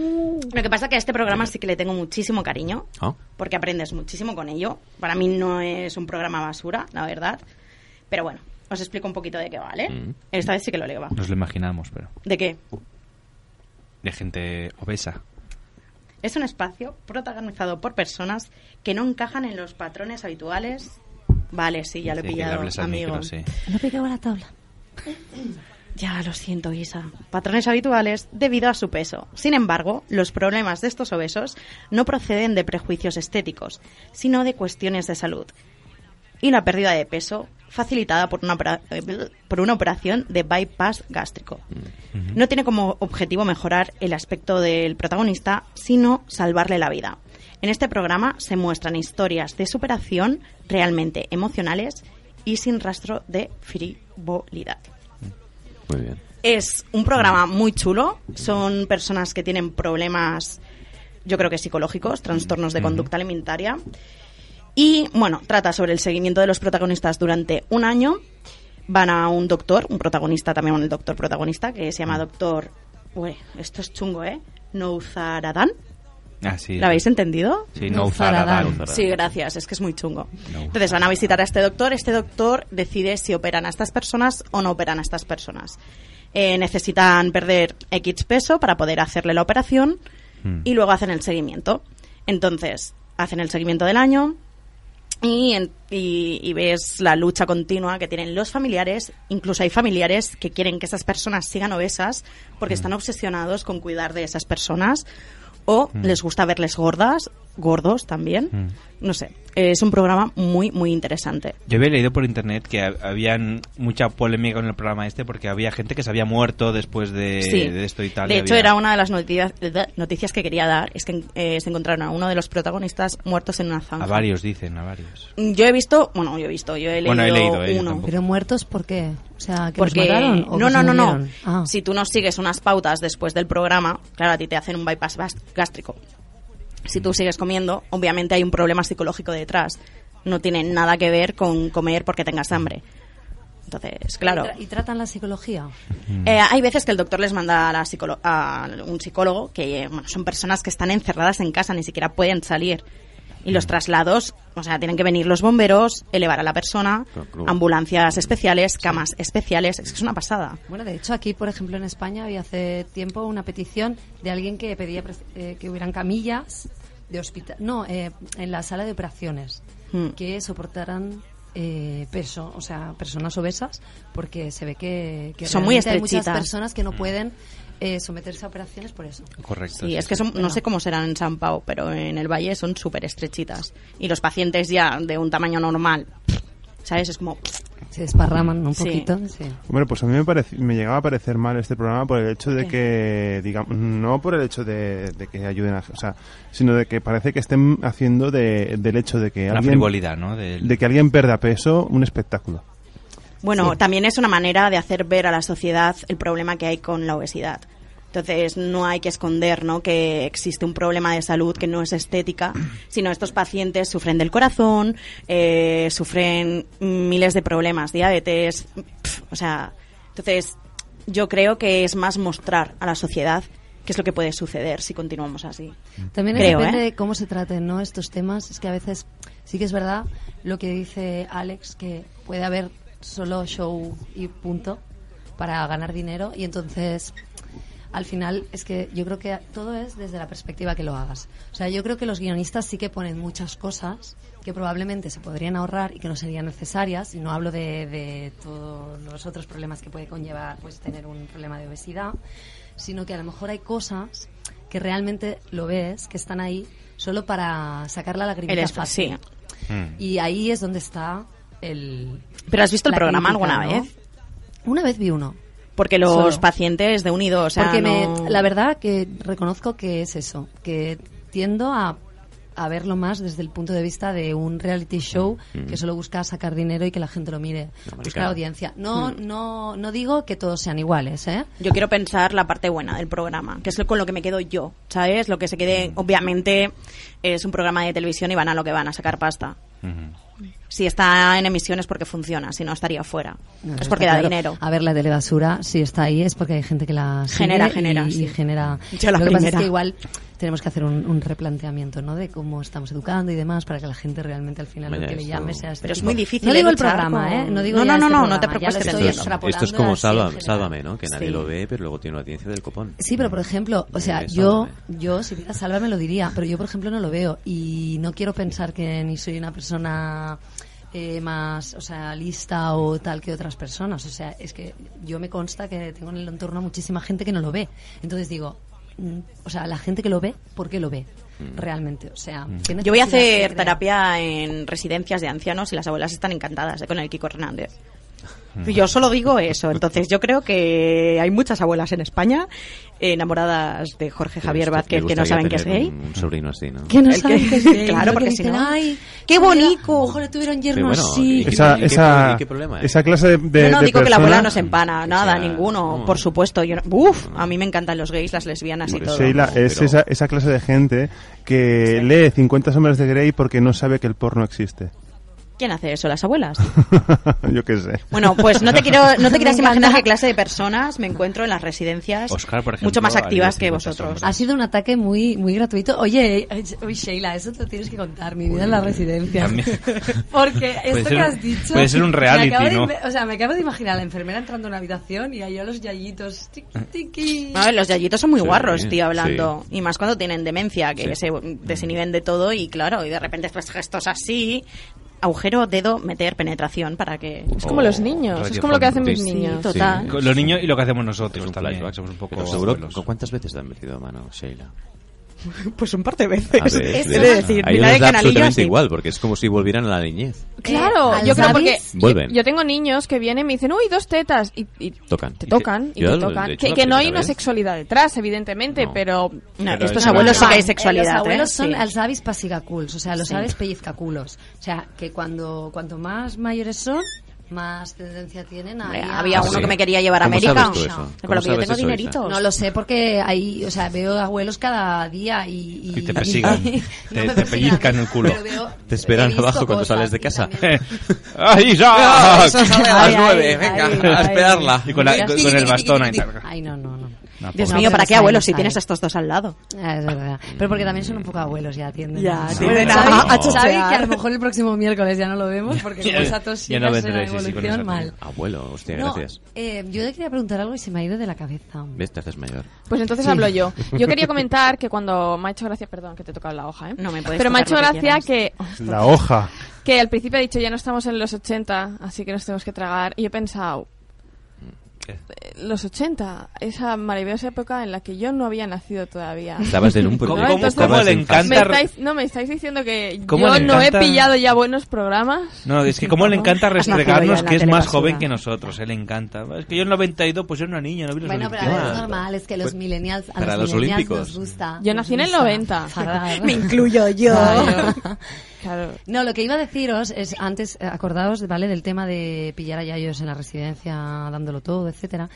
Lo que pasa que a este programa sí que le tengo muchísimo cariño, Ah. porque aprendes muchísimo con ello. Para mí no es un programa basura, la verdad. Pero bueno, os explico un poquito de qué vale. Mm. Esta vez sí que lo leo, va. Nos lo imaginamos, pero. ¿De qué? De gente obesa. Es un espacio protagonizado por personas que no encajan en los patrones habituales. Vale, sí, ya lo he Sí, que le pillado, hables al amigo. micro, sí. No pegaba la tabla. Ya lo siento, Isa. Patrones habituales debido a su peso. Sin embargo, los problemas de estos obesos no proceden de prejuicios estéticos, sino de cuestiones de salud. Y la pérdida de peso facilitada por una, opera- eh, bl- por una operación de bypass gástrico. No tiene como objetivo mejorar el aspecto del protagonista, sino salvarle la vida. En este programa se muestran historias de superación realmente emocionales y sin rastro de frivolidad. Muy bien. Es un programa muy chulo. Son personas que tienen problemas, yo creo que psicológicos, trastornos de conducta alimentaria. Y bueno, trata sobre el seguimiento de los protagonistas durante un año. Van a un doctor, un protagonista también, un doctor protagonista, que se llama doctor. Ué, esto es chungo, ¿eh? Nouzaradan. Ah, sí. ¿Lo habéis entendido? Sí, Nouzaradan. Nouzaradan. Sí, gracias, es que es muy chungo. Entonces van a visitar a este doctor, este doctor decide si operan a estas personas o no operan a estas personas. Eh, necesitan perder X peso para poder hacerle la operación Hmm. y luego hacen el seguimiento. Entonces, hacen el seguimiento del año y, en- y- y ves la lucha continua que tienen los familiares. Incluso hay familiares que quieren que esas personas sigan obesas porque están Hmm. obsesionados con cuidar de esas personas o Mm. les gusta verles gordas, gordos también. Mm. No sé, es un programa muy, muy interesante. Yo había leído por internet que ha- habían mucha polémica en el programa este porque había gente que se había muerto después de, Sí. Eh, de esto y tal. De y hecho, había- era una de las noticias, noticias que quería dar, es que eh, se encontraron a uno de los protagonistas muertos en una zanja. A varios, dicen, a varios. Yo he visto, bueno, yo he visto, yo he leído, Bueno, he leído, eh, yo uno. ¿Pero muertos por qué? O sea, ¿que Porque los mataron o no, que no, se no, no. murieron? Ah. Si tú no sigues unas pautas después del programa, claro, a ti te hacen un bypass bas- gástrico. Si tú sigues comiendo, obviamente hay un problema psicológico detrás. No tiene nada que ver con comer porque tengas hambre. Entonces, claro. ¿Y tra- ¿Y tratan la psicología? Eh, hay veces que el doctor les manda a, la psicolo- a un psicólogo, que eh, bueno, son personas que están encerradas en casa, ni siquiera pueden salir. Y los traslados, o sea, tienen que venir los bomberos, elevar a la persona, Claro, claro. ambulancias especiales, camas especiales. Es que es una pasada. Bueno, de hecho, aquí, por ejemplo, en España había hace tiempo una petición de alguien que pedía pres- eh, que hubieran camillas de hospital. No, eh, en la sala de operaciones. Mm. Que soportaran. eh, peso, o sea, personas obesas, porque se ve que, que Son muy realmente hay muchas estrechitas. personas que no pueden eh, someterse a operaciones por eso. Correcto. Sí, es que son- no sé cómo serán en San Pau, pero en el Valle son súper estrechitas. Y los pacientes ya de un tamaño normal, ¿sabes? Es como... Se desparraman un Sí. poquito. sí. Bueno, pues a mí me, parec- me llegaba a parecer mal este programa por el hecho de que, digamos, no por el hecho de, de que ayuden a, o sea, sino de que parece que estén haciendo de- del hecho de que La alguien, frivolidad, ¿no? Del- de que alguien perda peso un espectáculo. Bueno, también es una manera de hacer ver a la sociedad el problema que hay con la obesidad. Entonces no hay que esconder ¿no? que existe un problema de salud que no es estética, sino estos pacientes sufren del corazón, eh, sufren miles de problemas, diabetes, pf, o sea, entonces yo creo que es más mostrar a la sociedad qué es lo que puede suceder si continuamos así. También Creo, depende ¿eh? de cómo se traten ¿no? estos temas. Es que a veces sí que es verdad lo que dice Alex, que puede haber solo show y punto para ganar dinero. Y entonces, al final, es que yo creo que todo es desde la perspectiva que lo hagas. O sea, yo creo que los guionistas sí que ponen muchas cosas que probablemente se podrían ahorrar y que no serían necesarias. Y no hablo de, de todos los otros problemas que puede conllevar pues, tener un problema de obesidad sino que a lo mejor hay cosas que realmente lo ves, que están ahí solo para sacar la El lagrimita esp- fácil. Y ahí es donde está el... ¿Pero has visto el la programa crítica, alguna ¿no? vez? Una vez vi uno. Porque los Solo. pacientes de unido, o sea, Porque me- no- la verdad que reconozco que es eso, que tiendo a, a verlo más desde el punto de vista de un reality show Mm. que solo busca sacar dinero y que la gente lo mire, buscar claro. audiencia. No, Mm. no, no digo que todos sean iguales, ¿eh? yo quiero pensar la parte buena del programa, que es lo- con lo que me quedo yo, ¿sabes? Lo que se quede, Mm. obviamente, es un programa de televisión y van a lo que van, a sacar pasta. Si está en emisiones porque funciona, si no estaría fuera. No, es está porque da claro. dinero. A ver, la telebasura, si está ahí, es porque hay gente que la sigue Genera, y- genera, y, sí. genera. Yo la Lo que pasa es primera. que igual tenemos que hacer un, un replanteamiento, ¿no? De cómo estamos educando y demás para que la gente realmente al final Vaya, lo que le esto- llame sea este Pero es tipo. muy difícil, No digo ¿eh? el luchar programa, con- ¿eh? No digo No, ya no, este no, no, programa, ya no te lo estoy preocupes, te esto, es, entiendo. extrapolando esto es como así en Sálvame, general. Sálvame, ¿no? Que nadie Sí. lo ve, pero luego tiene una audiencia del copón. Sí, pero por ejemplo, o sea, Eh, yo, yo si viera Sálvame lo diría, pero yo por ejemplo no lo veo y no quiero pensar que ni soy una persona eh, más, o sea, lista o tal que otras personas. O sea, es que yo me consta que tengo en el entorno muchísima gente que no lo ve. Entonces digo, mm, o sea, la gente que lo ve, ¿por qué lo ve? Realmente, o sea, ¿qué Yo voy a necesidad se hacer crea? terapia en residencias de ancianos y las abuelas están encantadas eh, con el Kiko Hernández. Y Pues Yo solo digo eso. Pues Entonces, yo creo que hay muchas abuelas en España enamoradas de Jorge Javier Vázquez que no saben que es gay. Un, un sobrino así, ¿no? Que no El saben que- <laughs> que es gay, Claro, ¿no? Que porque si dicen, no- "Ay, ¡Qué bonito! Ojo, le tuvieron yerno bueno, así. Esa, esa, eh? esa clase de, de- yo no de digo que la persona- abuela no se empana, nada, ninguno, por supuesto. Yo no- uf, a mí me encantan los gays, las lesbianas y todo. Sheila, es esa, esa clase de gente que lee 50 sombras de Grey porque no sabe que el porno existe. <laughs> ¿Quién hace eso? ¿Las abuelas? Yo qué sé. Bueno, pues no te quiero, no te Me quieras encanta. imaginar qué clase de personas me encuentro en las residencias Oscar, por ejemplo, mucho más haría activas que 50 vosotros. Ha sido un ataque muy, muy gratuito. Oye, eh, oye, Sheila, eso te lo tienes que contar, mi vida en la residencia. también. <laughs> Porque Puede esto ser que un- has dicho. puede ser un me reality, acabo de ¿no? inve- O sea, me acabo de imaginar a la enfermera entrando a una habitación y ahí a los yayitos. Tiqui, tiqui. A ver, los yayitos son muy Sí, guarros, tío, hablando. Y más cuando tienen demencia, que Sí. Mm. se desinhiben de todo y claro, y de repente estos gestos así, agujero, dedo, meter, penetración para que... Es como los niños, es como lo que hacen mis Sí, niños. total. Con Los niños y lo que hacemos nosotros también. Somos un poco Pero seguro, abuelos. ¿con cuántas veces te han metido mano, Sheila? <laughs> Pues un par de A veces. ver, Es ves. decir, Ahí Pilar de les da Canalillo absolutamente sí. igual, porque es como si volvieran a la niñez. Claro, Eh, ¿Al yo creo porque Zavis? yo, Vuelven. yo tengo niños que vienen y me dicen, uy, dos tetas, y, y Tocan. te tocan, y Yo, te de tocan. hecho, que la que no hay una primera vez- sexualidad detrás, evidentemente, pero... No, Pero estos es abuelos sí que hay normal. sexualidad. Eh, los abuelos ¿eh? son Sí. alzabis pasigaculs, o sea, los Sí. aves pellizcaculos. O sea, que cuando cuanto más mayores son, más tendencia tienen a... Hombre, ir a- había uno que me quería llevar a ¿Cómo América. sabes tú eso? Con ¿Cómo lo que yo sabes tengo eso, Isa? dinerito. No lo sé porque ahí, o sea, veo abuelos cada día <laughs> y... Y te <laughs> persigan. y- te, no me te persigan, pellizcan el culo. pero veo- Te esperan abajo cuando sales de casa. <laughs> ¡Ay, Isa! Isa <laughs> sale a Ay, las ay, nueve! ay, Venga, ay, a ay. esperarla. Y con la- con- con el bastón ahí. Ay, no, no, no. Dios pobre. mío, ¿para qué No, abuelos no si sabe. tienes a estos dos al lado? Ah, es verdad. Pero porque también son un poco abuelos, ya tienden. Ya, Sí. tienden Sabe- a- a sabe chochear. que a lo mejor el próximo miércoles ya no lo vemos <laughs> porque Ya- con esa tos ya ya no no vendréis, sí, sí, con evolución esa- mal. Abuelo, hostia, No, gracias. eh, yo te quería preguntar algo y se me ha ido de la cabeza. ¿Ves? Te haces mayor. Pues entonces Sí. hablo yo. Yo <laughs> quería comentar que cuando me ha hecho gracia, perdón que te he tocado la hoja, ¿eh? No me puedes Pero me ha hecho tocar lo que gracia que, La hoja. que al principio he dicho ya no estamos en los 80, así que nos tenemos que tragar. Y he pensado, eh, los 80, esa maravillosa época en la que yo no había nacido todavía. Estabas en un ¿Cómo- proyecto, cómo- estabas cómo le en encanta- ¿Me <laughs> estáis, no, me estáis diciendo que yo ¿Cómo le no he encanta- pillado ya buenos programas. No, es que como le encanta Has nacido ya restregarnos en la que es más telebasura. joven que nosotros, eh, le encanta. Es que yo en 92, pues yo era una niña, no vi los Bueno, pero Olimpiadas. a ver, es normal, es que los millennials, a Pues, para los, los millennials olímpicos. nos gusta. Yo nos nací en el gusta 90. enfadar. Me incluyo yo. Claro. <laughs> Claro. No, lo que iba a deciros es antes, eh, acordaos, ¿vale? Del tema de pillar a Yayos en la residencia, dándolo todo, etcétera.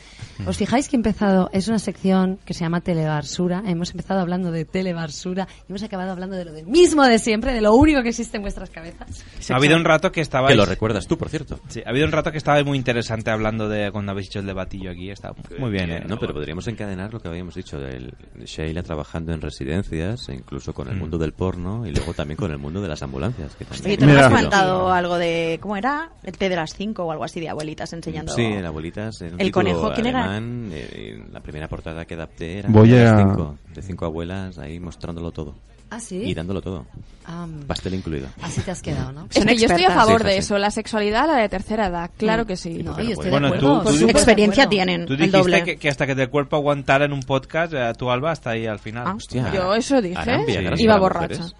¿Os fijáis que he empezado, es una sección que se llama Telebarsura? Hemos empezado hablando de Telebarsura y hemos acabado hablando de lo del mismo de siempre, de lo único que existe en vuestras cabezas. Ha habido un rato que estaba. Que lo recuerdas tú, por cierto. Sí, ha habido un rato que estaba muy interesante hablando de cuando habéis hecho el debatillo aquí. Estaba muy bien, ¿eh? No, pero podríamos encadenar lo que habíamos dicho de Sheila trabajando en residencias, e incluso Mm. con el mundo del porno y luego también con el mundo de las ambulancias. Que también Oye, te has Sí, faltado algo de. ¿Cómo era? El té de las 5 o algo así de abuelitas enseñando. Sí, en Abuelitas. en un El título conejo, ¿quién era? alemán, eh, la primera portada que adapté era Voy de, a- cinco, de cinco abuelas ahí mostrándolo todo. ¿Ah, sí? Y dándolo todo. Ah, mm. Pastel incluido. Así te has quedado, ¿no? Es que yo estoy a favor Sí, de sí. eso, la sexualidad, la de tercera edad, claro Mm. que sí. No, yo estoy de Bueno, tú, acuerdo. tú por supuesto, de experiencia acuerdo. tienen Tú el dijiste doble. que, que hasta que el cuerpo aguantara en un podcast, eh, tú, Alba, hasta ahí al final. Hostia. Yo eso dije, Arambia, Sí. gracias iba a las borracha. <laughs> mujeres.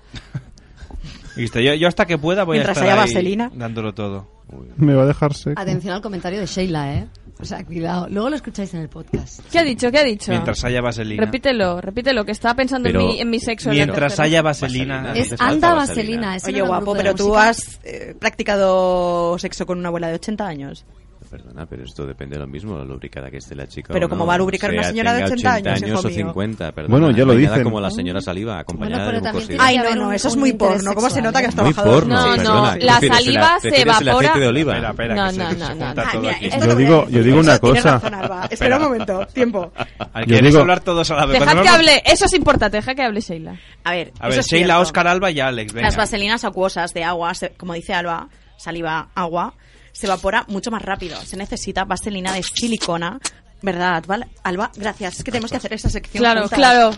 Dijiste, yo, yo hasta que pueda voy Mientras a estar haya ahí vaselina. dándolo todo. Me va a dejar seco. Atención al comentario de Sheila, ¿eh? O sea, cuidado. Luego lo escucháis en el podcast. ¿Qué ha dicho? ¿Qué ha dicho? Mientras haya vaselina. Repítelo, repítelo, que estaba pensando en Pero mi, en mi sexo. en la Mientras tercera. haya vaselina. Es anda vaselina. ese no Oye, era un guapo, grupo de pero tú música. has eh, practicado sexo con una abuela de 80 años. Perdona, pero esto depende de lo mismo, lo lubricada que esté la chica. o Pero no, ¿cómo va a lubricar una sea, señora de tenga 80 años, años hijo o mío? 50, perdona. Bueno, ya lo No hay nada dicen. como la señora saliva, acompañada pero de también mucosidad. Ay, no, haber no, un- eso es un muy interés porno. ¿Cómo se nota que has Muy trabajado? porno, No, no, perdona. ¿qué la prefieres, el saliva a- se prefieres el evapora. aceite de oliva. Espera, espera, No, que no, se- no, se no, junta no. todo Ah, mira, Yo digo, yo digo una cosa. Espera un momento, tiempo. Hay Yo que digo- hablar todos a la vez. Dejad Cuando que vemos- hable, eso es importante, deja que hable Sheila. A ver, A eso ver, es Sheila, cierto. Oscar, Alba y Alex. venga. Las vaselinas acuosas de agua, se- como dice Alba, saliva, agua, se evapora mucho más rápido. Se necesita vaselina de silicona, ¿verdad, Val- Alba? Gracias, es que tenemos que hacer esta sección. Claro, juntas. claro.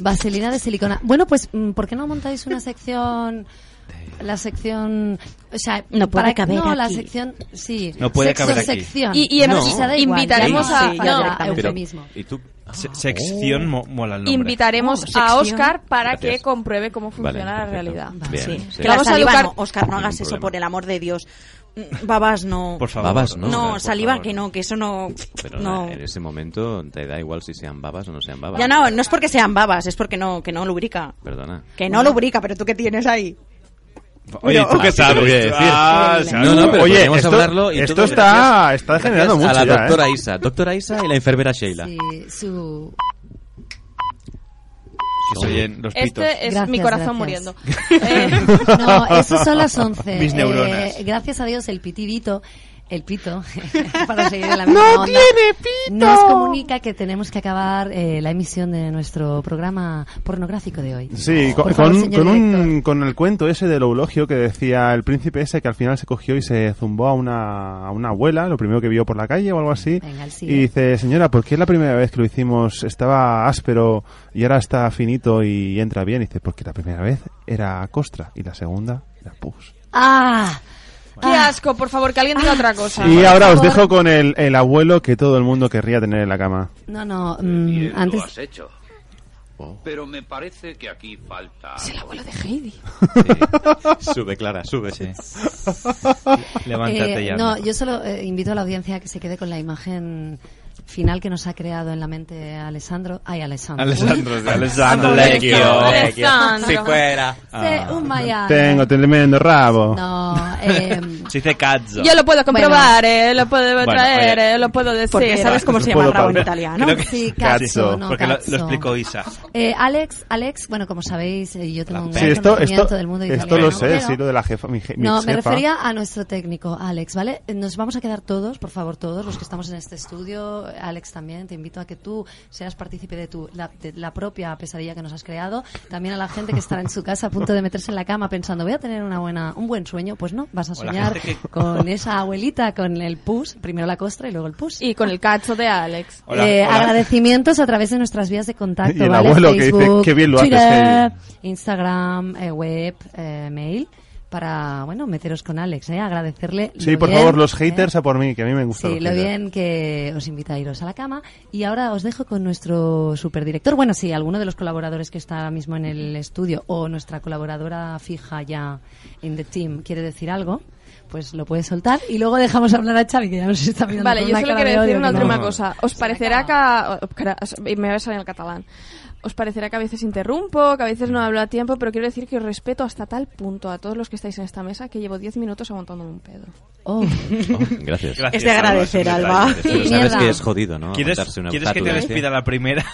Vaselina de silicona. Bueno, pues, mm, ¿por qué no montáis una sección... La sección... O sea, No puede para- caber No, la aquí. sección... Sí. No puede Sexo caber aquí. sección. Y- y en- No, o sea, da igual, invitaremos ya no a- hace sí, falta ya directamente. Pero- eufemismo. ¿Y tú? Se- sección mo- mola el nombre. Invitaremos Oh, a sección. Oscar para Gracias. que compruebe cómo funciona la perfecto. realidad. Bien, Sí. sí. Que la Vamos a saliva educar- no, Oscar, no Ningún hagas eso, problema. por el amor de Dios. Mm, Babas no. Por favor. Babas no. No, por saliva favor. que no, que eso no. Pero no. na- en ese momento te da igual si sean babas o no sean babas. Ya no, no es porque sean babas, es porque no, que no lubrica. Perdona. Que no lubrica, pero tú qué tienes ahí. Oye, ¿tú qué sabes? Voy a decir. Ah, sí. no, no, pero Oye, podríamos esto- hablarlo y esto todo está- gracias- está degenerando gracias mucho A la ya, ¿eh? doctora Isa. Doctora Isa y la enfermera Sheila. Sí, su... Que se oyen los pitos. Este es Gracias, mi corazón gracias. muriendo. <laughs> Eh, No, esos son las 11. Mis neuronas. Eh, gracias a Dios, el pitidito, <laughs> el pito, para seguir en la misma onda, nos comunica que tenemos que acabar eh, la emisión de nuestro programa pornográfico de hoy. Sí, Por con, favor, con- señor con un, con el cuento ese del eulogio que decía el príncipe ese que al final se cogió y se zumbó a una, a una abuela, lo primero que vio por la calle o algo así. Venga, el y siguiente. dice, señora, ¿por qué la primera vez que lo hicimos estaba áspero y ahora está finito y entra bien? Y dice, porque la primera vez era costra y la segunda era pus. ¡Ah! Qué asco, por favor, que alguien diga otra cosa. y Por ahora os favor. dejo con el, el abuelo que todo el mundo querría tener en la cama. No, no, mm, Lo antes... has hecho. Pero me parece que aquí falta. Es el abuelo de Heidi. Sube, Clara, sube. Levántate <laughs> Eh, ya. No, anda. yo solo eh, invito a la audiencia a que se quede con la imagen final que nos ha creado en la mente Alessandro. Ay, Alessandro. <laughs> Alessandro, sí, Alessandro Alessandro Lecchio. Alessandro. Si fuera. Ah. Se- un Miami. Tengo tremendo rabo. No, eh, Se dice cazzo. Yo lo puedo comprobar, eh, lo puedo Bueno, traer, oye. pues eh, lo puedo decir. Porque sabes cómo se llama el rabo en italiano. Creo que- Sí, cazzo, no, Porque lo, cazzo. lo explicó Isa. eh, Alex, Alex, bueno, como sabéis, eh, yo tengo un Ah, Sí, gran esto, conocimiento esto, del mundo esto italiano, lo sé, pero- sí, lo de la jefa, mi, je- mi No, me jefa. refería a nuestro técnico, Alex, ¿vale? Nos vamos a quedar todos, por favor, todos los que estamos en este estudio. Alex también, te invito a que tú seas partícipe de, tu, la, de la propia pesadilla que nos has creado. También a la gente que estará en su casa a punto <laughs> de meterse en la cama pensando, voy a tener una buena, un buen sueño. Pues no, vas a O la soñar gente que- con esa abuelita, con el pus, primero la costra y luego el pus. Y con el cacho de Alex. Hola, Eh, hola. Agradecimientos a través de nuestras vías de contacto, <laughs> Y el ¿vale? abuelo que dice, Facebook, "Qué bien lo haces, Twitter, Instagram, eh, web, eh, mail, para, bueno, meteros con Alex, ¿eh? Agradecerle. Sí, lo por bien, favor, los ¿eh? haters a por mí, que a mí me gustan Sí, los lo haters. bien que os invita a iros a la cama. Y ahora os dejo con nuestro superdirector. Bueno, sí, alguno de los colaboradores que está ahora mismo en el estudio o nuestra colaboradora fija ya en the team quiere decir algo, pues lo puede soltar. Y luego dejamos hablar a Xavi, que ya nos está mirando Vale, con yo una solo cara quiero de decir odio una que última no. cosa. Os parecerá que... Me voy a salir en el catalán. Os parecerá que a veces interrumpo, que a veces no hablo a tiempo, pero quiero decir que os respeto hasta tal punto a todos los que estáis en esta mesa que llevo 10 minutos aguantándome un pedo. <laughs> Gracias. Es de agradecer, Alba. <laughs> Pero sabes Mierda. que es jodido, ¿no? ¿Quieres, Aguantarse una quieres que te tatuaje. despida la primera?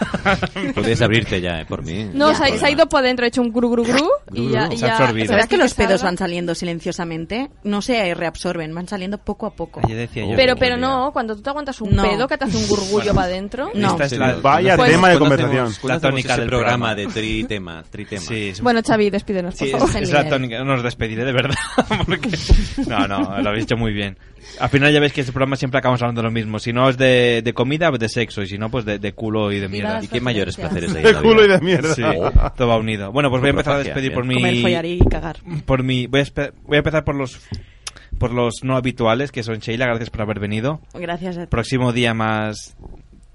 Podrías abrirte ya, eh, por mí. No, se ha, se ha ido para adentro, ha hecho un gru gru gru y ya. y ya- ¿Sabes que los pedos salga? van saliendo silenciosamente? No se reabsorben, van saliendo poco a poco. Pero, pero no, cuando tú te aguantas un No. pedo que te hace un gurgullo Bueno. para adentro. Esta Sí, es la- no. Vaya ¿Cuándo tema de hacemos- conversación. ¿cuándo La hacemos tónica ese <laughs> del programa programa. de tritema, tritema. Bueno, Xavi, despídenos, por Sí, favor. es, <laughs> es la tónica. Nos despediré de verdad. <laughs> Porque... No, no, lo habéis hecho muy bien. Al final ya veis que este programa siempre acabamos hablando de lo mismo. Si no es de, de comida, de sexo. Y si no, pues de, de culo y de mierda. las ¿Y qué mayores referencias. placeres hay en De la vida? culo y de mierda. Sí. <laughs> todo va unido. Bueno, pues voy a empezar a Coprofagia, despedir por bien. mi... Comer, follar y cagar. Por mi... Voy a, espe- voy a empezar por los... Por los no habituales, que son Sheila, gracias por haber venido. Gracias a ti. Próximo día más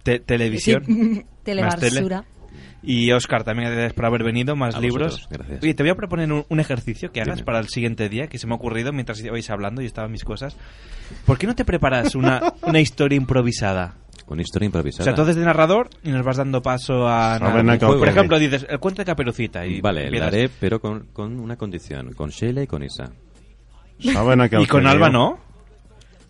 te- televisión. Sí. <laughs> Más tele. Telebarsura. Y Oscar, también gracias por haber venido, más A libros. vosotros, gracias. Oye, te voy a proponer un, un ejercicio que hagas Dime. para el siguiente día, que se me ha ocurrido mientras ibais hablando y estaban mis cosas. ¿Por qué no te preparas una, <laughs> una historia improvisada? Una historia O improvisada. sea, tú haces de narrador y nos vas dando paso a... A nada. ver, no hay que Por ocurrir. ejemplo, dices, el cuento de Caperucita. Y Vale, la empiezas. haré, pero con, con una condición. Con Sheila y con Isa. Saben a qué Y con os Alba digo. no.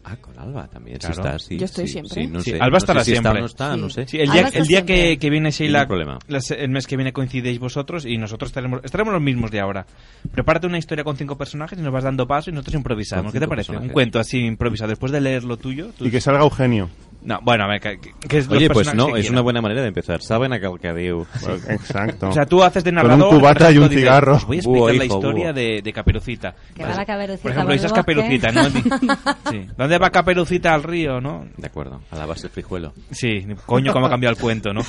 Ah, con Alba también. Claro. Si está, sí, Yo estoy sí, siempre. sí, no Sí, sé. Alba No sé estará si está o siempre. no está, no sé. Sí, el día, Alba está el día que, siempre. que viene Sheila, Ningún problema. la se- el mes que viene coincidéis vosotros y nosotros estaremos, estaremos los mismos de ahora. Prepárate una historia con cinco personajes y nos vas dando paso y nosotros improvisamos. Con ¿Qué te cinco parece? Un personajes. cuento así improvisado después de leer lo tuyo. tú- Y que salga Eugenio. No, bueno, a ver, que, que- que es los Oye, pues personajes no, que es quieras. una buena manera de empezar. Saben a Calcadiu. Exacto. O sea, tú haces de Con un narrador. cubata Ernesto y un dice, cigarro. "Os voy a explicar Búho, la hijo, historia búho". de, de Caperucita. Que va la Caperucita Por por ejemplo, el Isa es bosque. Caperucita, <laughs> <laughs> ¿no? Sí. ¿Dónde va Caperucita al río, no? De acuerdo. A la base del frijuelo. Sí, coño, cómo ha cambiado el cuento, <laughs> ¿no?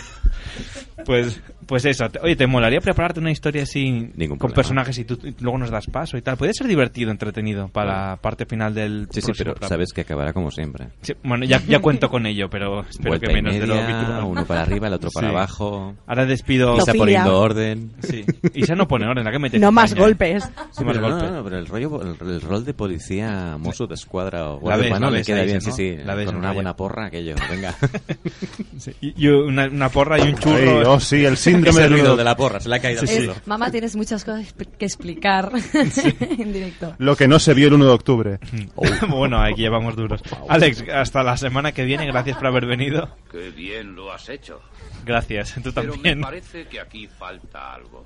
Pues, pues eso. Te- Oye, te molaría prepararte una historia así con problema. personajes y tú y luego nos das paso y tal. Puede ser divertido, entretenido para la parte final del. Sí, sí, próximo pero programa. sabes que acabará como siempre. Sí, bueno, ya, ya cuento con ello, pero espero Vuelta que menos y de lo media, habitual. uno para arriba, el otro para abajo. Ahora despido. Isa Tofilia. poniendo orden. Sí. Isa no pone orden, la que mete. No más cizaña. golpes. Sí, Sí, más pero no, golpes. no, no, pero el, rollo, el, el rol de policía, mozo de escuadra o La ves, guardián, no la le ves queda ahí, bien, sí, ¿no? sí. La ves, con ¿no? una Vaya. buena porra, aquello, <laughs> venga. Sí, Y, y una, una porra y un churro. Ay, oh, <laughs> sí, el síndrome Ese del- ruido de la porra, se le ha caído al Es- suelo. mamá, tienes muchas cosas <laughs> que explicar en directo. Lo que no se vio el 1 de octubre. <laughs> bueno, aquí llevamos duros. Alex, hasta la semana que viene, gracias por haber venido. Qué bien lo has hecho. Gracias, tú Pero también. me parece que aquí falta algo.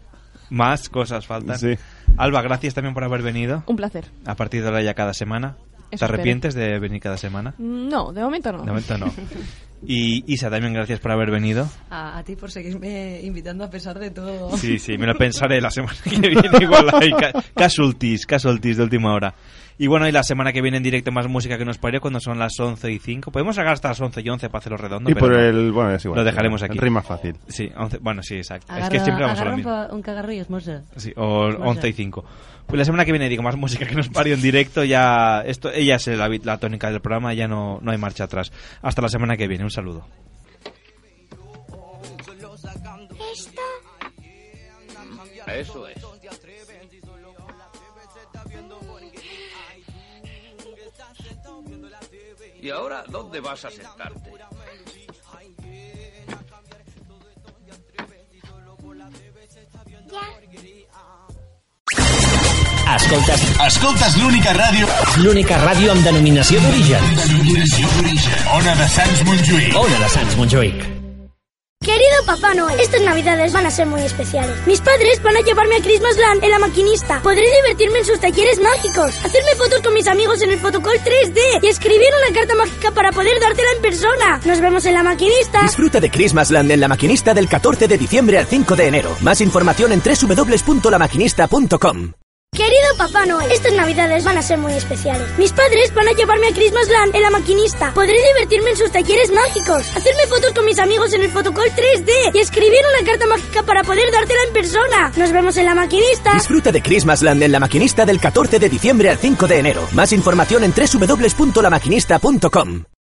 Más cosas faltan. Sí. Alba, gracias también por haber venido. Un placer. A partir de ahora ya cada semana. ¿Te espero. arrepientes de venir cada semana? No, de momento no. De momento <laughs> no. Y Isa, también gracias por haber venido. A, a ti por seguirme invitando a pesar de todo. Sí, sí, me lo pensaré la semana que viene. Igual hay ca- casualties, casualties de última hora. Y bueno, y la semana que viene en directo más música que nos parió cuando son las 11 y 5. Podemos sacar hasta las 11 y 11 para hacerlo redondo. y pero por no. el. Bueno, es igual. Lo dejaremos aquí. Rima fácil. Sí, 11 bueno, sí, exacto. Agarra, es que siempre vamos a agarra lo un, mismo. pa- un cagarro y esmosa. Sí, o Esmosa. 11 y 5. Pues la semana que viene digo más música que nos parió en directo. Ya esto ella es la, la tónica del programa, ya no, no hay marcha atrás. Hasta la semana que viene, un saludo. Esto Eso es. ¿Y ahora dónde vas a sentarte? Escoltes, escoltes l'única ràdio... L'única ràdio amb denominació d'origen. Denominació d'origen. Ona de Sants Montjuïc. Ona de Sants Montjuïc. Querido Papá Noel, estas navidades van a ser muy especiales. Mis padres van a llevarme a Christmasland en la maquinista. Podré divertirme en sus talleres mágicos, hacerme fotos con mis amigos en el fotocall 3D y escribir una carta mágica para poder dártela en persona. Nos vemos en la maquinista. Disfruta de Christmasland en La Maquinista del 14 de diciembre al 5 de enero. Más información en www.lamaquinista.com. Querido Papá Noel, estas navidades van a ser muy especiales. Mis padres van a llevarme a Christmasland en la maquinista. Podré divertirme en sus talleres mágicos, hacerme fotos con mis amigos en el fotocall 3D y escribir una carta mágica para poder dártela en persona. Nos vemos en la maquinista. Disfruta de Christmasland en La Maquinista del 14 de diciembre al 5 de enero. Más información en www.lamaquinista.com.